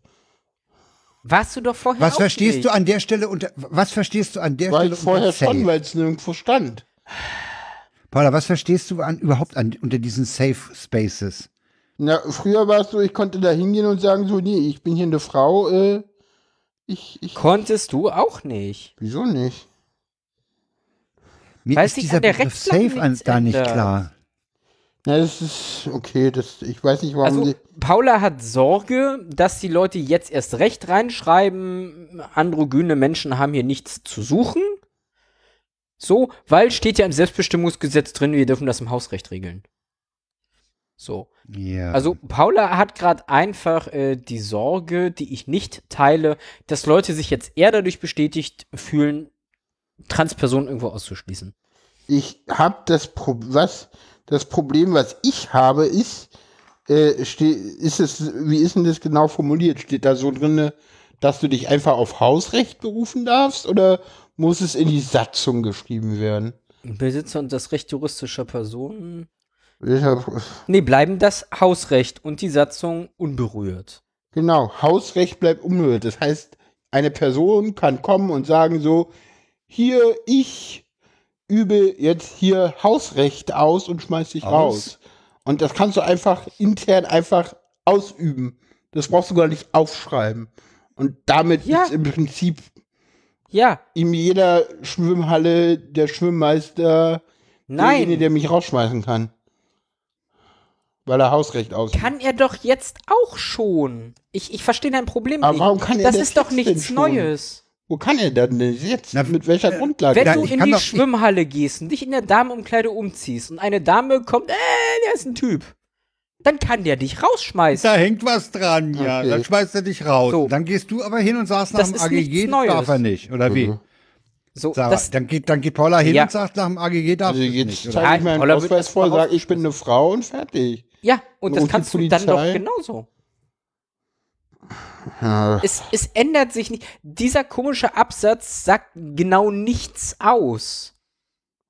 Speaker 2: warst du doch vorher
Speaker 1: Was
Speaker 2: auch
Speaker 1: verstehst
Speaker 2: nicht.
Speaker 1: du an der Stelle unter, was verstehst du an der
Speaker 3: Weil
Speaker 1: Stelle
Speaker 3: vorher
Speaker 1: unter
Speaker 3: schon,
Speaker 1: safe?
Speaker 3: weil es nirgendwo stand.
Speaker 1: Paula, was verstehst du an, überhaupt an, unter diesen Safe Spaces?
Speaker 3: Na, früher war es so, ich konnte da hingehen und sagen so, nee, ich bin hier eine Frau, äh, ich, ich,
Speaker 2: Konntest du auch nicht.
Speaker 3: wieso nicht?
Speaker 1: Mir
Speaker 2: Weil
Speaker 1: ist
Speaker 2: sich
Speaker 1: dieser
Speaker 2: an der
Speaker 1: Begriff
Speaker 2: Rechtslage
Speaker 1: Safe an,
Speaker 2: nichts
Speaker 1: gar nicht
Speaker 2: ändert.
Speaker 1: klar.
Speaker 3: Na, das ist, okay, das, ich weiß nicht, warum
Speaker 2: Also
Speaker 3: sie,
Speaker 2: Paula hat Sorge, dass die Leute jetzt erst recht reinschreiben, androgyne Menschen haben hier nichts zu suchen. So, weil steht ja im Selbstbestimmungsgesetz drin, wir dürfen das im Hausrecht regeln. So.
Speaker 1: Ja.
Speaker 2: Also Paula hat gerade einfach äh, die Sorge, die ich nicht teile, dass Leute sich jetzt eher dadurch bestätigt fühlen, Transpersonen irgendwo auszuschließen.
Speaker 3: ich hab das Pro was, das Problem, was ich habe, ist, äh, ste ist es, wie ist denn das genau formuliert? Steht da so drinne, dass du dich einfach auf Hausrecht berufen darfst oder muss es in die Satzung geschrieben werden?
Speaker 2: Besitzer und das Recht juristischer Personen
Speaker 3: Deshalb-
Speaker 2: Nee, bleiben das Hausrecht und die Satzung unberührt.
Speaker 3: Genau, Hausrecht bleibt unberührt. Das heißt, eine Person kann kommen und sagen so, hier, ich übe jetzt hier Hausrecht aus und schmeiß dich
Speaker 1: Aus?
Speaker 3: raus. Und das kannst du einfach intern einfach ausüben. Das brauchst du gar nicht aufschreiben. Und damit
Speaker 2: Ja.
Speaker 3: ist im Prinzip
Speaker 2: Ja,
Speaker 3: in jeder Schwimmhalle der Schwimmmeister derjenige,
Speaker 2: nein.
Speaker 3: der mich rausschmeißen kann. Weil er Hausrecht aus.
Speaker 2: Kann er doch jetzt auch schon. Ich, ich verstehe dein Problem
Speaker 3: Aber
Speaker 2: nicht.
Speaker 3: warum kann er
Speaker 2: das
Speaker 3: das
Speaker 2: ist doch
Speaker 3: jetzt denn
Speaker 2: nichts
Speaker 3: schon?
Speaker 2: Neues.
Speaker 3: Wo kann er denn das jetzt?
Speaker 1: Na,
Speaker 3: Mit welcher Grundlage?
Speaker 2: Wenn
Speaker 1: Ja,
Speaker 2: du
Speaker 1: ich
Speaker 2: in
Speaker 1: kann
Speaker 2: die
Speaker 1: doch- ich-
Speaker 2: Schwimmhalle gehst und dich in der Damenumkleide umziehst und eine Dame kommt, äh, der ist ein Typ, dann kann der dich rausschmeißen.
Speaker 1: Da hängt was dran, ja.
Speaker 3: Okay.
Speaker 1: Dann schmeißt er dich raus.
Speaker 2: So.
Speaker 1: Dann gehst du aber hin und sagst nach
Speaker 2: Das
Speaker 1: dem
Speaker 2: ist nichts
Speaker 1: AGG,
Speaker 2: Neues. Mhm.
Speaker 1: darf er nicht, oder wie?
Speaker 2: So,
Speaker 1: Sarah,
Speaker 2: das,
Speaker 1: dann, geht, dann geht Paula hin
Speaker 2: Ja.
Speaker 1: und sagt nach dem AGG, darf
Speaker 3: Also
Speaker 1: er
Speaker 3: jetzt
Speaker 1: nicht. Oder?
Speaker 3: zeige ich meinen
Speaker 2: Nein, Oller wird
Speaker 3: Ausweis
Speaker 2: erst
Speaker 3: vor,
Speaker 2: mal
Speaker 3: sage, ich bin eine Frau und fertig.
Speaker 2: ja, und das
Speaker 3: Und die
Speaker 2: kannst du dann doch
Speaker 3: Polizei?
Speaker 2: genauso.
Speaker 3: Ja.
Speaker 2: Es, es ändert sich nicht. Dieser komische Absatz sagt genau nichts aus.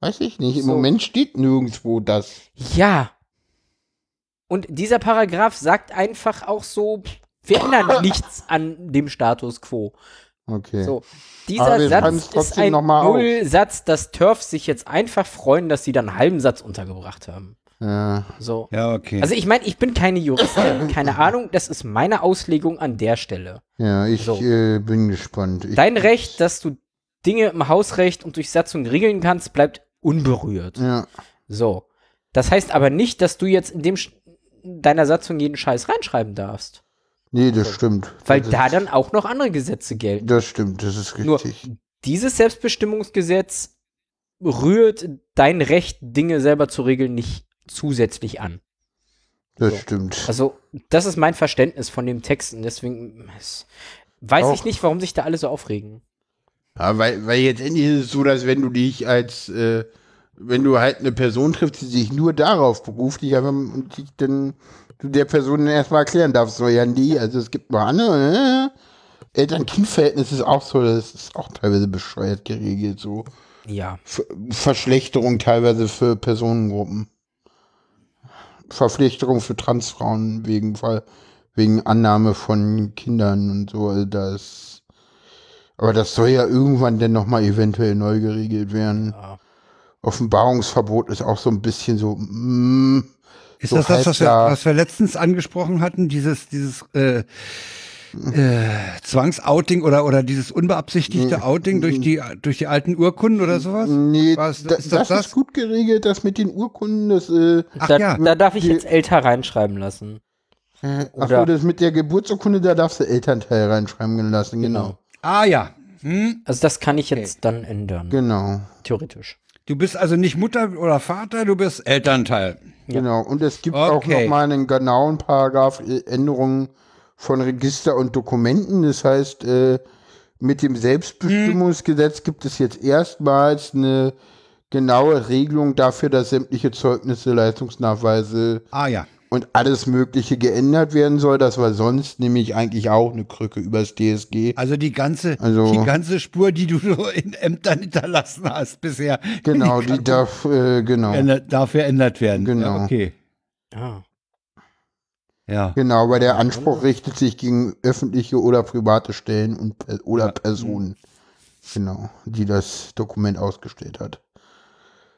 Speaker 3: Weiß ich nicht. Im
Speaker 2: So.
Speaker 3: Moment steht nirgendwo das.
Speaker 2: Ja. Und dieser Paragraph sagt einfach auch so, pff, wir ändern nichts an dem Status quo.
Speaker 3: Okay.
Speaker 2: So, dieser
Speaker 3: Aber wir schreiben es
Speaker 2: Satz ist
Speaker 3: trotzdem
Speaker 2: ein
Speaker 3: noch mal auf.
Speaker 2: Nullsatz, dass Turf sich jetzt einfach freuen, dass sie dann einen halben Satz untergebracht haben.
Speaker 3: Ja.
Speaker 2: So.
Speaker 1: Ja, okay.
Speaker 2: Also ich meine, ich bin keine Juristin, keine Ahnung, das ist meine Auslegung an der Stelle.
Speaker 3: Ja, ich
Speaker 2: So.
Speaker 3: äh, bin gespannt. Ich,
Speaker 2: Dein Recht, dass du Dinge im Hausrecht und durch Satzung regeln kannst, bleibt unberührt.
Speaker 3: ja.
Speaker 2: So. Das heißt aber nicht, dass du jetzt in dem Sch- deiner Satzung jeden Scheiß reinschreiben darfst.
Speaker 3: Nee, das stimmt.
Speaker 2: Weil
Speaker 3: Also das
Speaker 2: da
Speaker 3: ist,
Speaker 2: dann auch noch andere Gesetze gelten.
Speaker 3: Das stimmt, das ist
Speaker 2: Nur
Speaker 3: richtig.
Speaker 2: dieses Selbstbestimmungsgesetz rührt dein Recht, Dinge selber zu regeln, nicht zusätzlich an.
Speaker 3: das
Speaker 2: so.
Speaker 3: stimmt.
Speaker 2: Also, das ist mein Verständnis von dem Text und deswegen es- weiß
Speaker 3: Auch-
Speaker 2: ich nicht, warum sich da alle so aufregen.
Speaker 3: Ja, weil, weil jetzt endlich ist es so, dass wenn du dich als, äh, wenn du halt eine Person triffst, die sich nur darauf beruft, dich einfach und dich dann du der Person dann erstmal erklären darfst, so ja, nee, also es gibt noch andere, äh, Eltern-Kind-Verhältnis ist auch so, das ist auch teilweise bescheuert geregelt, so.
Speaker 2: Ja.
Speaker 3: Ver Verschlechterung teilweise für Personengruppen. Verpflichtung für Transfrauen wegen Fall, wegen Annahme von Kindern und so. Also das. Aber das soll ja irgendwann dann nochmal eventuell neu geregelt werden.
Speaker 2: Ja.
Speaker 3: Offenbarungsverbot ist auch so ein bisschen so. Mm,
Speaker 1: Ist
Speaker 3: so
Speaker 1: das das, was wir,
Speaker 3: halbgar.
Speaker 1: was wir letztens angesprochen hatten, dieses, dieses äh, äh, Zwangsouting oder, oder dieses unbeabsichtigte Outing durch die, durch die alten Urkunden oder sowas?
Speaker 3: Mm. nee,
Speaker 1: Was,
Speaker 3: da,
Speaker 1: ist
Speaker 3: das,
Speaker 1: das das?
Speaker 3: ist gut geregelt, das mit den Urkunden, das äh,
Speaker 1: Ach
Speaker 2: da,
Speaker 1: ja.
Speaker 2: da darf ich jetzt älter reinschreiben lassen.
Speaker 3: äh, ach
Speaker 2: Oder-
Speaker 3: so, das mit der Geburtsurkunde, da darfst du Elternteil reinschreiben lassen, genau.
Speaker 1: Ah ja. Hm?
Speaker 2: Also das kann ich jetzt dann ändern,
Speaker 3: Genau.
Speaker 2: theoretisch.
Speaker 1: Du bist also nicht Mutter oder Vater, du bist Elternteil.
Speaker 3: Genau, und es gibt auch
Speaker 1: Okay.
Speaker 3: nochmal einen genauen Paragraph äh, Änderungen von Register und Dokumenten. Das heißt, äh, mit dem Selbstbestimmungsgesetz gibt es jetzt erstmals eine genaue Regelung dafür, dass sämtliche Zeugnisse, Leistungsnachweise
Speaker 1: Ah ja.
Speaker 3: und alles Mögliche geändert werden soll. Das war sonst nämlich eigentlich auch eine Krücke übers DSG.
Speaker 1: Also die ganze,
Speaker 3: Also-
Speaker 1: die ganze Spur, die du so in Ämtern hinterlassen hast bisher,
Speaker 3: Genau, die darf, äh, genau.
Speaker 1: ändert- darf verändert werden.
Speaker 3: Genau.
Speaker 1: Ja, okay.
Speaker 2: Ja.
Speaker 1: Ja.
Speaker 3: Genau, weil der Anspruch richtet sich gegen öffentliche oder private Stellen und, per- oder Personen. Genau, die das Dokument ausgestellt hat.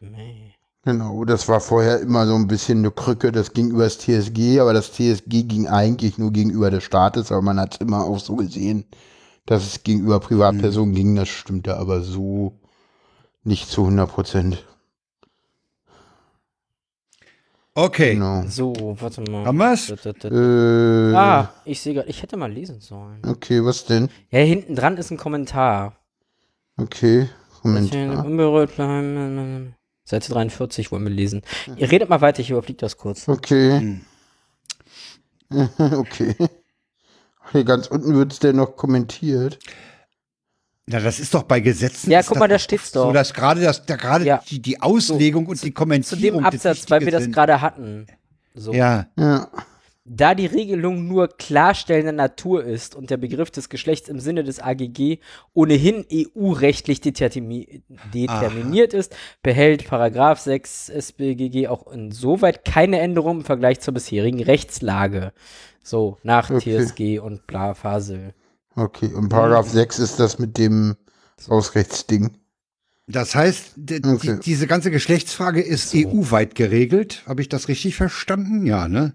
Speaker 2: Nee.
Speaker 3: Genau, das war vorher immer so ein bisschen eine Krücke, das ging über das TSG, aber das TSG ging eigentlich nur gegenüber des Staates, aber man hat es immer auch so gesehen, dass es gegenüber
Speaker 1: Mhm.
Speaker 3: Privatpersonen ging, das stimmte aber so nicht zu 100 Prozent.
Speaker 1: Okay.
Speaker 3: Genau.
Speaker 2: So, warte mal.
Speaker 1: Haben wir's?
Speaker 2: Da, da, da.
Speaker 3: Äh,
Speaker 2: Ah, ich sehe gerade, ich hätte mal lesen sollen.
Speaker 3: Okay, was denn?
Speaker 2: Ja, hinten dran ist ein Kommentar.
Speaker 3: Okay, Moment.
Speaker 1: Ah.
Speaker 2: Deswegen Unberührt bleiben. Seite 43 wollen wir lesen. Ihr redet mal weiter, ich überfliege das kurz.
Speaker 1: Hm.
Speaker 3: Okay. okay. Hier ganz unten wird es denn noch kommentiert.
Speaker 1: Na, das ist doch bei Gesetzen.
Speaker 2: Ja,
Speaker 1: ist
Speaker 2: guck
Speaker 1: das
Speaker 2: mal, da steht's
Speaker 1: So,
Speaker 2: doch.
Speaker 1: dass gerade das, da gerade
Speaker 2: Ja.
Speaker 1: die, die Auslegung und die
Speaker 2: Zu
Speaker 1: Kommentierung.
Speaker 2: dem
Speaker 1: das
Speaker 2: Absatz, weil wir
Speaker 1: Wichtige
Speaker 2: das
Speaker 1: sind.
Speaker 2: gerade hatten. So.
Speaker 1: Ja,
Speaker 3: Ja.
Speaker 2: Da die Regelung nur klarstellender Natur ist und der Begriff des Geschlechts im Sinne des AGG ohnehin EU-rechtlich determi determiniert ist, behält Paragraph 6 SBGG auch insoweit keine Änderung im Vergleich zur bisherigen Rechtslage. So, nach
Speaker 3: Okay.
Speaker 2: TSG und bla Fasel.
Speaker 3: Okay, und Paragraph 6 ist das mit dem Hausrechtsding.
Speaker 1: das heißt, d-
Speaker 3: Okay.
Speaker 1: die, diese ganze Geschlechtsfrage ist EU-weit geregelt. Habe ich das richtig verstanden? Ja, ne?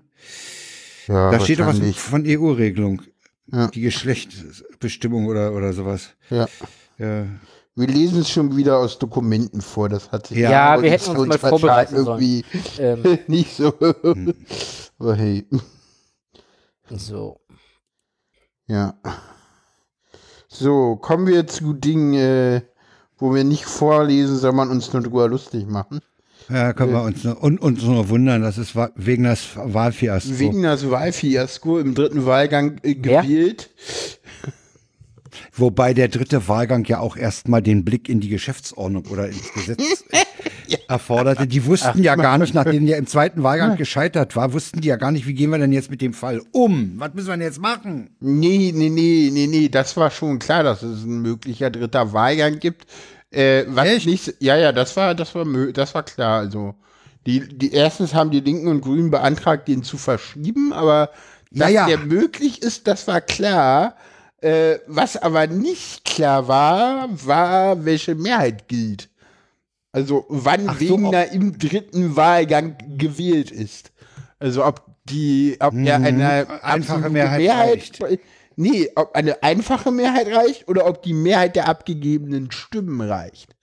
Speaker 3: Ja,
Speaker 1: Da steht doch was E
Speaker 3: wahrscheinlich.
Speaker 1: von EU-Regelung.
Speaker 3: Ja.
Speaker 1: Die Geschlechtsbestimmung oder, oder sowas.
Speaker 3: Ja.
Speaker 1: Der,
Speaker 3: Wir lesen es schon wieder aus Dokumenten vor. Das hat sich
Speaker 1: Ja,
Speaker 2: Ja,
Speaker 3: aber
Speaker 2: wir
Speaker 3: das
Speaker 2: hätten
Speaker 3: ist
Speaker 2: uns mal
Speaker 3: total
Speaker 2: vorbereiten
Speaker 3: irgendwie
Speaker 2: sollen. Ähm,
Speaker 3: sollen. nicht so.
Speaker 1: Hm.
Speaker 3: Aber hey,
Speaker 2: so.
Speaker 3: ja. So, kommen wir zu Dingen, äh, wo wir nicht vorlesen, sondern uns nur drüber lustig machen.
Speaker 1: ja, können wir uns nur, und, uns nur wundern, das ist wa- wegen das Wahlfiasko.
Speaker 3: Wegen das Wahlfiasko im dritten Wahlgang äh,
Speaker 2: Wer?
Speaker 3: gewählt.
Speaker 1: Wobei der dritte Wahlgang ja auch erstmal den Blick in die Geschäftsordnung oder ins Gesetz erforderte. Die wussten ja gar nicht, nachdem der im zweiten Wahlgang gescheitert war, wussten die ja gar nicht, wie gehen wir denn jetzt mit dem Fall um? Was müssen wir denn jetzt machen?
Speaker 3: Nee, nee, nee, nee, nee, das war schon klar, dass es ein möglicher dritter Wahlgang gibt. Äh, was
Speaker 1: Echt?
Speaker 3: nicht, ja, ja, das war, das war, mö- das war klar. Also, die, die erstens haben die Linken und Grünen beantragt, den zu verschieben, aber dass
Speaker 1: Ja, ja.
Speaker 3: der möglich ist, das war klar. Äh, was aber nicht klar war, war, welche Mehrheit gilt. Also, wann
Speaker 1: Ach so,
Speaker 3: wegen
Speaker 1: ob-
Speaker 3: der im dritten Wahlgang gewählt ist. Also, ob die, ob er
Speaker 1: Mhm.
Speaker 3: eine
Speaker 1: Einfache
Speaker 3: absolute
Speaker 1: Mehrheit
Speaker 3: Nee, ob eine einfache Mehrheit reicht oder ob die Mehrheit der abgegebenen Stimmen reicht.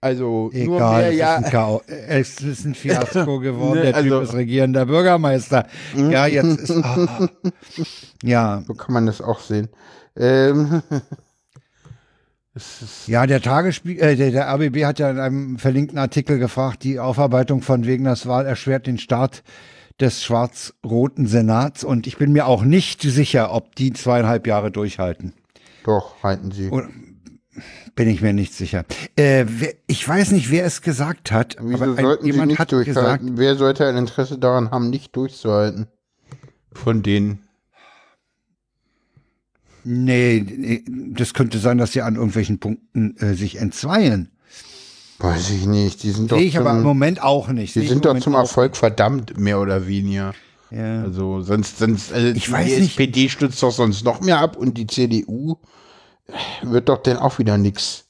Speaker 3: Also nur
Speaker 1: Egal,
Speaker 3: wer
Speaker 1: es,
Speaker 3: ja
Speaker 1: ist ein Chaos, es ist ein Fiasko geworden.
Speaker 3: Ne,
Speaker 1: der Typ
Speaker 3: also-
Speaker 1: ist regierender Bürgermeister. Ja, jetzt ist. Ah, Mhm. ja,
Speaker 3: So kann man das auch sehen. Ähm,
Speaker 1: ja, der Tagesspiegel, äh, der, der ABB hat ja in einem verlinkten Artikel gefragt, die Aufarbeitung von Wegners Wahl erschwert den Start des schwarz-roten Senats. Und ich bin mir auch nicht sicher, ob die zweieinhalb Jahre durchhalten.
Speaker 3: doch, halten Sie.
Speaker 1: Oder- Bin ich mir nicht sicher. Äh, wer, ich weiß nicht, wer es gesagt hat,
Speaker 3: Wieso
Speaker 1: aber ein,
Speaker 3: sollten Sie
Speaker 1: jemand
Speaker 3: nicht
Speaker 1: hat gesagt,
Speaker 3: durchhalten? wer sollte ein Interesse daran haben, nicht durchzuhalten? Von denen.
Speaker 1: nee, nee, das könnte sein, dass sie an irgendwelchen Punkten äh, sich entzweien.
Speaker 3: Weiß ich nicht. Die sind doch
Speaker 1: Sehe ich aber im
Speaker 3: zum,
Speaker 1: Moment auch nicht. Sehe
Speaker 3: die
Speaker 1: ich im
Speaker 3: sind doch
Speaker 1: Moment
Speaker 3: zum
Speaker 1: auch-
Speaker 3: Erfolg verdammt, mehr oder weniger.
Speaker 1: Ja.
Speaker 3: Also sonst, sonst also
Speaker 1: Ich weiß
Speaker 3: die
Speaker 1: nicht.
Speaker 3: SPD stützt doch sonst noch mehr ab und die CDU wird doch dann auch wieder nix.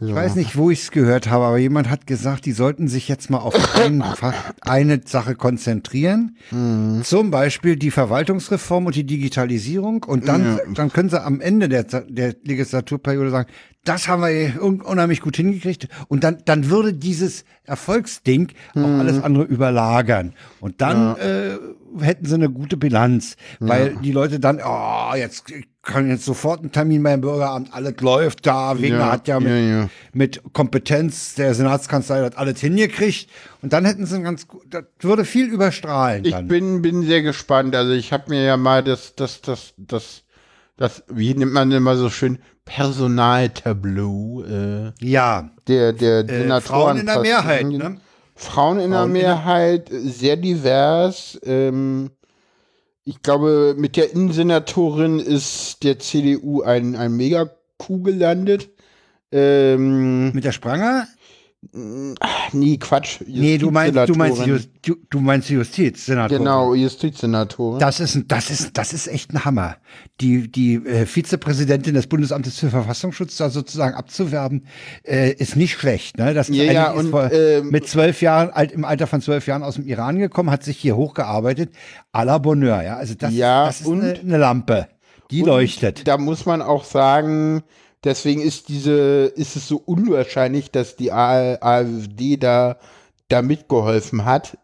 Speaker 1: Ich weiß nicht, wo ich es gehört habe, aber jemand hat gesagt, die sollten sich jetzt mal auf einen, Fa- eine Sache konzentrieren.
Speaker 3: Mhm.
Speaker 1: Zum Beispiel die Verwaltungsreform und die Digitalisierung. Und dann, dann können sie am Ende der, Za- der Legislaturperiode sagen, das haben wir hier un- unheimlich gut hingekriegt. Und dann, dann würde dieses Erfolgsding
Speaker 3: Mhm.
Speaker 1: auch alles andere überlagern. Und dann äh, hätten sie eine gute Bilanz, weil die Leute dann, oh, jetzt ich kann jetzt sofort einen Termin beim Bürgeramt, alles läuft da, Wegner
Speaker 3: Ja,
Speaker 1: hat ja mit,
Speaker 3: ja, ja.
Speaker 1: mit Kompetenz der Senatskanzlei das alles hingekriegt. Und dann hätten sie ein ganz gut, das würde viel überstrahlen
Speaker 3: Ich
Speaker 1: dann.
Speaker 3: bin, bin sehr gespannt. Also ich habe mir ja mal das, das, das, das, das, wie nennt man immer so schön, Personaltableau äh,
Speaker 1: ja,
Speaker 3: der, der
Speaker 1: äh,
Speaker 3: Senatoren.
Speaker 1: Frauen in der Mehrheit, ne?
Speaker 3: Frauen in der
Speaker 1: Frauen in der-
Speaker 3: Mehrheit, sehr divers. Ähm, ich glaube, mit der Innensenatorin ist der CDU ein, ein Mega-Coup gelandet. Ähm,
Speaker 1: Mit der Spranger?
Speaker 3: Ach, nee, Quatsch.
Speaker 1: Nee, du meinst, du meinst, die Jus-
Speaker 3: Justizsenatorin.
Speaker 1: du, du meinst die Justiz, Senator.
Speaker 3: Genau, Justizsenatorin.
Speaker 1: Das ist, ein- das ist, das ist echt ein Hammer. Die, die äh, Vizepräsidentin des Bundesamtes für Verfassungsschutz da sozusagen abzuwerben, äh, ist nicht schlecht. Ne? Das
Speaker 3: Ja, ja,
Speaker 1: eine ist
Speaker 3: und,
Speaker 1: vor,
Speaker 3: ähm,
Speaker 1: mit zwölf Jahren, alt, im Alter von zwölf Jahren aus dem Iran gekommen, hat sich hier hochgearbeitet. À la Bonheur, ja. Also das,
Speaker 3: Ja,
Speaker 1: das ist
Speaker 3: und-
Speaker 1: eine, eine Lampe. Die
Speaker 3: Und
Speaker 1: leuchtet.
Speaker 3: Da muss man auch sagen, deswegen ist diese, ist es so unwahrscheinlich, dass die A- AfD da, da mitgeholfen hat.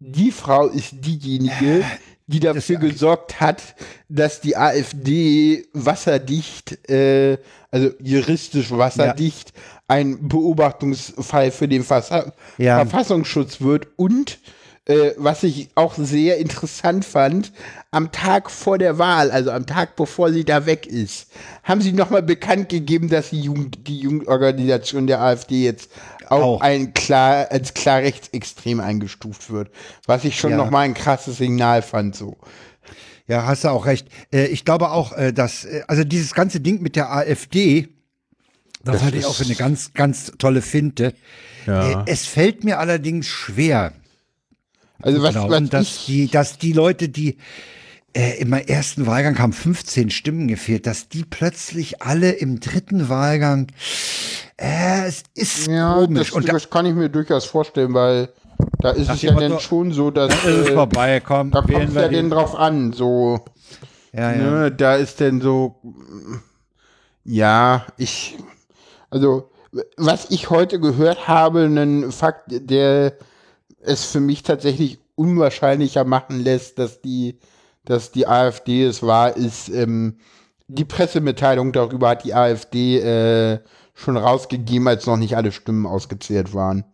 Speaker 3: Die Frau ist diejenige, die dafür gesorgt hat, dass die AfD wasserdicht, äh, also juristisch wasserdicht, ein Beobachtungsfall für den Versa
Speaker 1: Ja.
Speaker 3: Verfassungsschutz wird und äh, was ich auch sehr interessant fand, am Tag vor der Wahl, also am Tag bevor sie da weg ist, haben sie nochmal bekannt gegeben, dass die, Jugend, die Jugendorganisation der AfD jetzt auch,
Speaker 1: Auch.
Speaker 3: Ein klar, als klar rechtsextrem eingestuft wird. Was ich schon
Speaker 1: Ja.
Speaker 3: nochmal ein krasses Signal fand, so.
Speaker 1: Ja, hast du auch recht. Äh, ich glaube auch, äh, dass, äh, also dieses ganze Ding mit der AfD, das, halte ich auch für eine ganz, ganz tolle Finte. Äh, es fällt mir allerdings schwer,
Speaker 3: Also was, was
Speaker 1: glauben, Genau, dass
Speaker 3: ich,
Speaker 1: die, dass die Leute, die äh, im ersten Wahlgang haben 15 Stimmen gefehlt, dass die plötzlich alle im dritten Wahlgang, äh, es ist
Speaker 3: ja,
Speaker 1: komisch.
Speaker 3: das,
Speaker 1: Und da
Speaker 3: das kann ich mir durchaus vorstellen, weil da ist es
Speaker 1: dem
Speaker 3: ja
Speaker 1: Motto,
Speaker 3: dann schon so, dass
Speaker 1: ist es
Speaker 3: äh,
Speaker 1: vorbei, komm,
Speaker 3: da kommt
Speaker 1: wählen
Speaker 3: ja
Speaker 1: wir die.
Speaker 3: denn drauf an, so.
Speaker 1: Ja, ja.
Speaker 3: Ne, da ist denn so, Ja, ich, also, was ich heute gehört habe, ein Fakt, der es für mich tatsächlich unwahrscheinlicher machen lässt, dass die, dass die AfD es war, ist, ähm, die Pressemitteilung darüber hat die AfD äh, schon rausgegeben, als noch nicht alle Stimmen ausgezählt waren.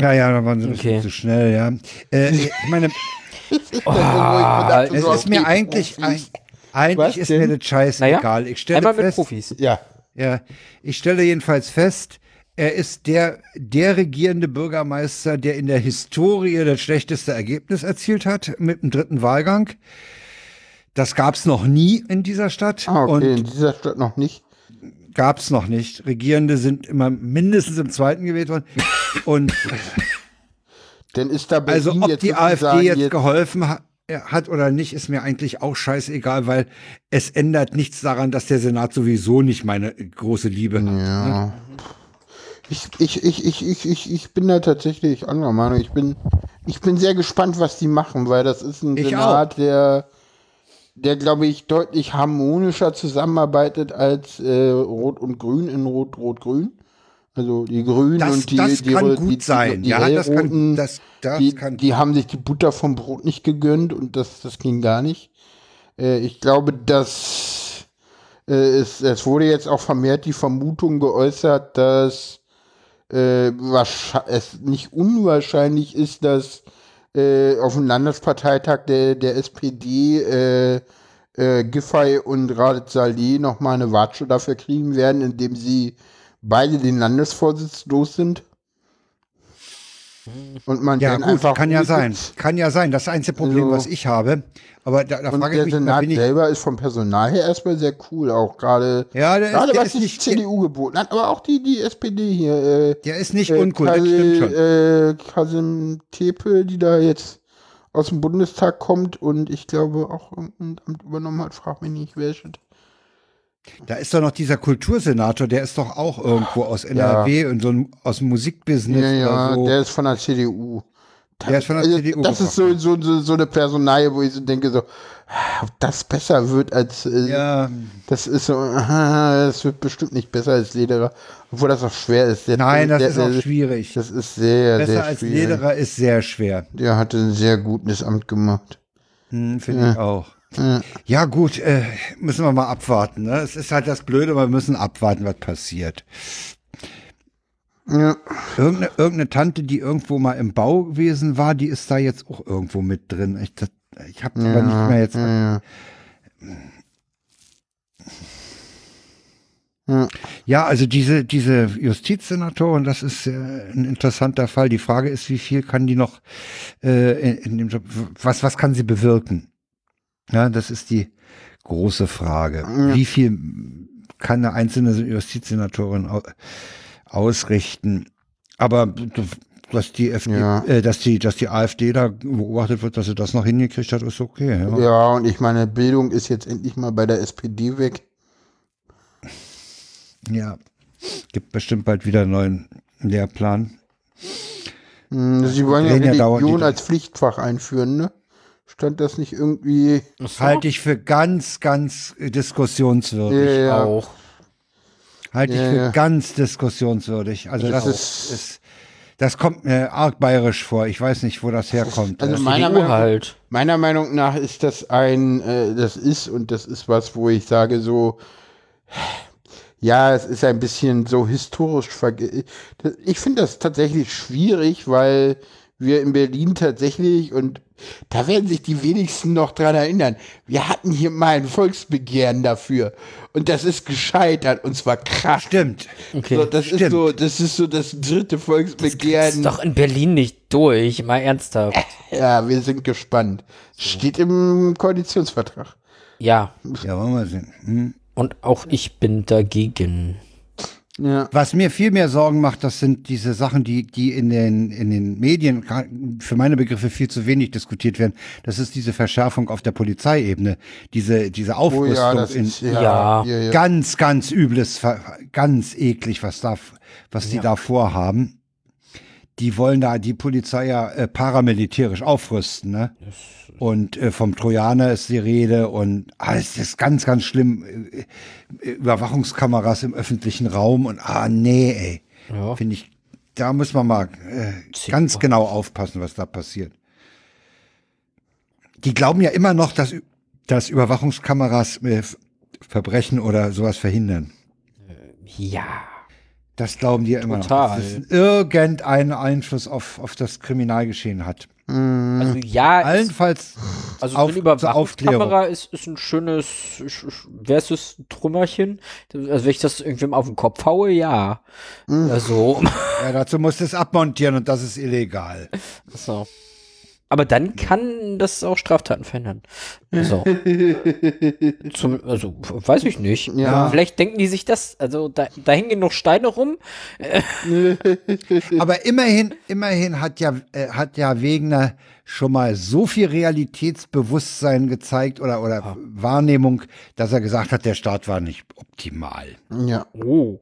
Speaker 1: Ja, ja, da waren sie ein bisschen
Speaker 2: Okay.
Speaker 1: zu schnell, ja. Äh, ich meine,
Speaker 3: Ah,
Speaker 1: es ist mir eigentlich,
Speaker 3: Was
Speaker 1: eigentlich ist
Speaker 3: denn?
Speaker 1: mir das Scheiß
Speaker 2: Naja,
Speaker 1: egal. Ich stelle
Speaker 2: einmal mit
Speaker 1: fest,
Speaker 2: Profis.
Speaker 3: Ja,
Speaker 1: Ja, ich stelle jedenfalls fest, er ist der, der regierende Bürgermeister, der in der Historie das schlechteste Ergebnis erzielt hat mit dem dritten Wahlgang. Das gab's noch nie in dieser Stadt
Speaker 3: ah, okay, in
Speaker 1: und
Speaker 3: dieser Stadt noch nicht.
Speaker 1: gab's noch nicht. Regierende sind immer mindestens im zweiten gewählt worden. Und
Speaker 3: Dann ist da
Speaker 1: also
Speaker 3: Berlin
Speaker 1: ob die AfD
Speaker 3: sozusagen
Speaker 1: jetzt, geholfen ha- äh, hat oder nicht, ist mir eigentlich auch scheißegal, weil es ändert nichts daran, dass der Senat sowieso nicht meine große Liebe hat.
Speaker 3: Ja. Ich, ich, ich, ich, ich, ich, ich bin da tatsächlich anderer Meinung. Ich bin, ich bin sehr gespannt, was die machen, weil das ist ein
Speaker 1: Ich
Speaker 3: Senat, der, der glaube ich deutlich harmonischer zusammenarbeitet als äh, Rot und Grün in Rot, Rot, Grün. Also die Grünen
Speaker 1: Das-
Speaker 3: und die,
Speaker 1: das
Speaker 3: die,
Speaker 1: kann
Speaker 3: die,
Speaker 1: gut
Speaker 3: die,
Speaker 1: sein.
Speaker 3: Die,
Speaker 1: Ja, das kann-
Speaker 3: Hellroten,
Speaker 1: das- das
Speaker 3: die,
Speaker 1: kann-
Speaker 3: die haben sich die Butter vom Brot nicht gegönnt und das, das ging gar nicht. Äh, ich glaube, dass äh, es, es wurde jetzt auch vermehrt die Vermutung geäußert, dass äh, wahrsch- es nicht unwahrscheinlich ist, dass äh, auf dem Landesparteitag der, der SPD äh, äh, Giffey und Radet Saleh nochmal eine Watsche dafür kriegen werden, indem sie beide den Landesvorsitz los sind. Und man
Speaker 1: Ja,
Speaker 3: dann
Speaker 1: gut,
Speaker 3: einfach
Speaker 1: kann ja
Speaker 3: ruhig
Speaker 1: sein.
Speaker 3: sitzt.
Speaker 1: Kann ja sein. Das einzige Problem,
Speaker 3: Also-
Speaker 1: was ich habe. Aber da, da
Speaker 3: Und
Speaker 1: frage ich
Speaker 3: der
Speaker 1: mich, da
Speaker 3: Senat
Speaker 1: bin ich.
Speaker 3: selber ist vom Personal her erstmal sehr cool, auch gerade.
Speaker 1: Ja, der ist-
Speaker 3: gerade
Speaker 1: der
Speaker 3: was
Speaker 1: ist
Speaker 3: die
Speaker 1: nicht-
Speaker 3: CDU geboten hat, aber auch die, die SPD hier. Äh,
Speaker 1: Der ist nicht
Speaker 3: äh,
Speaker 1: uncool, das
Speaker 3: Kasil,
Speaker 1: stimmt schon.
Speaker 3: äh, Kasim Tepe, die da jetzt aus dem Bundestag kommt und ich glaube auch irgendein Amt übernommen hat, frag mich nicht, wer ist das?
Speaker 1: Da ist doch noch dieser Kultursenator, der ist doch auch irgendwo aus NRW und so ein, aus dem Musikbusiness
Speaker 3: Ja, ja,
Speaker 1: oder so.
Speaker 3: der ist von der CDU.
Speaker 1: Der ist von der
Speaker 3: Also,
Speaker 1: CDU
Speaker 3: das ist so, so, so, so eine Personalie, wo ich so denke, so, ah, ob das besser wird als. Äh,
Speaker 1: ja,
Speaker 3: Das ist so, ah, das wird bestimmt nicht besser als Lederer. Obwohl das auch schwer ist. Der-
Speaker 1: nein, das
Speaker 3: der-
Speaker 1: ist auch
Speaker 3: der-
Speaker 1: schwierig.
Speaker 3: Das ist sehr, sehr
Speaker 1: Besser als
Speaker 3: schwierig.
Speaker 1: Lederer ist sehr schwer.
Speaker 3: Der hatte ein sehr gutes Amt gemacht.
Speaker 1: Hm, Finde ich auch. Ja, gut, äh, müssen wir mal abwarten. Ne? Es ist halt das Blöde, wir müssen abwarten, was passiert.
Speaker 3: Ja.
Speaker 1: Irgendeine, irgendeine Tante, die irgendwo mal im Bauwesen war, die ist da jetzt auch irgendwo mit drin. Ich, das- ich habe aber nicht mehr jetzt.
Speaker 3: Ja,
Speaker 1: Ja, also diese, diese Justizsenatorin, das ist äh, ein interessanter Fall. Die Frage ist, wie viel kann die noch äh, in, in dem Job, was, was kann sie bewirken? Ja, das ist die große Frage. Wie viel kann eine einzelne Justizsenatorin au ausrichten? Aber dass die, FD,
Speaker 3: Ja.
Speaker 1: äh, dass, die, dass die AfD da beobachtet wird, dass sie das noch hingekriegt hat, ist okay. Ja.
Speaker 3: ja. ja, und ich meine, Bildung ist jetzt endlich mal bei der SPD weg.
Speaker 1: Ja. Gibt bestimmt bald wieder einen neuen Lehrplan.
Speaker 3: Hm, Sie wollen ja
Speaker 1: Reden ja dauernd
Speaker 3: Religion
Speaker 1: die-
Speaker 3: als Pflichtfach einführen, ne? Stand das nicht irgendwie.
Speaker 1: Halte ich für ganz, ganz äh, diskussionswürdig.
Speaker 3: Ja, ja.
Speaker 2: Auch.
Speaker 1: Halte ich
Speaker 3: Ja,
Speaker 1: für
Speaker 3: ja.
Speaker 1: ganz diskussionswürdig. Also das,
Speaker 3: Das
Speaker 1: ist, ist, das kommt mir arg bayerisch vor. Ich weiß nicht, wo das herkommt.
Speaker 3: Also
Speaker 1: Äh,
Speaker 3: meiner
Speaker 2: CDU
Speaker 3: Meinung,
Speaker 2: halt.
Speaker 3: meiner Meinung nach ist das ein, äh, das ist und das ist was, wo ich sage so, ja, es ist ein bisschen so historisch. verge- Ich finde das tatsächlich schwierig, weil wir in Berlin tatsächlich und da werden sich die wenigsten noch dran erinnern. Wir hatten hier mal ein Volksbegehren dafür und das ist gescheitert und zwar krass.
Speaker 1: Stimmt.
Speaker 2: Okay.
Speaker 3: So, das ist
Speaker 1: stimmt.
Speaker 3: so, das ist so das dritte Volksbegehren.
Speaker 2: Das ist doch in Berlin nicht durch, mal ernsthaft.
Speaker 1: Äh.
Speaker 3: Ja, wir sind gespannt. Steht im Koalitionsvertrag.
Speaker 2: Ja,
Speaker 1: Ja, wollen wir sehen. Hm.
Speaker 2: und auch ich bin dagegen.
Speaker 3: Ja.
Speaker 1: Was mir viel mehr Sorgen macht, das sind diese Sachen, die, die in den, in den Medien ka- für meine Begriffe viel zu wenig diskutiert werden. Das ist diese Verschärfung auf der Polizeiebene. Diese, diese
Speaker 3: Oh
Speaker 1: Aufrüstung
Speaker 3: ja, das
Speaker 1: in,
Speaker 3: ist ja.
Speaker 2: Ja.
Speaker 3: ja, ja.
Speaker 1: ganz, ganz übles, Ver- ganz eklig, was da, was die da vorhaben. die wollen da die Polizei ja äh, paramilitärisch aufrüsten, ne? Und äh, vom Trojaner ist die Rede und alles ist ganz, ganz schlimm. Äh, Überwachungskameras im öffentlichen Raum und ah nee, ey.
Speaker 2: Ja.
Speaker 1: Finde ich, da muss man mal äh,
Speaker 2: Zehn
Speaker 1: ganz
Speaker 2: Uhr.
Speaker 1: genau aufpassen, was da passiert. Die glauben ja immer noch, dass, Ü- dass Überwachungskameras äh, F- Verbrechen oder sowas verhindern.
Speaker 2: Ja.
Speaker 1: Das glauben die ja immer noch.
Speaker 2: Total.
Speaker 1: Dass es irgendeinen Einfluss auf, auf das Kriminalgeschehen hat.
Speaker 2: Also ja, ist,
Speaker 1: Allenfalls
Speaker 2: also
Speaker 1: auf-
Speaker 2: so eine
Speaker 1: zur
Speaker 2: Überwachungskamera
Speaker 1: Aufklärung.
Speaker 2: ist, ist ein schönes, sch- sch- wer ist es, ein Trümmerchen? Also wenn ich das irgendwem auf den Kopf haue, ja.
Speaker 1: Mhm.
Speaker 2: Also,
Speaker 1: Ja, dazu musst du es abmontieren und das ist illegal.
Speaker 2: so. Aber dann kann das auch Straftaten verhindern. So. Zum, also, weiß ich nicht.
Speaker 3: Ja.
Speaker 2: Vielleicht denken die sich das, also da, da hängen genug Steine rum.
Speaker 1: Aber immerhin, immerhin hat ja, äh, hat ja Wegener schon mal so viel Realitätsbewusstsein gezeigt oder, oder Wahrnehmung, dass er gesagt hat, der Staat war nicht optimal.
Speaker 3: Ja.
Speaker 2: Oh.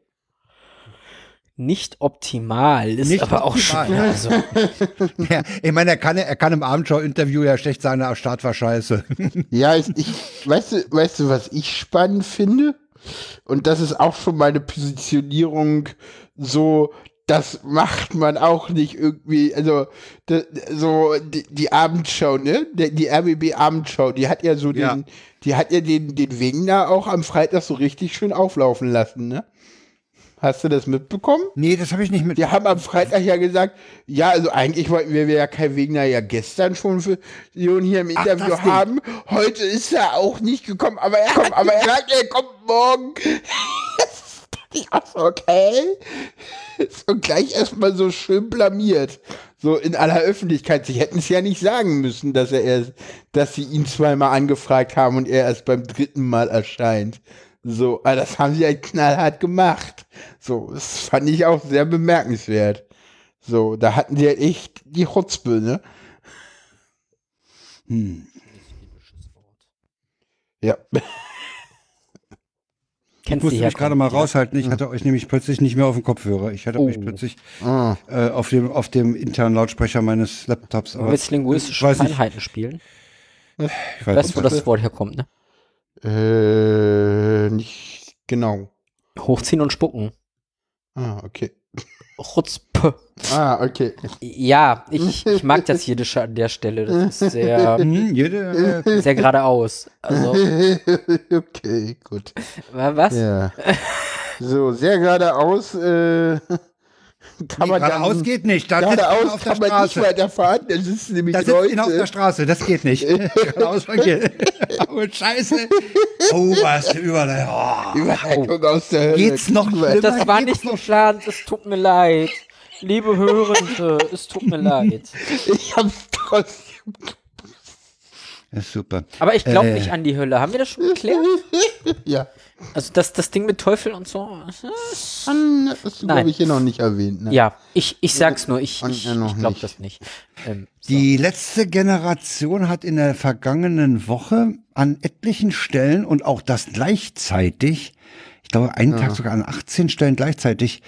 Speaker 2: Nicht optimal, ist
Speaker 1: Nicht
Speaker 2: aber auch
Speaker 1: optimal.
Speaker 2: schwer. Also,
Speaker 1: Ja, ich meine, er kann, er kann im Abendschau-Interview ja schlecht sagen, der Staat war scheiße.
Speaker 3: Ja, ich, ich weißt, du, weißt du, was ich spannend finde? Und das ist auch schon meine Positionierung so, das macht man auch nicht irgendwie, also d- d- so die, die Abendschau, ne? Die, die RBB Abendschau, die hat ja so
Speaker 1: Ja.
Speaker 3: den, die hat ja den, den Wegener auch am Freitag so richtig schön auflaufen lassen, ne? Hast du das mitbekommen?
Speaker 1: Nee, das habe ich nicht mit.
Speaker 3: Die haben am Freitag ja gesagt, ja, also eigentlich wollten wir ja Kai Wegner ja gestern schon für Union hier im Interview
Speaker 1: das Ding.
Speaker 3: haben. Heute ist er auch nicht gekommen, aber er, kommt, aber er sagt, er kommt morgen. Ich auch so, okay. Und gleich erstmal so schön blamiert. So in aller Öffentlichkeit. Sie hätten es ja nicht sagen müssen, dass er erst, dass sie ihn zweimal angefragt haben und er erst beim dritten Mal erscheint. So, aber das haben sie ja knallhart gemacht. So, das fand ich auch sehr bemerkenswert. So, da hatten sie halt echt die Chutzpe, ne?
Speaker 1: Hm.
Speaker 3: Ja.
Speaker 1: Ich
Speaker 2: kennst du
Speaker 1: musste
Speaker 2: ja Hm.
Speaker 1: mich gerade mal raushalten. Ich hatte euch nämlich plötzlich nicht mehr auf dem Kopfhörer. Ich hatte
Speaker 2: Oh.
Speaker 1: euch plötzlich
Speaker 3: Ah.
Speaker 1: äh, auf, dem, auf dem internen Lautsprecher meines Laptops.
Speaker 2: Du
Speaker 1: Aber
Speaker 2: willst linguistische
Speaker 1: weiß nicht,
Speaker 2: Feinheiten spielen.
Speaker 1: ich weiß
Speaker 2: Weißt du,
Speaker 1: nicht.
Speaker 2: wo das Wort herkommt, ne?
Speaker 3: Äh, nicht genau.
Speaker 2: Hochziehen und spucken.
Speaker 3: Ah, okay.
Speaker 2: Chutzpe.
Speaker 3: Ah, okay.
Speaker 2: Ja, ich, ich mag das Jiddische an der Stelle. Das ist sehr,
Speaker 1: Mhm, jede, äh,
Speaker 2: sehr geradeaus. Also,
Speaker 3: okay, gut.
Speaker 2: wa- was?
Speaker 3: Ja. So, sehr geradeaus, äh,
Speaker 1: nee,
Speaker 3: kann man dann,
Speaker 1: geradeaus geht nicht. Da sitzt einer
Speaker 3: geradeaus
Speaker 1: auf der
Speaker 3: kann man nicht
Speaker 1: Straße.
Speaker 3: weiterfahren, das ist nämlich
Speaker 1: Da sitzt einer auf der Straße. Das geht nicht. geradeaus man geht. Oh, scheiße. Oh, was überall. Oh.
Speaker 3: Überleitung aus der Hölle.
Speaker 1: Geht's noch schlimmer?
Speaker 2: Das war nicht geplant. Es tut mir leid. Liebe Hörende, es tut mir leid.
Speaker 3: Ich hab's trotzdem.
Speaker 1: Ja, super.
Speaker 2: Aber ich glaube
Speaker 1: Äh.
Speaker 2: nicht an die Hölle. Haben wir das schon geklärt?
Speaker 3: Ja.
Speaker 2: Also das, das Ding mit Teufeln und so.
Speaker 3: Hm, Das hast du,
Speaker 2: Nein.
Speaker 3: glaube ich, hier noch nicht erwähnt. Ne?
Speaker 2: Ja, ich, ich sag's nur. Ich, ich,
Speaker 3: Und, äh, noch
Speaker 2: ich glaube
Speaker 3: nicht.
Speaker 2: das nicht. Ähm,
Speaker 1: Die letzte Generation hat in der vergangenen Woche an etlichen Stellen und auch das gleichzeitig, ich glaube einen Tag sogar an 18 Stellen gleichzeitig,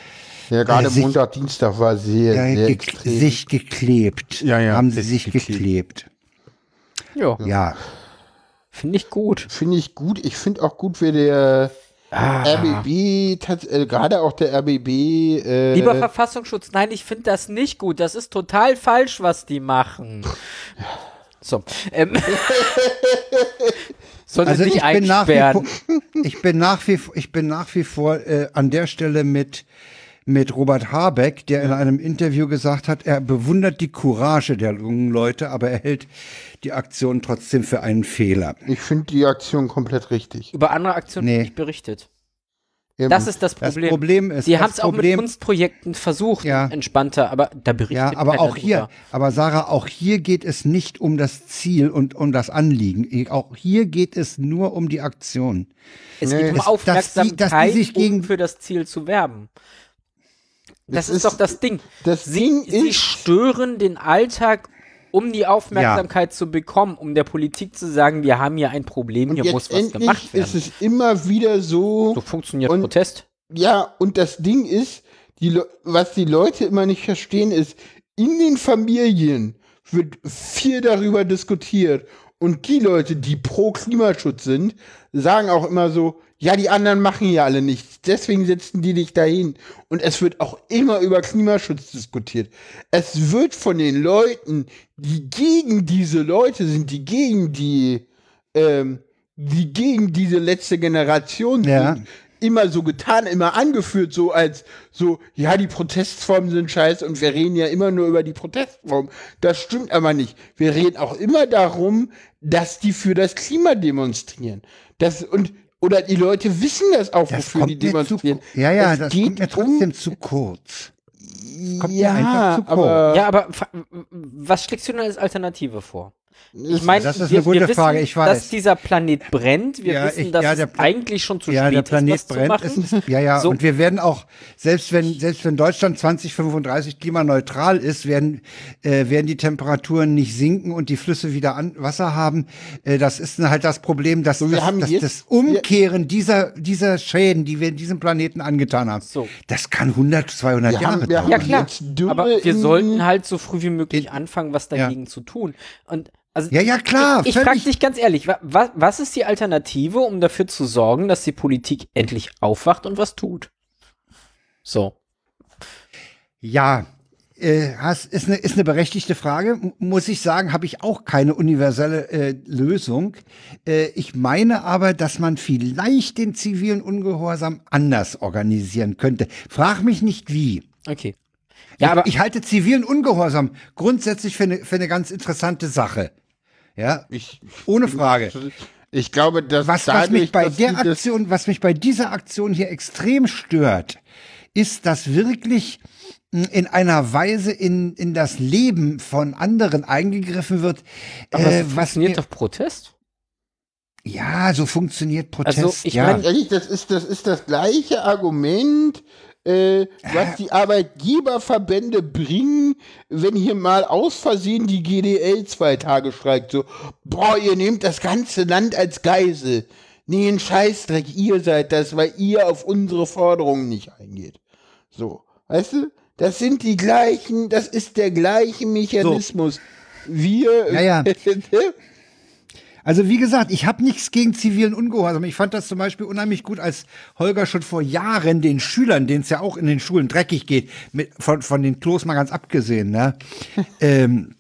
Speaker 3: Ja, gerade
Speaker 1: Äh, sich-
Speaker 3: Montag, Dienstag war sehr,
Speaker 1: äh,
Speaker 3: sehr
Speaker 1: ge
Speaker 3: extrem.
Speaker 1: sich geklebt.
Speaker 3: Ja, ja,
Speaker 1: Haben sie
Speaker 3: sich
Speaker 1: sich geklebt.
Speaker 2: ja,
Speaker 1: Ja.
Speaker 2: finde ich gut.
Speaker 3: Finde ich gut. Ich finde auch gut, wie der
Speaker 2: Ah.
Speaker 3: RBB, tats- äh, gerade auch der RBB, äh,
Speaker 2: Lieber Verfassungsschutz, nein, ich finde das nicht gut. Das ist total falsch, was die machen. So. Ähm, Sollen
Speaker 1: Also
Speaker 2: sie
Speaker 1: ich
Speaker 2: nicht
Speaker 1: bin, nach wie
Speaker 2: einsperren.
Speaker 1: vor, ich bin nach wie vor, ich bin nach wie vor äh, an der Stelle mit mit Robert Habeck, der in einem Interview gesagt hat, er bewundert die Courage der jungen Leute, aber er hält die Aktion trotzdem für einen Fehler.
Speaker 3: ich finde die Aktion komplett richtig.
Speaker 2: Über andere Aktionen wird
Speaker 1: Nee.
Speaker 2: nicht berichtet.
Speaker 3: Eben.
Speaker 2: Das ist das
Speaker 1: Das
Speaker 2: Problem.
Speaker 1: Problem ist,
Speaker 2: sie
Speaker 1: das
Speaker 2: haben es auch mit
Speaker 1: Problem-
Speaker 2: Kunstprojekten versucht,
Speaker 1: Ja.
Speaker 2: entspannter, aber da berichtet
Speaker 1: Ja, aber
Speaker 2: keiner
Speaker 1: auch hier,
Speaker 2: drüber.
Speaker 1: aber Sarah, auch hier geht es nicht um das Ziel und um das Anliegen. Ich- Auch hier geht es nur um die Aktion.
Speaker 2: Es geht um
Speaker 1: dass die-
Speaker 2: Aufmerksamkeit,
Speaker 1: dass die sich
Speaker 2: um
Speaker 1: gegen-
Speaker 2: für das Ziel zu werben. Das,
Speaker 3: Das
Speaker 2: ist,
Speaker 3: ist-
Speaker 2: doch das Ding.
Speaker 3: das
Speaker 2: sie,
Speaker 3: Ding
Speaker 2: sie
Speaker 3: ist-
Speaker 2: stören den Alltag, um die Aufmerksamkeit zu bekommen, um der Politik zu sagen, wir haben hier ein Problem, hier muss was
Speaker 3: endlich
Speaker 2: gemacht
Speaker 3: ist
Speaker 2: werden.
Speaker 3: es immer wieder so,
Speaker 2: So funktioniert
Speaker 3: und-
Speaker 2: Protest.
Speaker 3: ja, und das Ding ist, die, Le- was die Leute immer nicht verstehen ist, in den Familien wird viel darüber diskutiert. Und die Leute, die pro Klimaschutz sind, sagen auch immer so, ja, die anderen machen ja alle nichts. Deswegen setzen die dich dahin. Und es wird auch immer über Klimaschutz diskutiert. Es wird von den Leuten, die gegen diese Leute sind, die gegen die, ähm, die gegen diese letzte Generation
Speaker 1: Ja.
Speaker 3: sind, immer so getan, immer angeführt, so als so, ja, die Protestformen sind scheiße und wir reden ja immer nur über die Protestformen. Das stimmt aber nicht. Wir reden auch immer darum, dass die für das Klima demonstrieren. Das und oder die Leute wissen das auch,
Speaker 1: Das
Speaker 3: wofür
Speaker 1: kommt
Speaker 3: die
Speaker 1: mir zu,
Speaker 3: demonstrieren.
Speaker 1: ja, ja,
Speaker 3: Es
Speaker 1: das
Speaker 3: geht
Speaker 1: kommt mir trotzdem zu kurz.
Speaker 3: um,
Speaker 1: kommt mir einfach
Speaker 3: ja,
Speaker 1: zu kurz.
Speaker 3: aber
Speaker 2: Ja, aber fa- was schlägst du denn als Alternative vor? Ich
Speaker 3: Es-
Speaker 2: meine,
Speaker 1: das ist
Speaker 2: wir,
Speaker 1: eine gute
Speaker 2: wir wissen,
Speaker 1: Frage, ich weiß.
Speaker 2: dass dieser Planet brennt. Wir
Speaker 1: Ja,
Speaker 2: wissen,
Speaker 1: ich-
Speaker 2: dass
Speaker 1: ja,
Speaker 2: es
Speaker 1: der Pla-
Speaker 2: eigentlich schon zu
Speaker 1: ja,
Speaker 2: spät
Speaker 1: der Planet
Speaker 2: ist, was
Speaker 1: brennt.
Speaker 2: zu machen.
Speaker 1: Es ist, ja, ja.
Speaker 2: So.
Speaker 1: Und wir werden auch, selbst wenn, selbst wenn Deutschland 2035 klimaneutral ist, werden, äh, werden die Temperaturen nicht sinken und die Flüsse wieder an Wasser haben. Äh, das ist halt das Problem, dass,
Speaker 3: wir
Speaker 1: das,
Speaker 3: haben
Speaker 1: dass
Speaker 3: jetzt-
Speaker 1: das Umkehren dieser, dieser Schäden, die wir in diesem Planeten angetan haben,
Speaker 2: So.
Speaker 1: das kann 100, 200
Speaker 3: Wir
Speaker 1: Jahre
Speaker 3: haben- wir
Speaker 1: dauern.
Speaker 3: haben-
Speaker 2: Ja, klar.
Speaker 3: Jetzt Dürre
Speaker 2: Aber wir
Speaker 3: in-
Speaker 2: sollten halt so früh wie möglich
Speaker 1: Den-
Speaker 2: anfangen, was dagegen zu tun. Und also
Speaker 1: Ja, ja, klar,
Speaker 2: Ich, ich frage
Speaker 1: völlig.
Speaker 2: dich ganz ehrlich, was, was ist die Alternative, um dafür zu sorgen, dass die Politik endlich aufwacht und was tut? So.
Speaker 1: Ja, äh, hast, ist, eine, ist eine berechtigte Frage. M- Muss ich sagen, habe ich auch keine universelle äh, Lösung. Äh, ich meine aber, dass man vielleicht den zivilen Ungehorsam anders organisieren könnte. Frag mich nicht wie.
Speaker 2: Okay. Ja, aber
Speaker 1: ich halte zivilen Ungehorsam grundsätzlich für eine, für eine ganz interessante Sache. Ja,
Speaker 3: Ich,
Speaker 1: ohne Frage.
Speaker 3: ich glaube, dass
Speaker 1: Was, was mich bei
Speaker 3: dass
Speaker 1: der
Speaker 3: die das-
Speaker 1: Aktion, was mich bei dieser Aktion hier extrem stört, ist, dass wirklich mh, in einer Weise in, in das Leben von anderen eingegriffen wird.
Speaker 2: aber
Speaker 1: äh,
Speaker 2: es
Speaker 1: was
Speaker 2: funktioniert
Speaker 1: mir,
Speaker 2: doch Protest?
Speaker 1: ja, so funktioniert Protest.
Speaker 2: Also, ich
Speaker 1: ja.
Speaker 2: meine-
Speaker 3: Ehrlich, das ist das, ist das gleiche Argument, äh, was die Arbeitgeberverbände bringen, wenn hier mal aus Versehen die GDL zwei Tage streikt. So, boah, ihr nehmt das ganze Land als Geisel. Nee, ein Scheißdreck, ihr seid das, weil ihr auf unsere Forderungen nicht eingeht. So, weißt du? Das sind die gleichen, das ist der gleiche Mechanismus. Wir. ne?
Speaker 1: Ja, ja. Also wie gesagt, ich habe nichts gegen zivilen Ungehorsam. Ich fand das zum Beispiel unheimlich gut, als Holger schon vor Jahren den Schülern, denen es ja auch in den Schulen dreckig geht, mit, von, von den Klos mal ganz abgesehen, ne? ähm,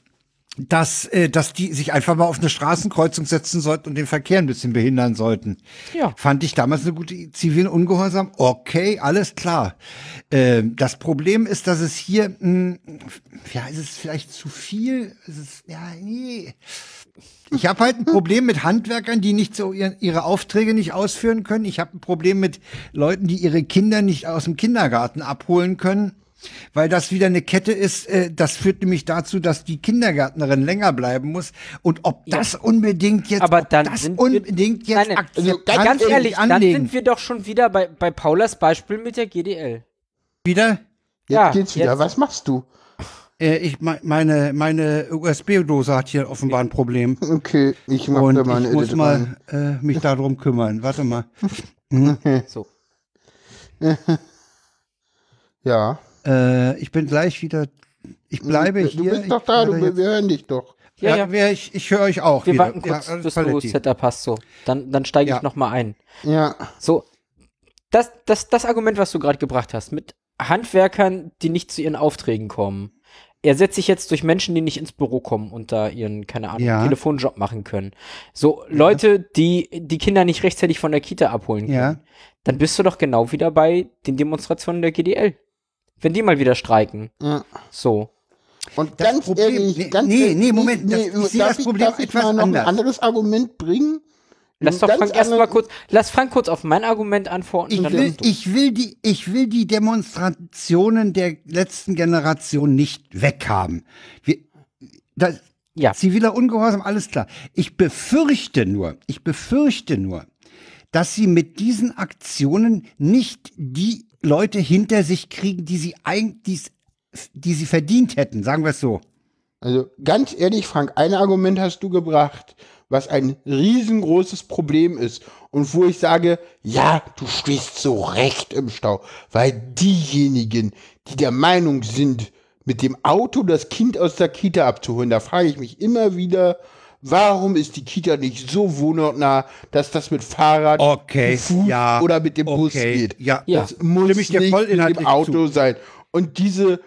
Speaker 1: dass, äh, dass die sich einfach mal auf eine Straßenkreuzung setzen sollten und den Verkehr ein bisschen behindern sollten.
Speaker 2: Ja.
Speaker 1: Fand ich damals eine gute I- zivilen Ungehorsam. Okay, alles klar. Ähm, das Problem ist, dass es hier, hm, mh, ja, es ist vielleicht zu viel. Es ist, ja, nee. Ich habe halt ein Problem mit Handwerkern, die nicht so ihren- ihre Aufträge nicht ausführen können. Ich habe ein Problem mit Leuten, die ihre Kinder nicht aus dem Kindergarten abholen können, weil das wieder eine Kette ist. äh, Das führt nämlich dazu, dass die Kindergärtnerin länger bleiben muss. Und ob das unbedingt jetzt,
Speaker 2: Aber
Speaker 1: ob
Speaker 2: dann
Speaker 1: das
Speaker 2: sind wir-
Speaker 1: unbedingt
Speaker 2: Nein,
Speaker 1: jetzt
Speaker 2: nein.
Speaker 1: akzeptanz
Speaker 3: Also
Speaker 2: Ganz
Speaker 1: irgendwie
Speaker 2: ehrlich, dann
Speaker 1: anlegen.
Speaker 2: sind wir doch schon wieder bei, bei Paulas Beispiel mit der GDL.
Speaker 1: wieder.
Speaker 3: Jetzt
Speaker 2: Ja,
Speaker 3: geht's wieder.
Speaker 2: jetzt-
Speaker 3: Was machst du?
Speaker 1: Äh, ich me- meine meine USB-Dose hat hier offenbar ein Problem.
Speaker 3: Okay, ich mach
Speaker 1: Und
Speaker 3: da mal eine
Speaker 1: ich muss
Speaker 3: Edit rein.
Speaker 1: mal äh, mich darum kümmern. Warte mal.
Speaker 2: So.
Speaker 3: Ja.
Speaker 1: Äh, ich bin gleich wieder. Ich bleibe
Speaker 3: du,
Speaker 1: hier.
Speaker 3: Du bist doch
Speaker 1: ich
Speaker 3: da,
Speaker 1: werde
Speaker 3: du, wir
Speaker 1: jetzt-
Speaker 3: hören dich doch.
Speaker 1: ja,
Speaker 2: Ja,
Speaker 1: ja.
Speaker 2: ja.
Speaker 1: ich, ich höre euch auch
Speaker 2: Wir
Speaker 1: wieder.
Speaker 2: warten kurz,
Speaker 1: ja, alles
Speaker 2: bis du
Speaker 1: Paletti.
Speaker 2: Setup hast. So. Dann, dann steige ich
Speaker 1: Ja.
Speaker 2: noch mal ein.
Speaker 3: Ja.
Speaker 2: So, das, das, das Argument, was du gerade gebracht hast, mit Handwerkern, die nicht zu ihren Aufträgen kommen, ersetzt sich jetzt durch Menschen, die nicht ins Büro kommen und da ihren, keine Ahnung,
Speaker 1: Ja.
Speaker 2: Telefonjob machen können. So, Leute, die die Kinder nicht rechtzeitig von der Kita abholen können.
Speaker 1: Ja.
Speaker 2: Dann bist du doch genau wieder bei den Demonstrationen der GDL. Wenn die mal wieder streiken.
Speaker 3: ja.
Speaker 2: So.
Speaker 3: Und
Speaker 1: Das
Speaker 3: ganz
Speaker 1: Problem-
Speaker 3: ehrlich,
Speaker 1: nee,
Speaker 3: ganz
Speaker 1: nee,
Speaker 3: ehrlich,
Speaker 1: nee, Moment, das- ich sehe
Speaker 3: darf
Speaker 1: das Problem
Speaker 3: darf ich
Speaker 1: etwas
Speaker 3: mal noch
Speaker 1: anders.
Speaker 3: ein anderes Argument bringen?
Speaker 2: Lass
Speaker 3: Ein
Speaker 2: doch
Speaker 3: ganz
Speaker 2: Frank erstmal
Speaker 3: anderes-
Speaker 2: kurz, lass Frank kurz auf mein Argument antworten.
Speaker 1: Ich
Speaker 2: dann
Speaker 1: will,
Speaker 2: darfst du.
Speaker 1: ich, will die, ich will die Demonstrationen der letzten Generation nicht weghaben. Wir, das,
Speaker 2: ja.
Speaker 1: Ziviler Ungehorsam, alles klar. Ich befürchte nur, ich befürchte nur, dass sie mit diesen Aktionen nicht die Leute hinter sich kriegen, die sie, eig- die's- die sie verdient hätten, sagen wir es so.
Speaker 3: Also ganz ehrlich, Frank, ein Argument hast du gebracht, was ein riesengroßes Problem ist und wo ich sage, ja, du stehst so recht im Stau, weil diejenigen, die der Meinung sind, mit dem Auto das Kind aus der Kita abzuholen. Da frage ich mich immer wieder, warum ist die Kita nicht so wohnortnah, dass das mit Fahrrad,
Speaker 1: Okay,
Speaker 3: zu Fuß
Speaker 1: ja,
Speaker 3: oder mit dem Bus
Speaker 1: okay,
Speaker 3: geht?
Speaker 1: ja,
Speaker 2: Ja.
Speaker 3: Das muss
Speaker 1: Stimme ich
Speaker 3: nicht
Speaker 1: dir voll
Speaker 3: mit dem
Speaker 1: inhaltlich
Speaker 3: Auto sein. Und diese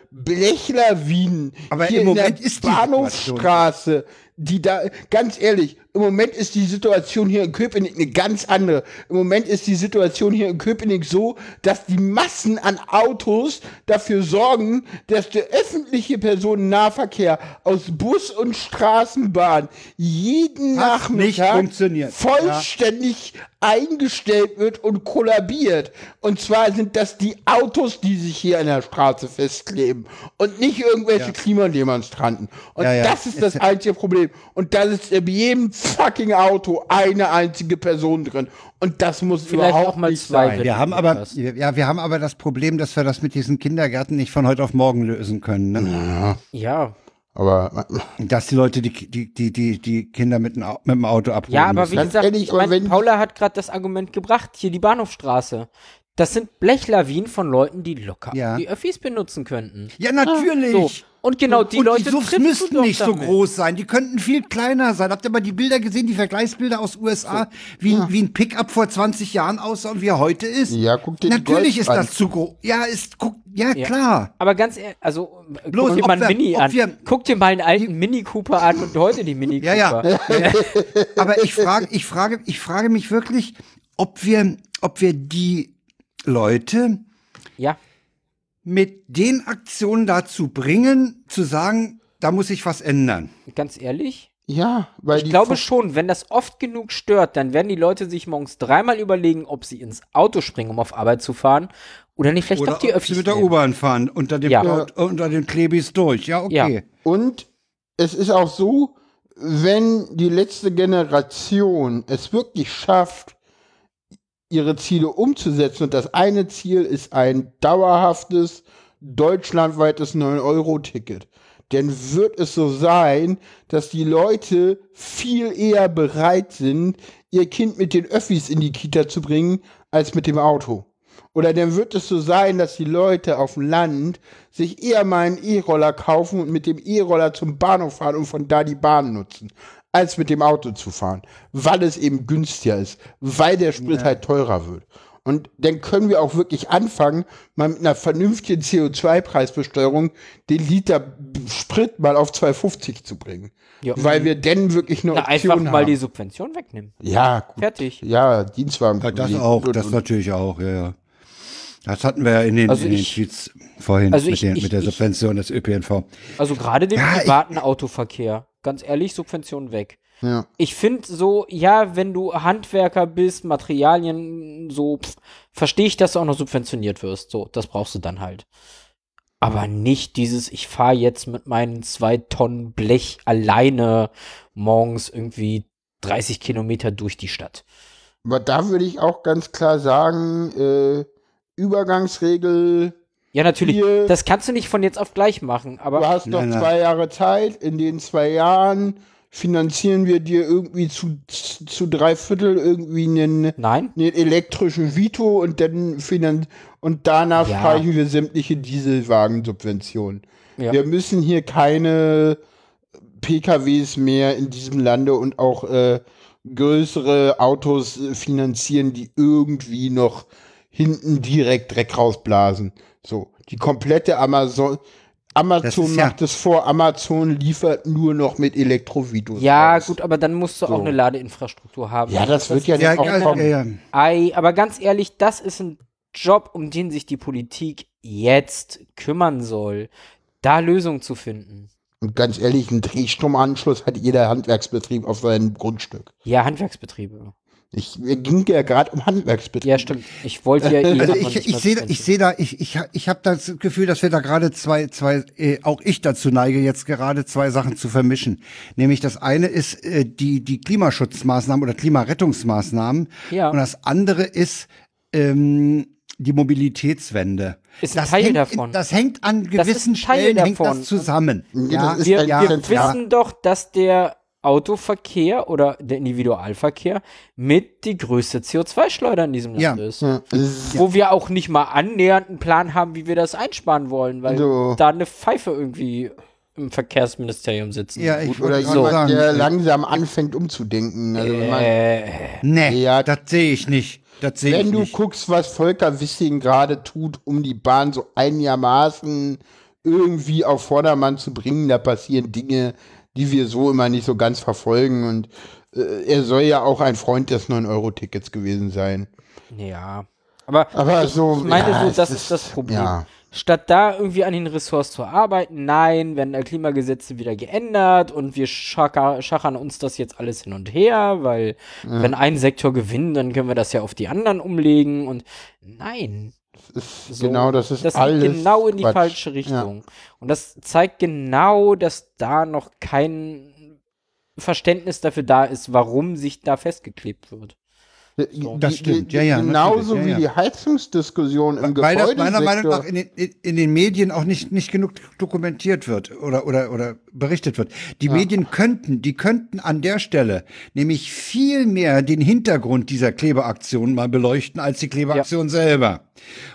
Speaker 3: Blechlawinen
Speaker 1: Aber im Moment ist die
Speaker 3: Bahnhofstraße, die da, ganz ehrlich, im Moment ist die Situation hier in Köpenick eine ganz andere. Im Moment ist die Situation hier in Köpenick so, dass die Massen an Autos dafür sorgen, dass der öffentliche Personennahverkehr aus Bus und Straßenbahn jeden
Speaker 1: Hat nicht
Speaker 3: Nachmittag
Speaker 1: funktioniert. Ja.
Speaker 3: vollständig eingestellt wird und kollabiert. Und zwar sind das die Autos, die sich hier an der Straße festkleben und nicht irgendwelche Klimademonstranten. Und
Speaker 1: Ja, ja.
Speaker 3: das ist das einzige Problem. Und da sitzt in jedem fucking Auto eine einzige Person drin. Und das muss
Speaker 2: Vielleicht
Speaker 3: überhaupt
Speaker 2: auch mal
Speaker 3: nicht
Speaker 2: zwei.
Speaker 3: sein.
Speaker 1: Wir haben aber,
Speaker 2: Etwas.
Speaker 1: ja, wir haben aber das Problem, dass wir das mit diesen Kindergärten nicht von heute auf morgen lösen können. Ne?
Speaker 2: Ja.
Speaker 3: Aber
Speaker 1: Dass die Leute die, die, die, die, die Kinder mit dem Au- mit dem Auto abholen.
Speaker 2: Ja, aber
Speaker 1: müssen.
Speaker 2: wie
Speaker 3: Ganz
Speaker 2: gesagt,
Speaker 3: ehrlich,
Speaker 2: ich
Speaker 3: aber
Speaker 2: mein,
Speaker 3: wenn-
Speaker 2: Paula hat gerade das Argument gebracht, hier die Bahnhofstraße. Das sind Blechlawinen von Leuten, die locker
Speaker 1: Ja.
Speaker 2: die Öffis benutzen könnten.
Speaker 1: ja, natürlich.
Speaker 2: So. Und genau die
Speaker 1: und
Speaker 2: Leute
Speaker 1: die Suffs
Speaker 2: triffst du
Speaker 1: müssten
Speaker 2: doch
Speaker 1: nicht so
Speaker 2: damit.
Speaker 1: groß sein. Die könnten viel kleiner sein. Habt ihr mal die Bilder gesehen, die Vergleichsbilder aus USA, wie, wie ein Pickup vor 20 Jahren aussah und wie er heute ist?
Speaker 3: Ja, guck dir die
Speaker 1: Natürlich
Speaker 3: Golf
Speaker 1: ist
Speaker 3: an.
Speaker 1: das zu groß. Ja, ist, guck, ja,
Speaker 2: Ja.
Speaker 1: klar.
Speaker 2: Aber ganz ehrlich, also äh,
Speaker 1: Bloß,
Speaker 2: guck dir
Speaker 1: ob
Speaker 2: mal einen
Speaker 1: wir-
Speaker 2: Mini
Speaker 1: ob
Speaker 2: an.
Speaker 1: wir-
Speaker 2: guck dir mal einen alten Mini Cooper an und heute die Mini
Speaker 1: Ja,
Speaker 2: Cooper.
Speaker 1: ja. Aber ich frage, ich frage, ich frage mich wirklich, ob wir, ob wir die Leute
Speaker 2: Ja.
Speaker 1: mit den Aktionen dazu bringen, zu sagen, da muss ich was ändern.
Speaker 2: ganz ehrlich.
Speaker 3: ja, weil
Speaker 2: Ich
Speaker 3: die
Speaker 2: glaube schon, wenn das oft genug stört, dann werden die Leute sich morgens dreimal überlegen, ob sie ins Auto springen, um auf Arbeit zu fahren oder nicht vielleicht
Speaker 1: Oder
Speaker 2: doch die
Speaker 1: ob sie
Speaker 2: Öffis
Speaker 1: mit der
Speaker 2: nehmen.
Speaker 1: U-Bahn fahren, unter dem,
Speaker 2: Ja.
Speaker 1: Aut- unter dem Klebis durch. Ja, okay.
Speaker 2: Ja.
Speaker 3: Und es ist auch so, wenn die letzte Generation es wirklich schafft, ihre Ziele umzusetzen, und das eine Ziel ist ein dauerhaftes, deutschlandweites 9-Euro-Ticket, dann wird es so sein, dass die Leute viel eher bereit sind, ihr Kind mit den Öffis in die Kita zu bringen, als mit dem Auto. Oder dann wird es so sein, dass die Leute auf dem Land sich eher mal einen E-Roller kaufen und mit dem E-Roller zum Bahnhof fahren und von da die Bahn nutzen, als mit dem Auto zu fahren, weil es eben günstiger ist, weil der Sprit halt teurer wird. Und dann können wir auch wirklich anfangen, mal mit einer vernünftigen CO2-Preisbesteuerung den Liter B- Sprit mal auf 2,50 zu bringen.
Speaker 2: Ja.
Speaker 3: Weil wir dann wirklich eine
Speaker 2: Na,
Speaker 3: Option
Speaker 2: einfach
Speaker 3: haben.
Speaker 2: mal die Subvention wegnehmen.
Speaker 3: ja, gut.
Speaker 2: Fertig.
Speaker 3: Ja, Dienstwagen.
Speaker 1: Ja, das auch, das natürlich auch, ja, ja. Das hatten wir ja in den,
Speaker 2: Also
Speaker 1: in den
Speaker 2: ich-
Speaker 1: Tweets vorhin
Speaker 2: also
Speaker 1: mit,
Speaker 2: ich-
Speaker 1: den,
Speaker 2: ich-
Speaker 1: mit der
Speaker 2: ich-
Speaker 1: Subvention des ÖPNV.
Speaker 2: Also gerade den
Speaker 1: Ja, ich-
Speaker 2: privaten Autoverkehr. Ganz ehrlich, Subvention weg.
Speaker 3: Ja.
Speaker 2: Ich finde so, ja, wenn du Handwerker bist, Materialien, so, verstehe ich, dass du auch noch subventioniert wirst. So, das brauchst du dann halt. Aber nicht dieses, ich fahre jetzt mit meinen zwei Tonnen Blech alleine morgens irgendwie 30 Kilometer durch die Stadt.
Speaker 3: Aber da würde ich auch ganz klar sagen, äh, Übergangsregel,
Speaker 2: Ja, natürlich.
Speaker 3: Hier-
Speaker 2: Das kannst du nicht von jetzt auf gleich machen,
Speaker 3: du
Speaker 2: aber
Speaker 3: hast noch
Speaker 1: Nein, nein.
Speaker 3: zwei Jahre Zeit, in den zwei Jahren finanzieren wir dir irgendwie zu, zu drei Viertel irgendwie einen,
Speaker 2: nein.
Speaker 3: einen elektrischen Vito und dann finan und danach
Speaker 2: Ja.
Speaker 3: streichen wir sämtliche Dieselwagensubventionen.
Speaker 2: Ja.
Speaker 3: Wir müssen hier keine PKWs mehr in diesem Lande und auch äh, größere Autos äh, finanzieren, die irgendwie noch hinten direkt Dreck rausblasen. So, die komplette Amazon Amazon
Speaker 1: ist ja-
Speaker 3: macht es vor, Amazon liefert nur noch mit Elektrovitos.
Speaker 2: Ja,
Speaker 3: raus.
Speaker 2: gut, aber dann musst du auch eine Ladeinfrastruktur haben.
Speaker 3: Ja, das wird
Speaker 2: Also
Speaker 3: ja,
Speaker 1: Ja,
Speaker 3: nicht
Speaker 1: ja,
Speaker 3: auch kommen.
Speaker 1: ja, ja.
Speaker 2: Ei, aber ganz ehrlich, das ist ein Job, um den sich die Politik jetzt kümmern soll, da Lösungen zu finden.
Speaker 3: Und ganz ehrlich, einen Drehstromanschluss hat jeder Handwerksbetrieb auf seinem Grundstück.
Speaker 2: Ja, Handwerksbetriebe.
Speaker 3: Ich mir ging ja gerade um Handwerksbetrieb.
Speaker 2: Ja, stimmt. Ich wollte ja eh
Speaker 1: Also
Speaker 2: davon
Speaker 1: ich,
Speaker 2: nicht
Speaker 1: ich
Speaker 2: mal
Speaker 1: sehe da, ich
Speaker 2: sprechen.
Speaker 1: sehe da, ich, ich, ich habe das Gefühl, dass wir da gerade zwei, zwei, äh, auch ich dazu neige, jetzt gerade zwei Sachen zu vermischen. Nämlich das eine ist äh, die, die Klimaschutzmaßnahmen oder Klimarettungsmaßnahmen.
Speaker 2: Ja.
Speaker 1: Und das andere ist ähm, die Mobilitätswende.
Speaker 2: Ist ein Teil
Speaker 1: hängt,
Speaker 2: davon.
Speaker 1: Das hängt an
Speaker 2: ist
Speaker 1: gewissen
Speaker 2: ein Teil
Speaker 1: Stellen hängt
Speaker 2: davon.
Speaker 1: das zusammen.
Speaker 3: Ja,
Speaker 1: Ja,
Speaker 3: das ist
Speaker 2: Wir,
Speaker 3: ein
Speaker 2: wir
Speaker 3: Zentral-
Speaker 2: wissen doch, dass der Autoverkehr oder der Individualverkehr mit die größte CO2-Schleuder in diesem Land
Speaker 1: Ja.
Speaker 2: ist.
Speaker 3: Ja, es ist-
Speaker 2: Wo wir auch nicht mal annähernd einen Plan haben, wie wir das einsparen wollen, weil
Speaker 3: So.
Speaker 2: da eine Pfeife irgendwie im Verkehrsministerium sitzt.
Speaker 1: Ja, ich
Speaker 3: Oder
Speaker 1: wollte gerade
Speaker 3: jemand, der
Speaker 1: sagen.
Speaker 3: langsam anfängt umzudenken. Also, wenn, man,
Speaker 2: äh,
Speaker 1: Nee,
Speaker 3: Ja.
Speaker 1: das sehe ich nicht. Das sehe ich
Speaker 3: wenn du
Speaker 1: nicht.
Speaker 3: guckst, was Volker Wissing gerade tut, um die Bahn so einigermaßen irgendwie auf Vordermann zu bringen, da passieren Dinge, die wir so immer nicht so ganz verfolgen. Und äh, er soll ja auch ein Freund des 9-Euro-Tickets gewesen sein.
Speaker 2: ja. Aber,
Speaker 3: Aber so.
Speaker 2: ich meine,
Speaker 3: ja,
Speaker 2: so,
Speaker 3: es
Speaker 2: das ist das Problem.
Speaker 3: Ja.
Speaker 2: Statt da irgendwie an den Ressorts zu arbeiten, nein, werden da Klimagesetze wieder geändert und wir schacker, schachern uns das jetzt alles hin und her, weil wenn ein Sektor gewinnt, dann können wir das ja auf die anderen umlegen und nein.
Speaker 3: Ist
Speaker 2: So,
Speaker 3: genau, das ist
Speaker 2: das
Speaker 3: alles.
Speaker 2: geht genau in die
Speaker 3: Quatsch.
Speaker 2: falsche Richtung. Und das zeigt genau, dass da noch kein Verständnis dafür da ist, warum sich da festgeklebt wird.
Speaker 3: Ja.
Speaker 1: Das
Speaker 3: Die-
Speaker 1: stimmt,
Speaker 3: die-
Speaker 1: ja, ja,
Speaker 3: Genauso
Speaker 1: natürlich, ja,
Speaker 3: wie
Speaker 1: ja.
Speaker 3: die Heizungsdiskussion im
Speaker 1: Weil das
Speaker 3: Gebäudesektor.
Speaker 1: meiner Meinung nach in den, in, in den Medien auch nicht, nicht genug dokumentiert wird oder, oder, oder berichtet wird. Die Medien könnten, die könnten an der Stelle nämlich viel mehr den Hintergrund dieser Klebeaktion mal beleuchten als die Klebeaktion selber.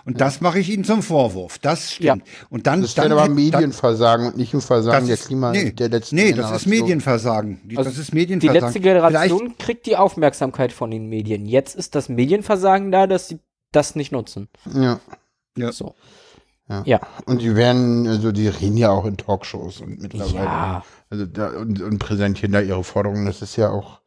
Speaker 1: Und das mache ich ihnen zum Vorwurf. Das stimmt. Und dann,
Speaker 3: Das ist
Speaker 1: dann,
Speaker 3: dann aber
Speaker 1: dann-
Speaker 3: Medienversagen und nicht ein Versagen der
Speaker 1: ist-
Speaker 3: Klima
Speaker 1: nee,
Speaker 3: der letzten
Speaker 1: Nee, das ist
Speaker 3: Generation.
Speaker 1: Medienversagen. Die-
Speaker 2: Also
Speaker 1: das ist
Speaker 2: Die
Speaker 1: Medienversagen.
Speaker 2: letzte Generation kriegt die Aufmerksamkeit von den Medien. Jetzt ist das Medienversagen da, dass sie das nicht nutzen.
Speaker 3: Ja.
Speaker 1: Ja.
Speaker 2: So.
Speaker 3: Ja.
Speaker 2: Ja.
Speaker 3: Und die werden, also die reden ja auch in Talkshows und mittlerweile.
Speaker 2: Ja.
Speaker 3: Also da, und, und präsentieren da ihre Forderungen. Das ist ja auch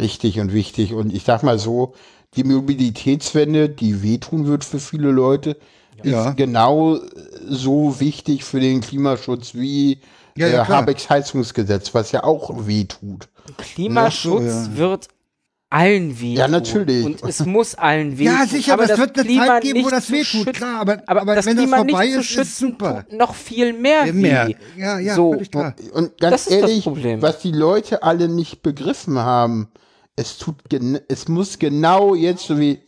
Speaker 3: richtig und wichtig. Und ich sag mal so, die Mobilitätswende, die wehtun wird für viele Leute, ist
Speaker 1: Ja.
Speaker 3: genau so wichtig für den Klimaschutz wie
Speaker 1: Ja, ja,
Speaker 3: äh,
Speaker 1: klar.
Speaker 3: Habecks Heizungsgesetz, was ja auch wehtut.
Speaker 2: Klimaschutz
Speaker 1: Ja, so, ja.
Speaker 2: wird allen wehtun.
Speaker 3: Ja, natürlich.
Speaker 2: Und es muss allen wehtun.
Speaker 1: Ja, sicher, aber, es wird eine
Speaker 2: Klima
Speaker 1: Zeit geben, wo
Speaker 2: nicht
Speaker 1: das
Speaker 2: zu
Speaker 1: wehtut,
Speaker 2: schützen-
Speaker 1: klar, aber,
Speaker 2: Aber,
Speaker 1: aber,
Speaker 2: das
Speaker 1: wenn das
Speaker 2: Klima
Speaker 1: vorbei
Speaker 2: nicht zu
Speaker 1: ist, ist
Speaker 2: schützen,
Speaker 1: super.
Speaker 2: tut noch viel mehr weh.
Speaker 1: Mehr. Ja, ja,
Speaker 2: so.
Speaker 1: völlig klar.
Speaker 3: Und ganz
Speaker 2: Das ist das
Speaker 3: ehrlich,
Speaker 2: Problem.
Speaker 3: was die Leute alle nicht begriffen haben, es tut, gen- es muss genau jetzt so wie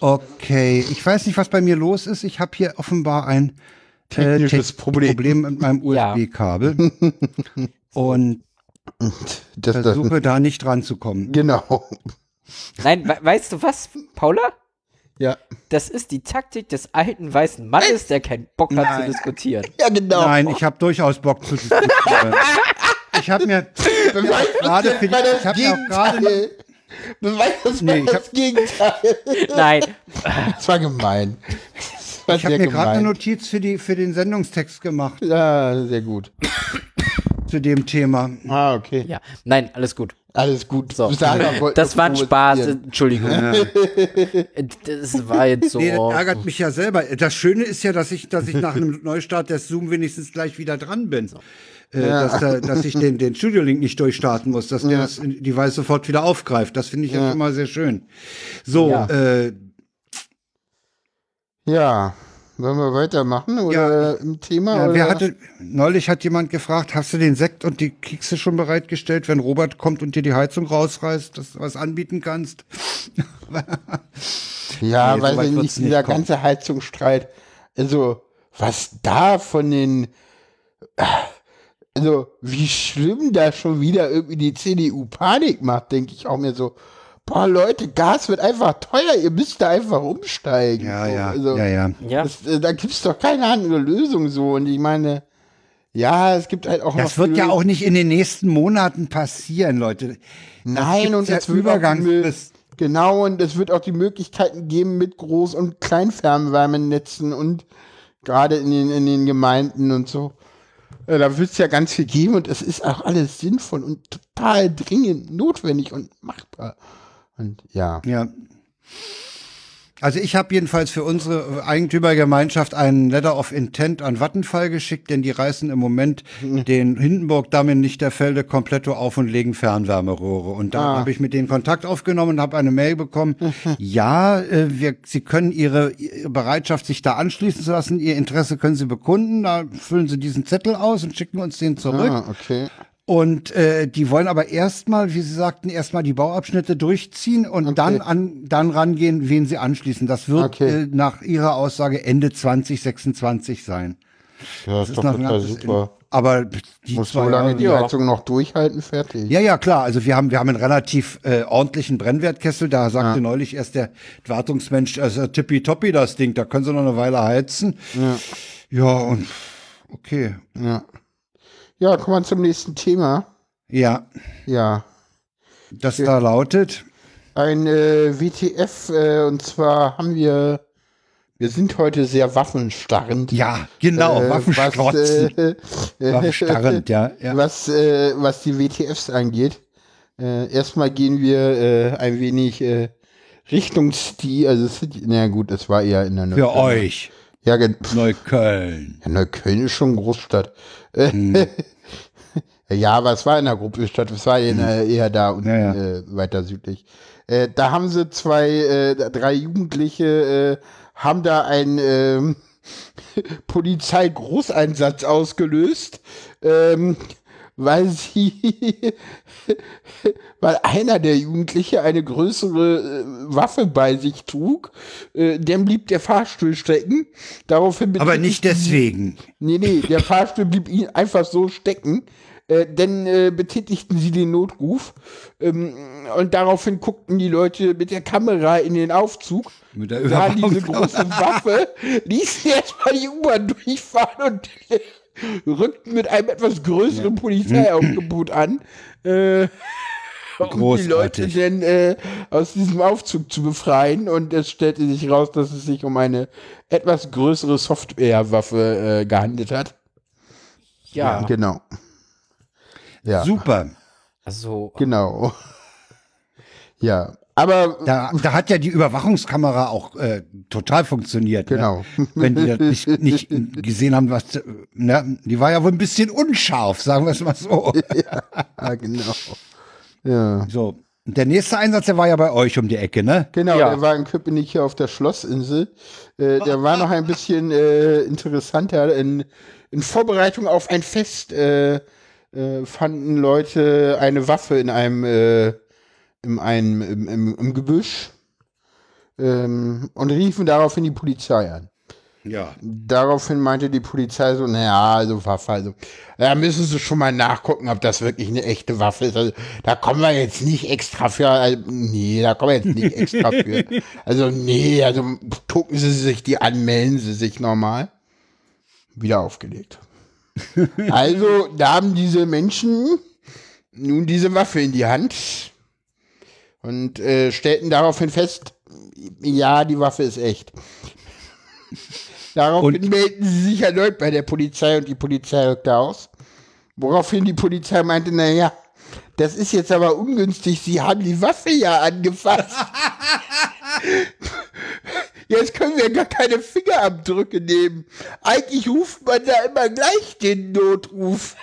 Speaker 1: Okay, ich weiß nicht, was bei mir los ist. Ich habe hier offenbar ein äh,
Speaker 3: Technisches
Speaker 1: Tech-
Speaker 3: Problem.
Speaker 1: Problem mit meinem
Speaker 2: Ja.
Speaker 1: USB-Kabel und
Speaker 3: das, das,
Speaker 1: versuche da nicht ranzukommen.
Speaker 3: genau.
Speaker 2: Nein, we weißt du was, Paula?
Speaker 3: Ja.
Speaker 2: Das ist die Taktik des alten weißen Mannes, der keinen Bock hat zu
Speaker 1: Nein.
Speaker 2: diskutieren.
Speaker 3: Ja, genau.
Speaker 1: Nein, ich habe durchaus Bock zu diskutieren. ich habe mir
Speaker 3: Beweis
Speaker 1: gerade für die,
Speaker 3: mal das
Speaker 1: ich habe mir auch gerade
Speaker 3: Gegenteil. Beweis das mal
Speaker 1: Nee, ich
Speaker 3: das Gegenteil.
Speaker 2: Nein,
Speaker 3: Das war gemein. Das war
Speaker 1: ich habe mir gerade eine Notiz für die für den Sendungstext gemacht
Speaker 3: Ja, sehr gut.
Speaker 1: zu dem Thema.
Speaker 3: Ah, okay.
Speaker 2: ja, nein, alles gut.
Speaker 3: Alles gut.
Speaker 2: So.
Speaker 3: Sarah wollte
Speaker 2: Das war ein Spaß,
Speaker 3: provozieren.
Speaker 2: Entschuldigung. Das war jetzt so.
Speaker 1: Nee, das ärgert mich ja selber. Das Schöne ist ja, dass ich, dass ich nach einem Neustart des Zoom wenigstens gleich wieder dran bin. Äh, dass, da, dass ich den, den Studio-Link nicht durchstarten muss, dass der das in- Device sofort wieder aufgreift. Das finde ich ja. schon mal sehr schön. So,
Speaker 3: Ja.
Speaker 1: äh,
Speaker 3: Ja. Wollen wir weitermachen oder im Thema?
Speaker 1: ja,
Speaker 3: oder?
Speaker 1: wer hatte, neulich hat jemand gefragt, hast du den Sekt und die Kekse schon bereitgestellt, wenn Robert kommt und dir die Heizung rausreißt, dass du was anbieten kannst?
Speaker 3: Ja,
Speaker 1: Nee, so
Speaker 3: weiß
Speaker 1: weit wird's
Speaker 3: ich nicht,
Speaker 1: nicht
Speaker 3: dieser
Speaker 1: kommen.
Speaker 3: ganze Heizungsstreit. Also, was da von den. Also, wie schlimm da schon wieder irgendwie die CDU Panik macht, denke ich auch mir so. Boah, Leute, Gas wird einfach teuer, ihr müsst da einfach umsteigen.
Speaker 1: Ja,
Speaker 3: so,
Speaker 1: ja,
Speaker 3: also,
Speaker 1: ja, ja.
Speaker 2: ja,
Speaker 3: Das, äh, da gibt's doch keine andere Lösung so. Und ich meine, ja, es gibt halt auch noch.
Speaker 1: Das wird ja
Speaker 3: viel-
Speaker 1: auch nicht in den nächsten Monaten passieren, Leute.
Speaker 3: Nein, und
Speaker 1: jetzt
Speaker 3: es wird auch die Mö-
Speaker 1: Übergangsfrist.
Speaker 3: Genau, und es wird auch die Möglichkeiten geben mit Groß- und Kleinfernwärmenetzen und gerade in den, in den Gemeinden und so. Äh, Da wird es ja ganz viel geben und es ist auch alles sinnvoll und total dringend notwendig und machbar. Und ja.
Speaker 1: Ja. Also ich habe jedenfalls für unsere Eigentümergemeinschaft einen Letter of Intent an Vattenfall geschickt, denn die reißen im Moment den Hindenburg-Damm in Lichterfelde kompletto auf und legen Fernwärmeröhre. Und da habe ich mit denen Kontakt aufgenommen und habe eine Mail bekommen, ja, äh, wir, sie können ihre, ihre Bereitschaft, sich da anschließen zu lassen, ihr Interesse können sie bekunden, da füllen sie diesen Zettel aus und schicken uns den zurück.
Speaker 3: Ah, okay.
Speaker 1: Und äh, die wollen aber erstmal, wie Sie sagten, erstmal die Bauabschnitte durchziehen und dann an dann rangehen, wen sie anschließen. Das wird
Speaker 3: Okay.
Speaker 1: äh, nach Ihrer Aussage Ende 2026 sein.
Speaker 3: Ja, ist,
Speaker 1: ist
Speaker 3: doch
Speaker 1: noch-
Speaker 3: total
Speaker 1: ist-
Speaker 3: super.
Speaker 1: Aber die
Speaker 3: Muss
Speaker 1: zwei
Speaker 3: so lange die
Speaker 1: Jahre-
Speaker 3: Heizung noch durchhalten, fertig.
Speaker 1: Ja, ja, klar. Also wir haben, wir haben einen relativ äh, ordentlichen Brennwertkessel. Da sagte
Speaker 3: Ja.
Speaker 1: neulich erst der Wartungsmensch, also tippitoppi das Ding, da können sie noch eine Weile heizen.
Speaker 3: Ja.
Speaker 1: Ja, und okay.
Speaker 3: Ja, ja kommen wir zum nächsten Thema.
Speaker 1: Ja,
Speaker 3: Ja,
Speaker 1: das da lautet.
Speaker 3: ein äh, WTF äh, und zwar haben wir, wir sind heute sehr waffenstarrend.
Speaker 1: Ja, genau,
Speaker 3: Äh,
Speaker 1: Waffenstrotzen.
Speaker 3: Was, äh,
Speaker 1: Waffenstarrend, ja, ja.
Speaker 3: Was, äh, was die WTFs angeht. Äh, erstmal gehen wir äh, ein wenig äh, Richtung Stil, also City, na gut, das war eher in der
Speaker 1: Für
Speaker 3: Neukölln.
Speaker 1: euch,
Speaker 3: Ja, ge- pff,
Speaker 1: Neukölln.
Speaker 3: ja, Neukölln ist schon Großstadt. Äh,
Speaker 1: Hm.
Speaker 3: ja, aber es war in der Großstadt, es war in, äh, eher da unten,
Speaker 1: Hm. Ja, ja.
Speaker 3: Äh, weiter südlich. Äh, da haben sie zwei, äh, drei Jugendliche, äh, haben da einen ähm, Polizeigroßeinsatz ausgelöst, ähm, weil sie, weil einer der Jugendliche eine größere äh, Waffe bei sich trug, äh, dem blieb der Fahrstuhl stecken. Daraufhin
Speaker 1: Aber
Speaker 3: betrieb
Speaker 1: nicht deswegen.
Speaker 3: Nee, nee, der Fahrstuhl blieb ihnen einfach so stecken. Äh, denn äh, betätigten sie den Notruf ähm, und daraufhin guckten die Leute mit der Kamera in den Aufzug,
Speaker 1: Mit der
Speaker 3: sahen diese
Speaker 1: Überwachungskamera.
Speaker 3: große Waffe, ließen erstmal die U-Bahn durchfahren und rückten mit einem etwas größeren Polizeiaufgebot an, äh, um die Leute
Speaker 1: Großartig.
Speaker 3: denn äh, aus diesem Aufzug zu befreien. Und es stellte sich raus, dass es sich um eine etwas größere Softwarewaffe äh, gehandelt hat.
Speaker 2: Ja,
Speaker 3: Genau. Ja,
Speaker 1: Super.
Speaker 2: also
Speaker 3: genau. Ja, aber
Speaker 1: Da, da hat ja die Überwachungskamera auch äh, total funktioniert.
Speaker 3: Genau.
Speaker 1: Ne? Wenn die das nicht, nicht gesehen haben, was. äh, Ne? Die war ja wohl ein bisschen unscharf, sagen wir es mal so.
Speaker 3: ah, genau. Ja.
Speaker 1: So. Und der nächste Einsatz, der war ja bei euch um die Ecke, ne?
Speaker 3: Genau,
Speaker 2: Ja.
Speaker 3: der war in Köpenick hier auf der Schlossinsel. Äh, der war noch ein bisschen äh, interessanter. In, in Vorbereitung auf ein Fest äh, äh, fanden Leute eine Waffe in einem, äh, in einem im, im, im Gebüsch ähm, und riefen daraufhin die Polizei an.
Speaker 1: Ja.
Speaker 3: Daraufhin meinte die Polizei so, naja, also Waffe, also, da müssen sie schon mal nachgucken, ob das wirklich eine echte Waffe ist. Also, da kommen wir jetzt nicht extra für, also, nee, da kommen wir jetzt nicht extra für. Also, nee, also gucken sie sich die an, melden sie sich normal. Wieder aufgelegt. Also, da haben diese Menschen nun diese Waffe in die Hand und äh, stellten daraufhin fest, ja, die Waffe ist echt. Daraufhin
Speaker 1: Und-
Speaker 3: meldeten sie sich erneut bei der Polizei und die Polizei rückte aus. Woraufhin die Polizei meinte, naja, das ist jetzt aber ungünstig, sie haben die Waffe ja angefasst. Jetzt können wir gar keine Fingerabdrücke nehmen. Eigentlich ruft man da immer gleich den Notruf.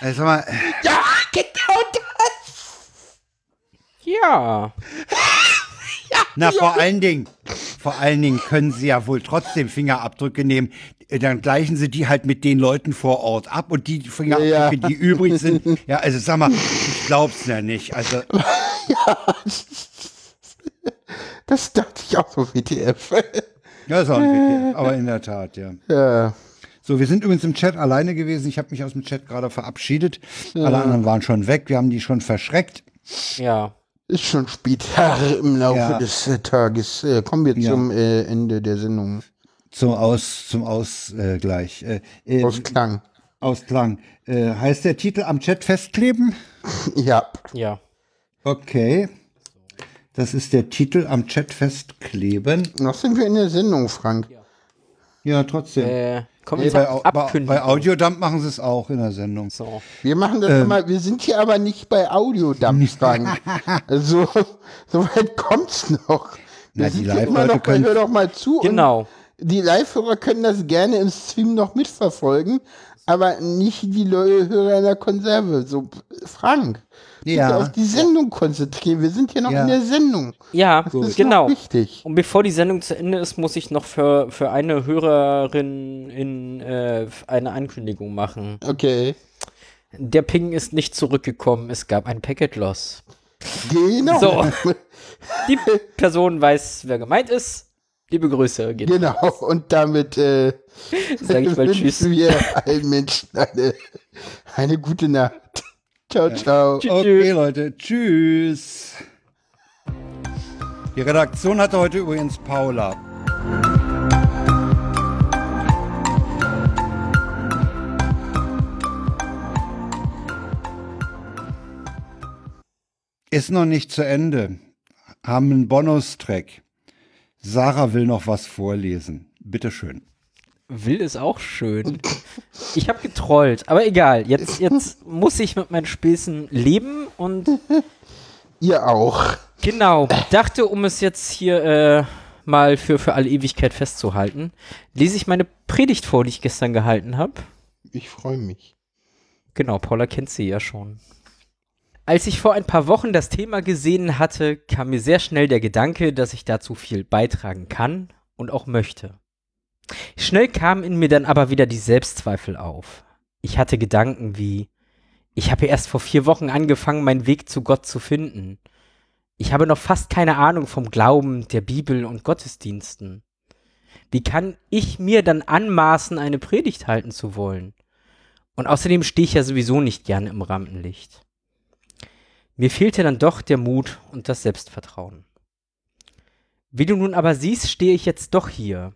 Speaker 1: Also mal,
Speaker 3: Ja, genau das.
Speaker 2: ja.
Speaker 1: na, vor allen Dingen, vor allen Dingen können sie ja wohl trotzdem Fingerabdrücke nehmen. Äh, Dann gleichen sie die halt mit den Leuten vor Ort ab und die
Speaker 3: Ja,
Speaker 1: Fingerabdrücke,
Speaker 3: ja.
Speaker 1: die übrig sind. Ja, also sag mal, ich glaub's ja nicht. Also,
Speaker 3: Das dachte ich auch so, WTF.
Speaker 1: ja, ist auch ein WTF, aber in der Tat, ja.
Speaker 3: Ja,
Speaker 1: So, wir sind übrigens im Chat alleine gewesen. Ich habe mich aus dem Chat gerade verabschiedet. Alle anderen waren schon weg. Wir haben die schon verschreckt.
Speaker 2: Ja.
Speaker 3: ist schon spät im Laufe
Speaker 1: Ja.
Speaker 3: des äh, Tages. Äh, kommen wir
Speaker 1: Ja.
Speaker 3: zum äh, Ende der Sendung.
Speaker 1: Zum Aus, zum Ausgleich. Äh, äh,
Speaker 3: Ausklang.
Speaker 1: Ausklang. Äh, heißt der Titel am Chat festkleben?
Speaker 3: Ja.
Speaker 2: Ja.
Speaker 1: Okay. Das ist der Titel am Chat festkleben.
Speaker 3: Noch sind wir in der Sendung, Frank.
Speaker 1: Ja, trotzdem.
Speaker 2: Äh, kommen
Speaker 1: Nee,
Speaker 2: wir
Speaker 1: bei,
Speaker 2: nee,
Speaker 1: Au- bei,
Speaker 2: abkündigen.
Speaker 1: bei Audiodump machen sie es auch in der Sendung.
Speaker 2: so.
Speaker 3: Wir machen
Speaker 1: Ähm.
Speaker 3: das immer, wir sind hier aber nicht bei Audiodump, Frank. also, so weit kommt's noch.
Speaker 1: Na,
Speaker 3: Wir
Speaker 1: die
Speaker 3: sind hier
Speaker 1: Live-Leute
Speaker 3: immer noch bei
Speaker 1: können-
Speaker 3: Hör doch mal zu. und
Speaker 2: Genau.
Speaker 3: Die Live-Hörer können das gerne im Stream noch mitverfolgen, aber nicht die Leu- Hörer in der Konserve. So, Frank, bitte
Speaker 1: Ja.
Speaker 3: auf die Sendung konzentrieren. Wir sind hier noch
Speaker 1: Ja.
Speaker 3: in der Sendung.
Speaker 2: Ja,
Speaker 3: Das ist
Speaker 2: genau.
Speaker 3: noch wichtig.
Speaker 2: Und bevor die Sendung zu Ende ist, muss ich noch für, für eine Hörerin in, äh, eine Ankündigung machen.
Speaker 3: Okay.
Speaker 2: Der Ping ist nicht zurückgekommen. Es gab ein Packet Loss.
Speaker 3: Genau.
Speaker 2: So. Die Person weiß, wer gemeint ist. Liebe Grüße. Geht
Speaker 3: Genau, und damit äh,
Speaker 2: Sag ich mal
Speaker 3: wünschen
Speaker 2: Tschüss.
Speaker 3: wir allen Menschen eine, eine gute Nacht. Ciao, ciao.
Speaker 1: Okay, Leute, tschüss. Die Redaktion hatte heute übrigens Paula. Ist noch nicht zu Ende. Haben einen Bonus-Track. Sarah will noch was vorlesen. Bitteschön.
Speaker 2: Will ist auch schön. Ich habe getrollt, aber egal. Jetzt, jetzt muss ich mit meinen Späßen leben und
Speaker 3: Ihr auch.
Speaker 2: Genau, dachte, um es jetzt hier äh, mal für, für alle Ewigkeit festzuhalten, lese ich meine Predigt vor, die ich gestern gehalten habe.
Speaker 3: Ich freue mich.
Speaker 2: Genau, Paula kennt sie ja schon. Als ich vor ein paar Wochen das Thema gesehen hatte, kam mir sehr schnell der Gedanke, dass ich dazu viel beitragen kann und auch möchte. Schnell kamen in mir dann aber wieder die Selbstzweifel auf. Ich hatte Gedanken wie, ich habe erst vor vier Wochen angefangen, meinen Weg zu Gott zu finden. Ich habe noch fast keine Ahnung vom Glauben, der Bibel und Gottesdiensten. Wie kann ich mir dann anmaßen, eine Predigt halten zu wollen? Und außerdem stehe ich ja sowieso nicht gerne im Rampenlicht. Mir fehlte dann doch der Mut und das Selbstvertrauen. Wie du nun aber siehst, stehe ich jetzt doch hier.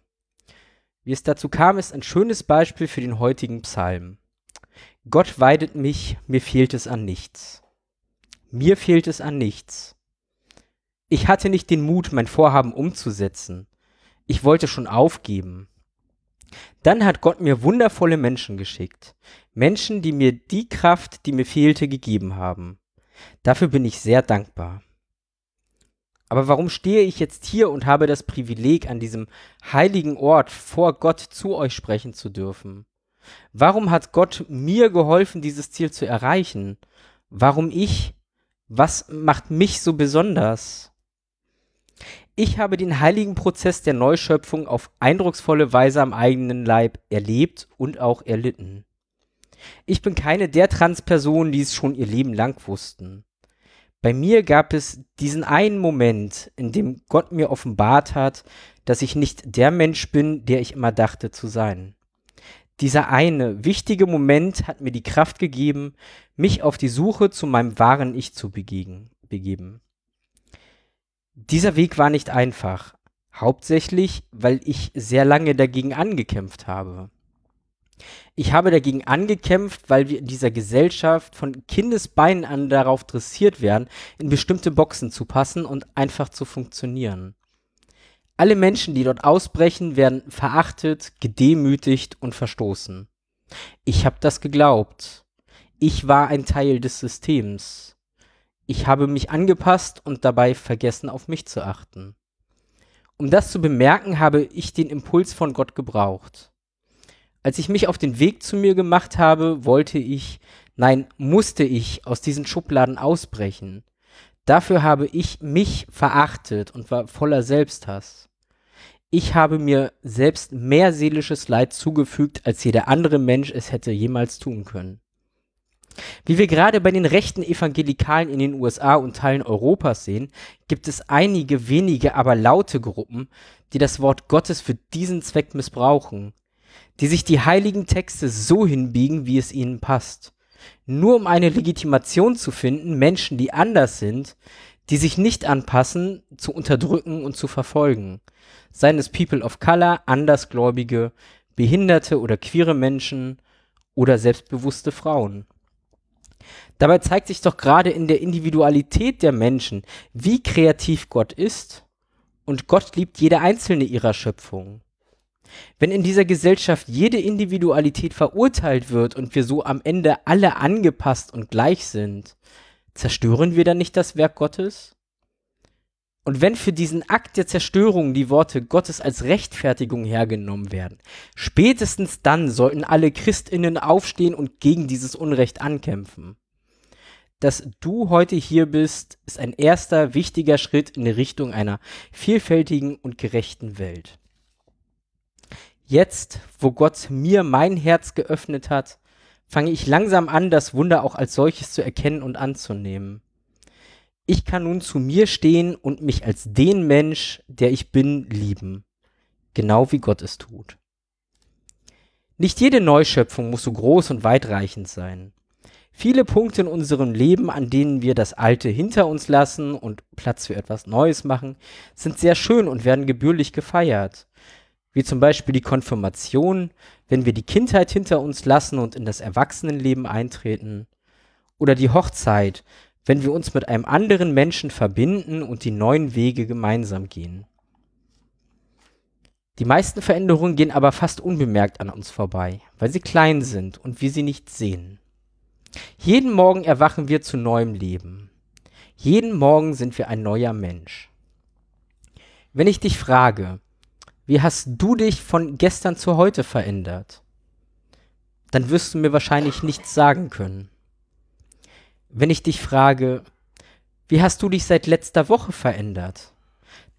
Speaker 2: Wie es dazu kam, ist ein schönes Beispiel für den heutigen Psalm. Gott weidet mich, mir fehlt es an nichts. Mir fehlt es an nichts. Ich hatte nicht den Mut, mein Vorhaben umzusetzen. Ich wollte schon aufgeben. Dann hat Gott mir wundervolle Menschen geschickt. Menschen, die mir die Kraft, die mir fehlte, gegeben haben. Dafür bin ich sehr dankbar. Aber warum stehe ich jetzt hier und habe das Privileg, an diesem heiligen Ort vor Gott zu euch sprechen zu dürfen? Warum hat Gott mir geholfen, dieses Ziel zu erreichen? Warum ich? Was macht mich so besonders? Ich habe den heiligen Prozess der Neuschöpfung auf eindrucksvolle Weise am eigenen Leib erlebt und auch erlitten. Ich bin keine der Transpersonen, die es schon ihr Leben lang wussten. Bei mir gab es diesen einen Moment, in dem Gott mir offenbart hat, dass ich nicht der Mensch bin, der ich immer dachte zu sein. Dieser eine wichtige Moment hat mir die Kraft gegeben, mich auf die Suche zu meinem wahren Ich zu begegen, begeben. Dieser Weg war nicht einfach, hauptsächlich, weil ich sehr lange dagegen angekämpft habe. Ich habe dagegen angekämpft, weil wir in dieser Gesellschaft von Kindesbeinen an darauf dressiert werden, in bestimmte Boxen zu passen und einfach zu funktionieren. Alle Menschen, die dort ausbrechen, werden verachtet, gedemütigt und verstoßen. Ich habe das geglaubt. Ich war ein Teil des Systems. Ich habe mich angepasst und dabei vergessen, auf mich zu achten. Um das zu bemerken, habe ich den Impuls von Gott gebraucht. Als ich mich auf den Weg zu mir gemacht habe, wollte ich, nein, musste ich aus diesen Schubladen ausbrechen. Dafür habe ich mich verachtet und war voller Selbsthass. Ich habe mir selbst mehr seelisches Leid zugefügt, als jeder andere Mensch es hätte jemals tun können. Wie wir gerade bei den rechten Evangelikalen in den USA und Teilen Europas sehen, gibt es einige wenige, aber laute Gruppen, die das Wort Gottes für diesen Zweck missbrauchen, die sich die heiligen Texte so hinbiegen, wie es ihnen passt, nur um eine Legitimation zu finden, Menschen, die anders sind, die sich nicht anpassen, zu unterdrücken und zu verfolgen, seien es People of Color, Andersgläubige, Behinderte oder queere Menschen oder selbstbewusste Frauen. Dabei zeigt sich doch gerade in der Individualität der Menschen, wie kreativ Gott ist und Gott liebt jede einzelne ihrer Schöpfung. Wenn in dieser Gesellschaft jede Individualität verurteilt wird und wir so am Ende alle angepasst und gleich sind, zerstören wir dann nicht das Werk Gottes? Und wenn für diesen Akt der Zerstörung die Worte Gottes als Rechtfertigung hergenommen werden, spätestens dann sollten alle Christinnen aufstehen und gegen dieses Unrecht ankämpfen. Dass du heute hier bist, ist ein erster wichtiger Schritt in die Richtung einer vielfältigen und gerechten Welt. Jetzt, wo Gott mir mein Herz geöffnet hat, fange ich langsam an, das Wunder auch als solches zu erkennen und anzunehmen. Ich kann nun zu mir stehen und mich als den Mensch, der ich bin, lieben. genau wie Gott es tut. Nicht jede Neuschöpfung muss so groß und weitreichend sein. Viele Punkte in unserem Leben, an denen wir das Alte hinter uns lassen und Platz für etwas Neues machen, sind sehr schön und werden gebührlich gefeiert. Wie zum Beispiel die Konfirmation, wenn wir die Kindheit hinter uns lassen und in das Erwachsenenleben eintreten. Oder die Hochzeit, wenn wir uns mit einem anderen Menschen verbinden und die neuen Wege gemeinsam gehen. Die meisten Veränderungen gehen aber fast unbemerkt an uns vorbei, weil sie klein sind und wir sie nicht sehen. Jeden Morgen erwachen wir zu neuem Leben. Jeden Morgen sind wir ein neuer Mensch. Wenn ich dich frage, wie hast du dich von gestern zu heute verändert? Dann wirst du mir wahrscheinlich nichts sagen können. Wenn ich dich frage, wie hast du dich seit letzter Woche verändert?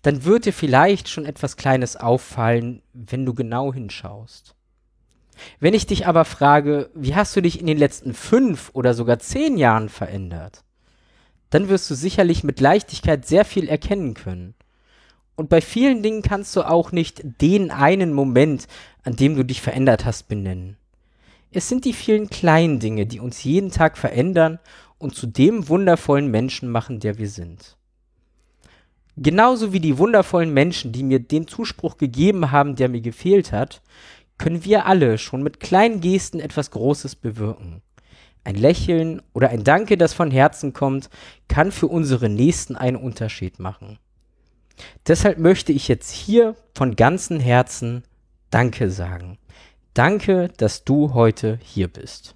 Speaker 2: Dann wird dir vielleicht schon etwas Kleines auffallen, wenn du genau hinschaust. Wenn ich dich aber frage, wie hast du dich in den letzten fünf oder sogar zehn Jahren verändert, dann wirst du sicherlich mit Leichtigkeit sehr viel erkennen können. Und bei vielen Dingen kannst du auch nicht den einen Moment, an dem du dich verändert hast, benennen. Es sind die vielen kleinen Dinge, die uns jeden Tag verändern und zu dem wundervollen Menschen machen, der wir sind. Genauso wie die wundervollen Menschen, die mir den Zuspruch gegeben haben, der mir gefehlt hat, können wir alle schon mit kleinen Gesten etwas Großes bewirken. Ein Lächeln oder ein Danke, das von Herzen kommt, kann für unsere Nächsten einen Unterschied machen. Deshalb möchte ich jetzt hier von ganzem Herzen Danke sagen. Danke, dass du heute hier bist.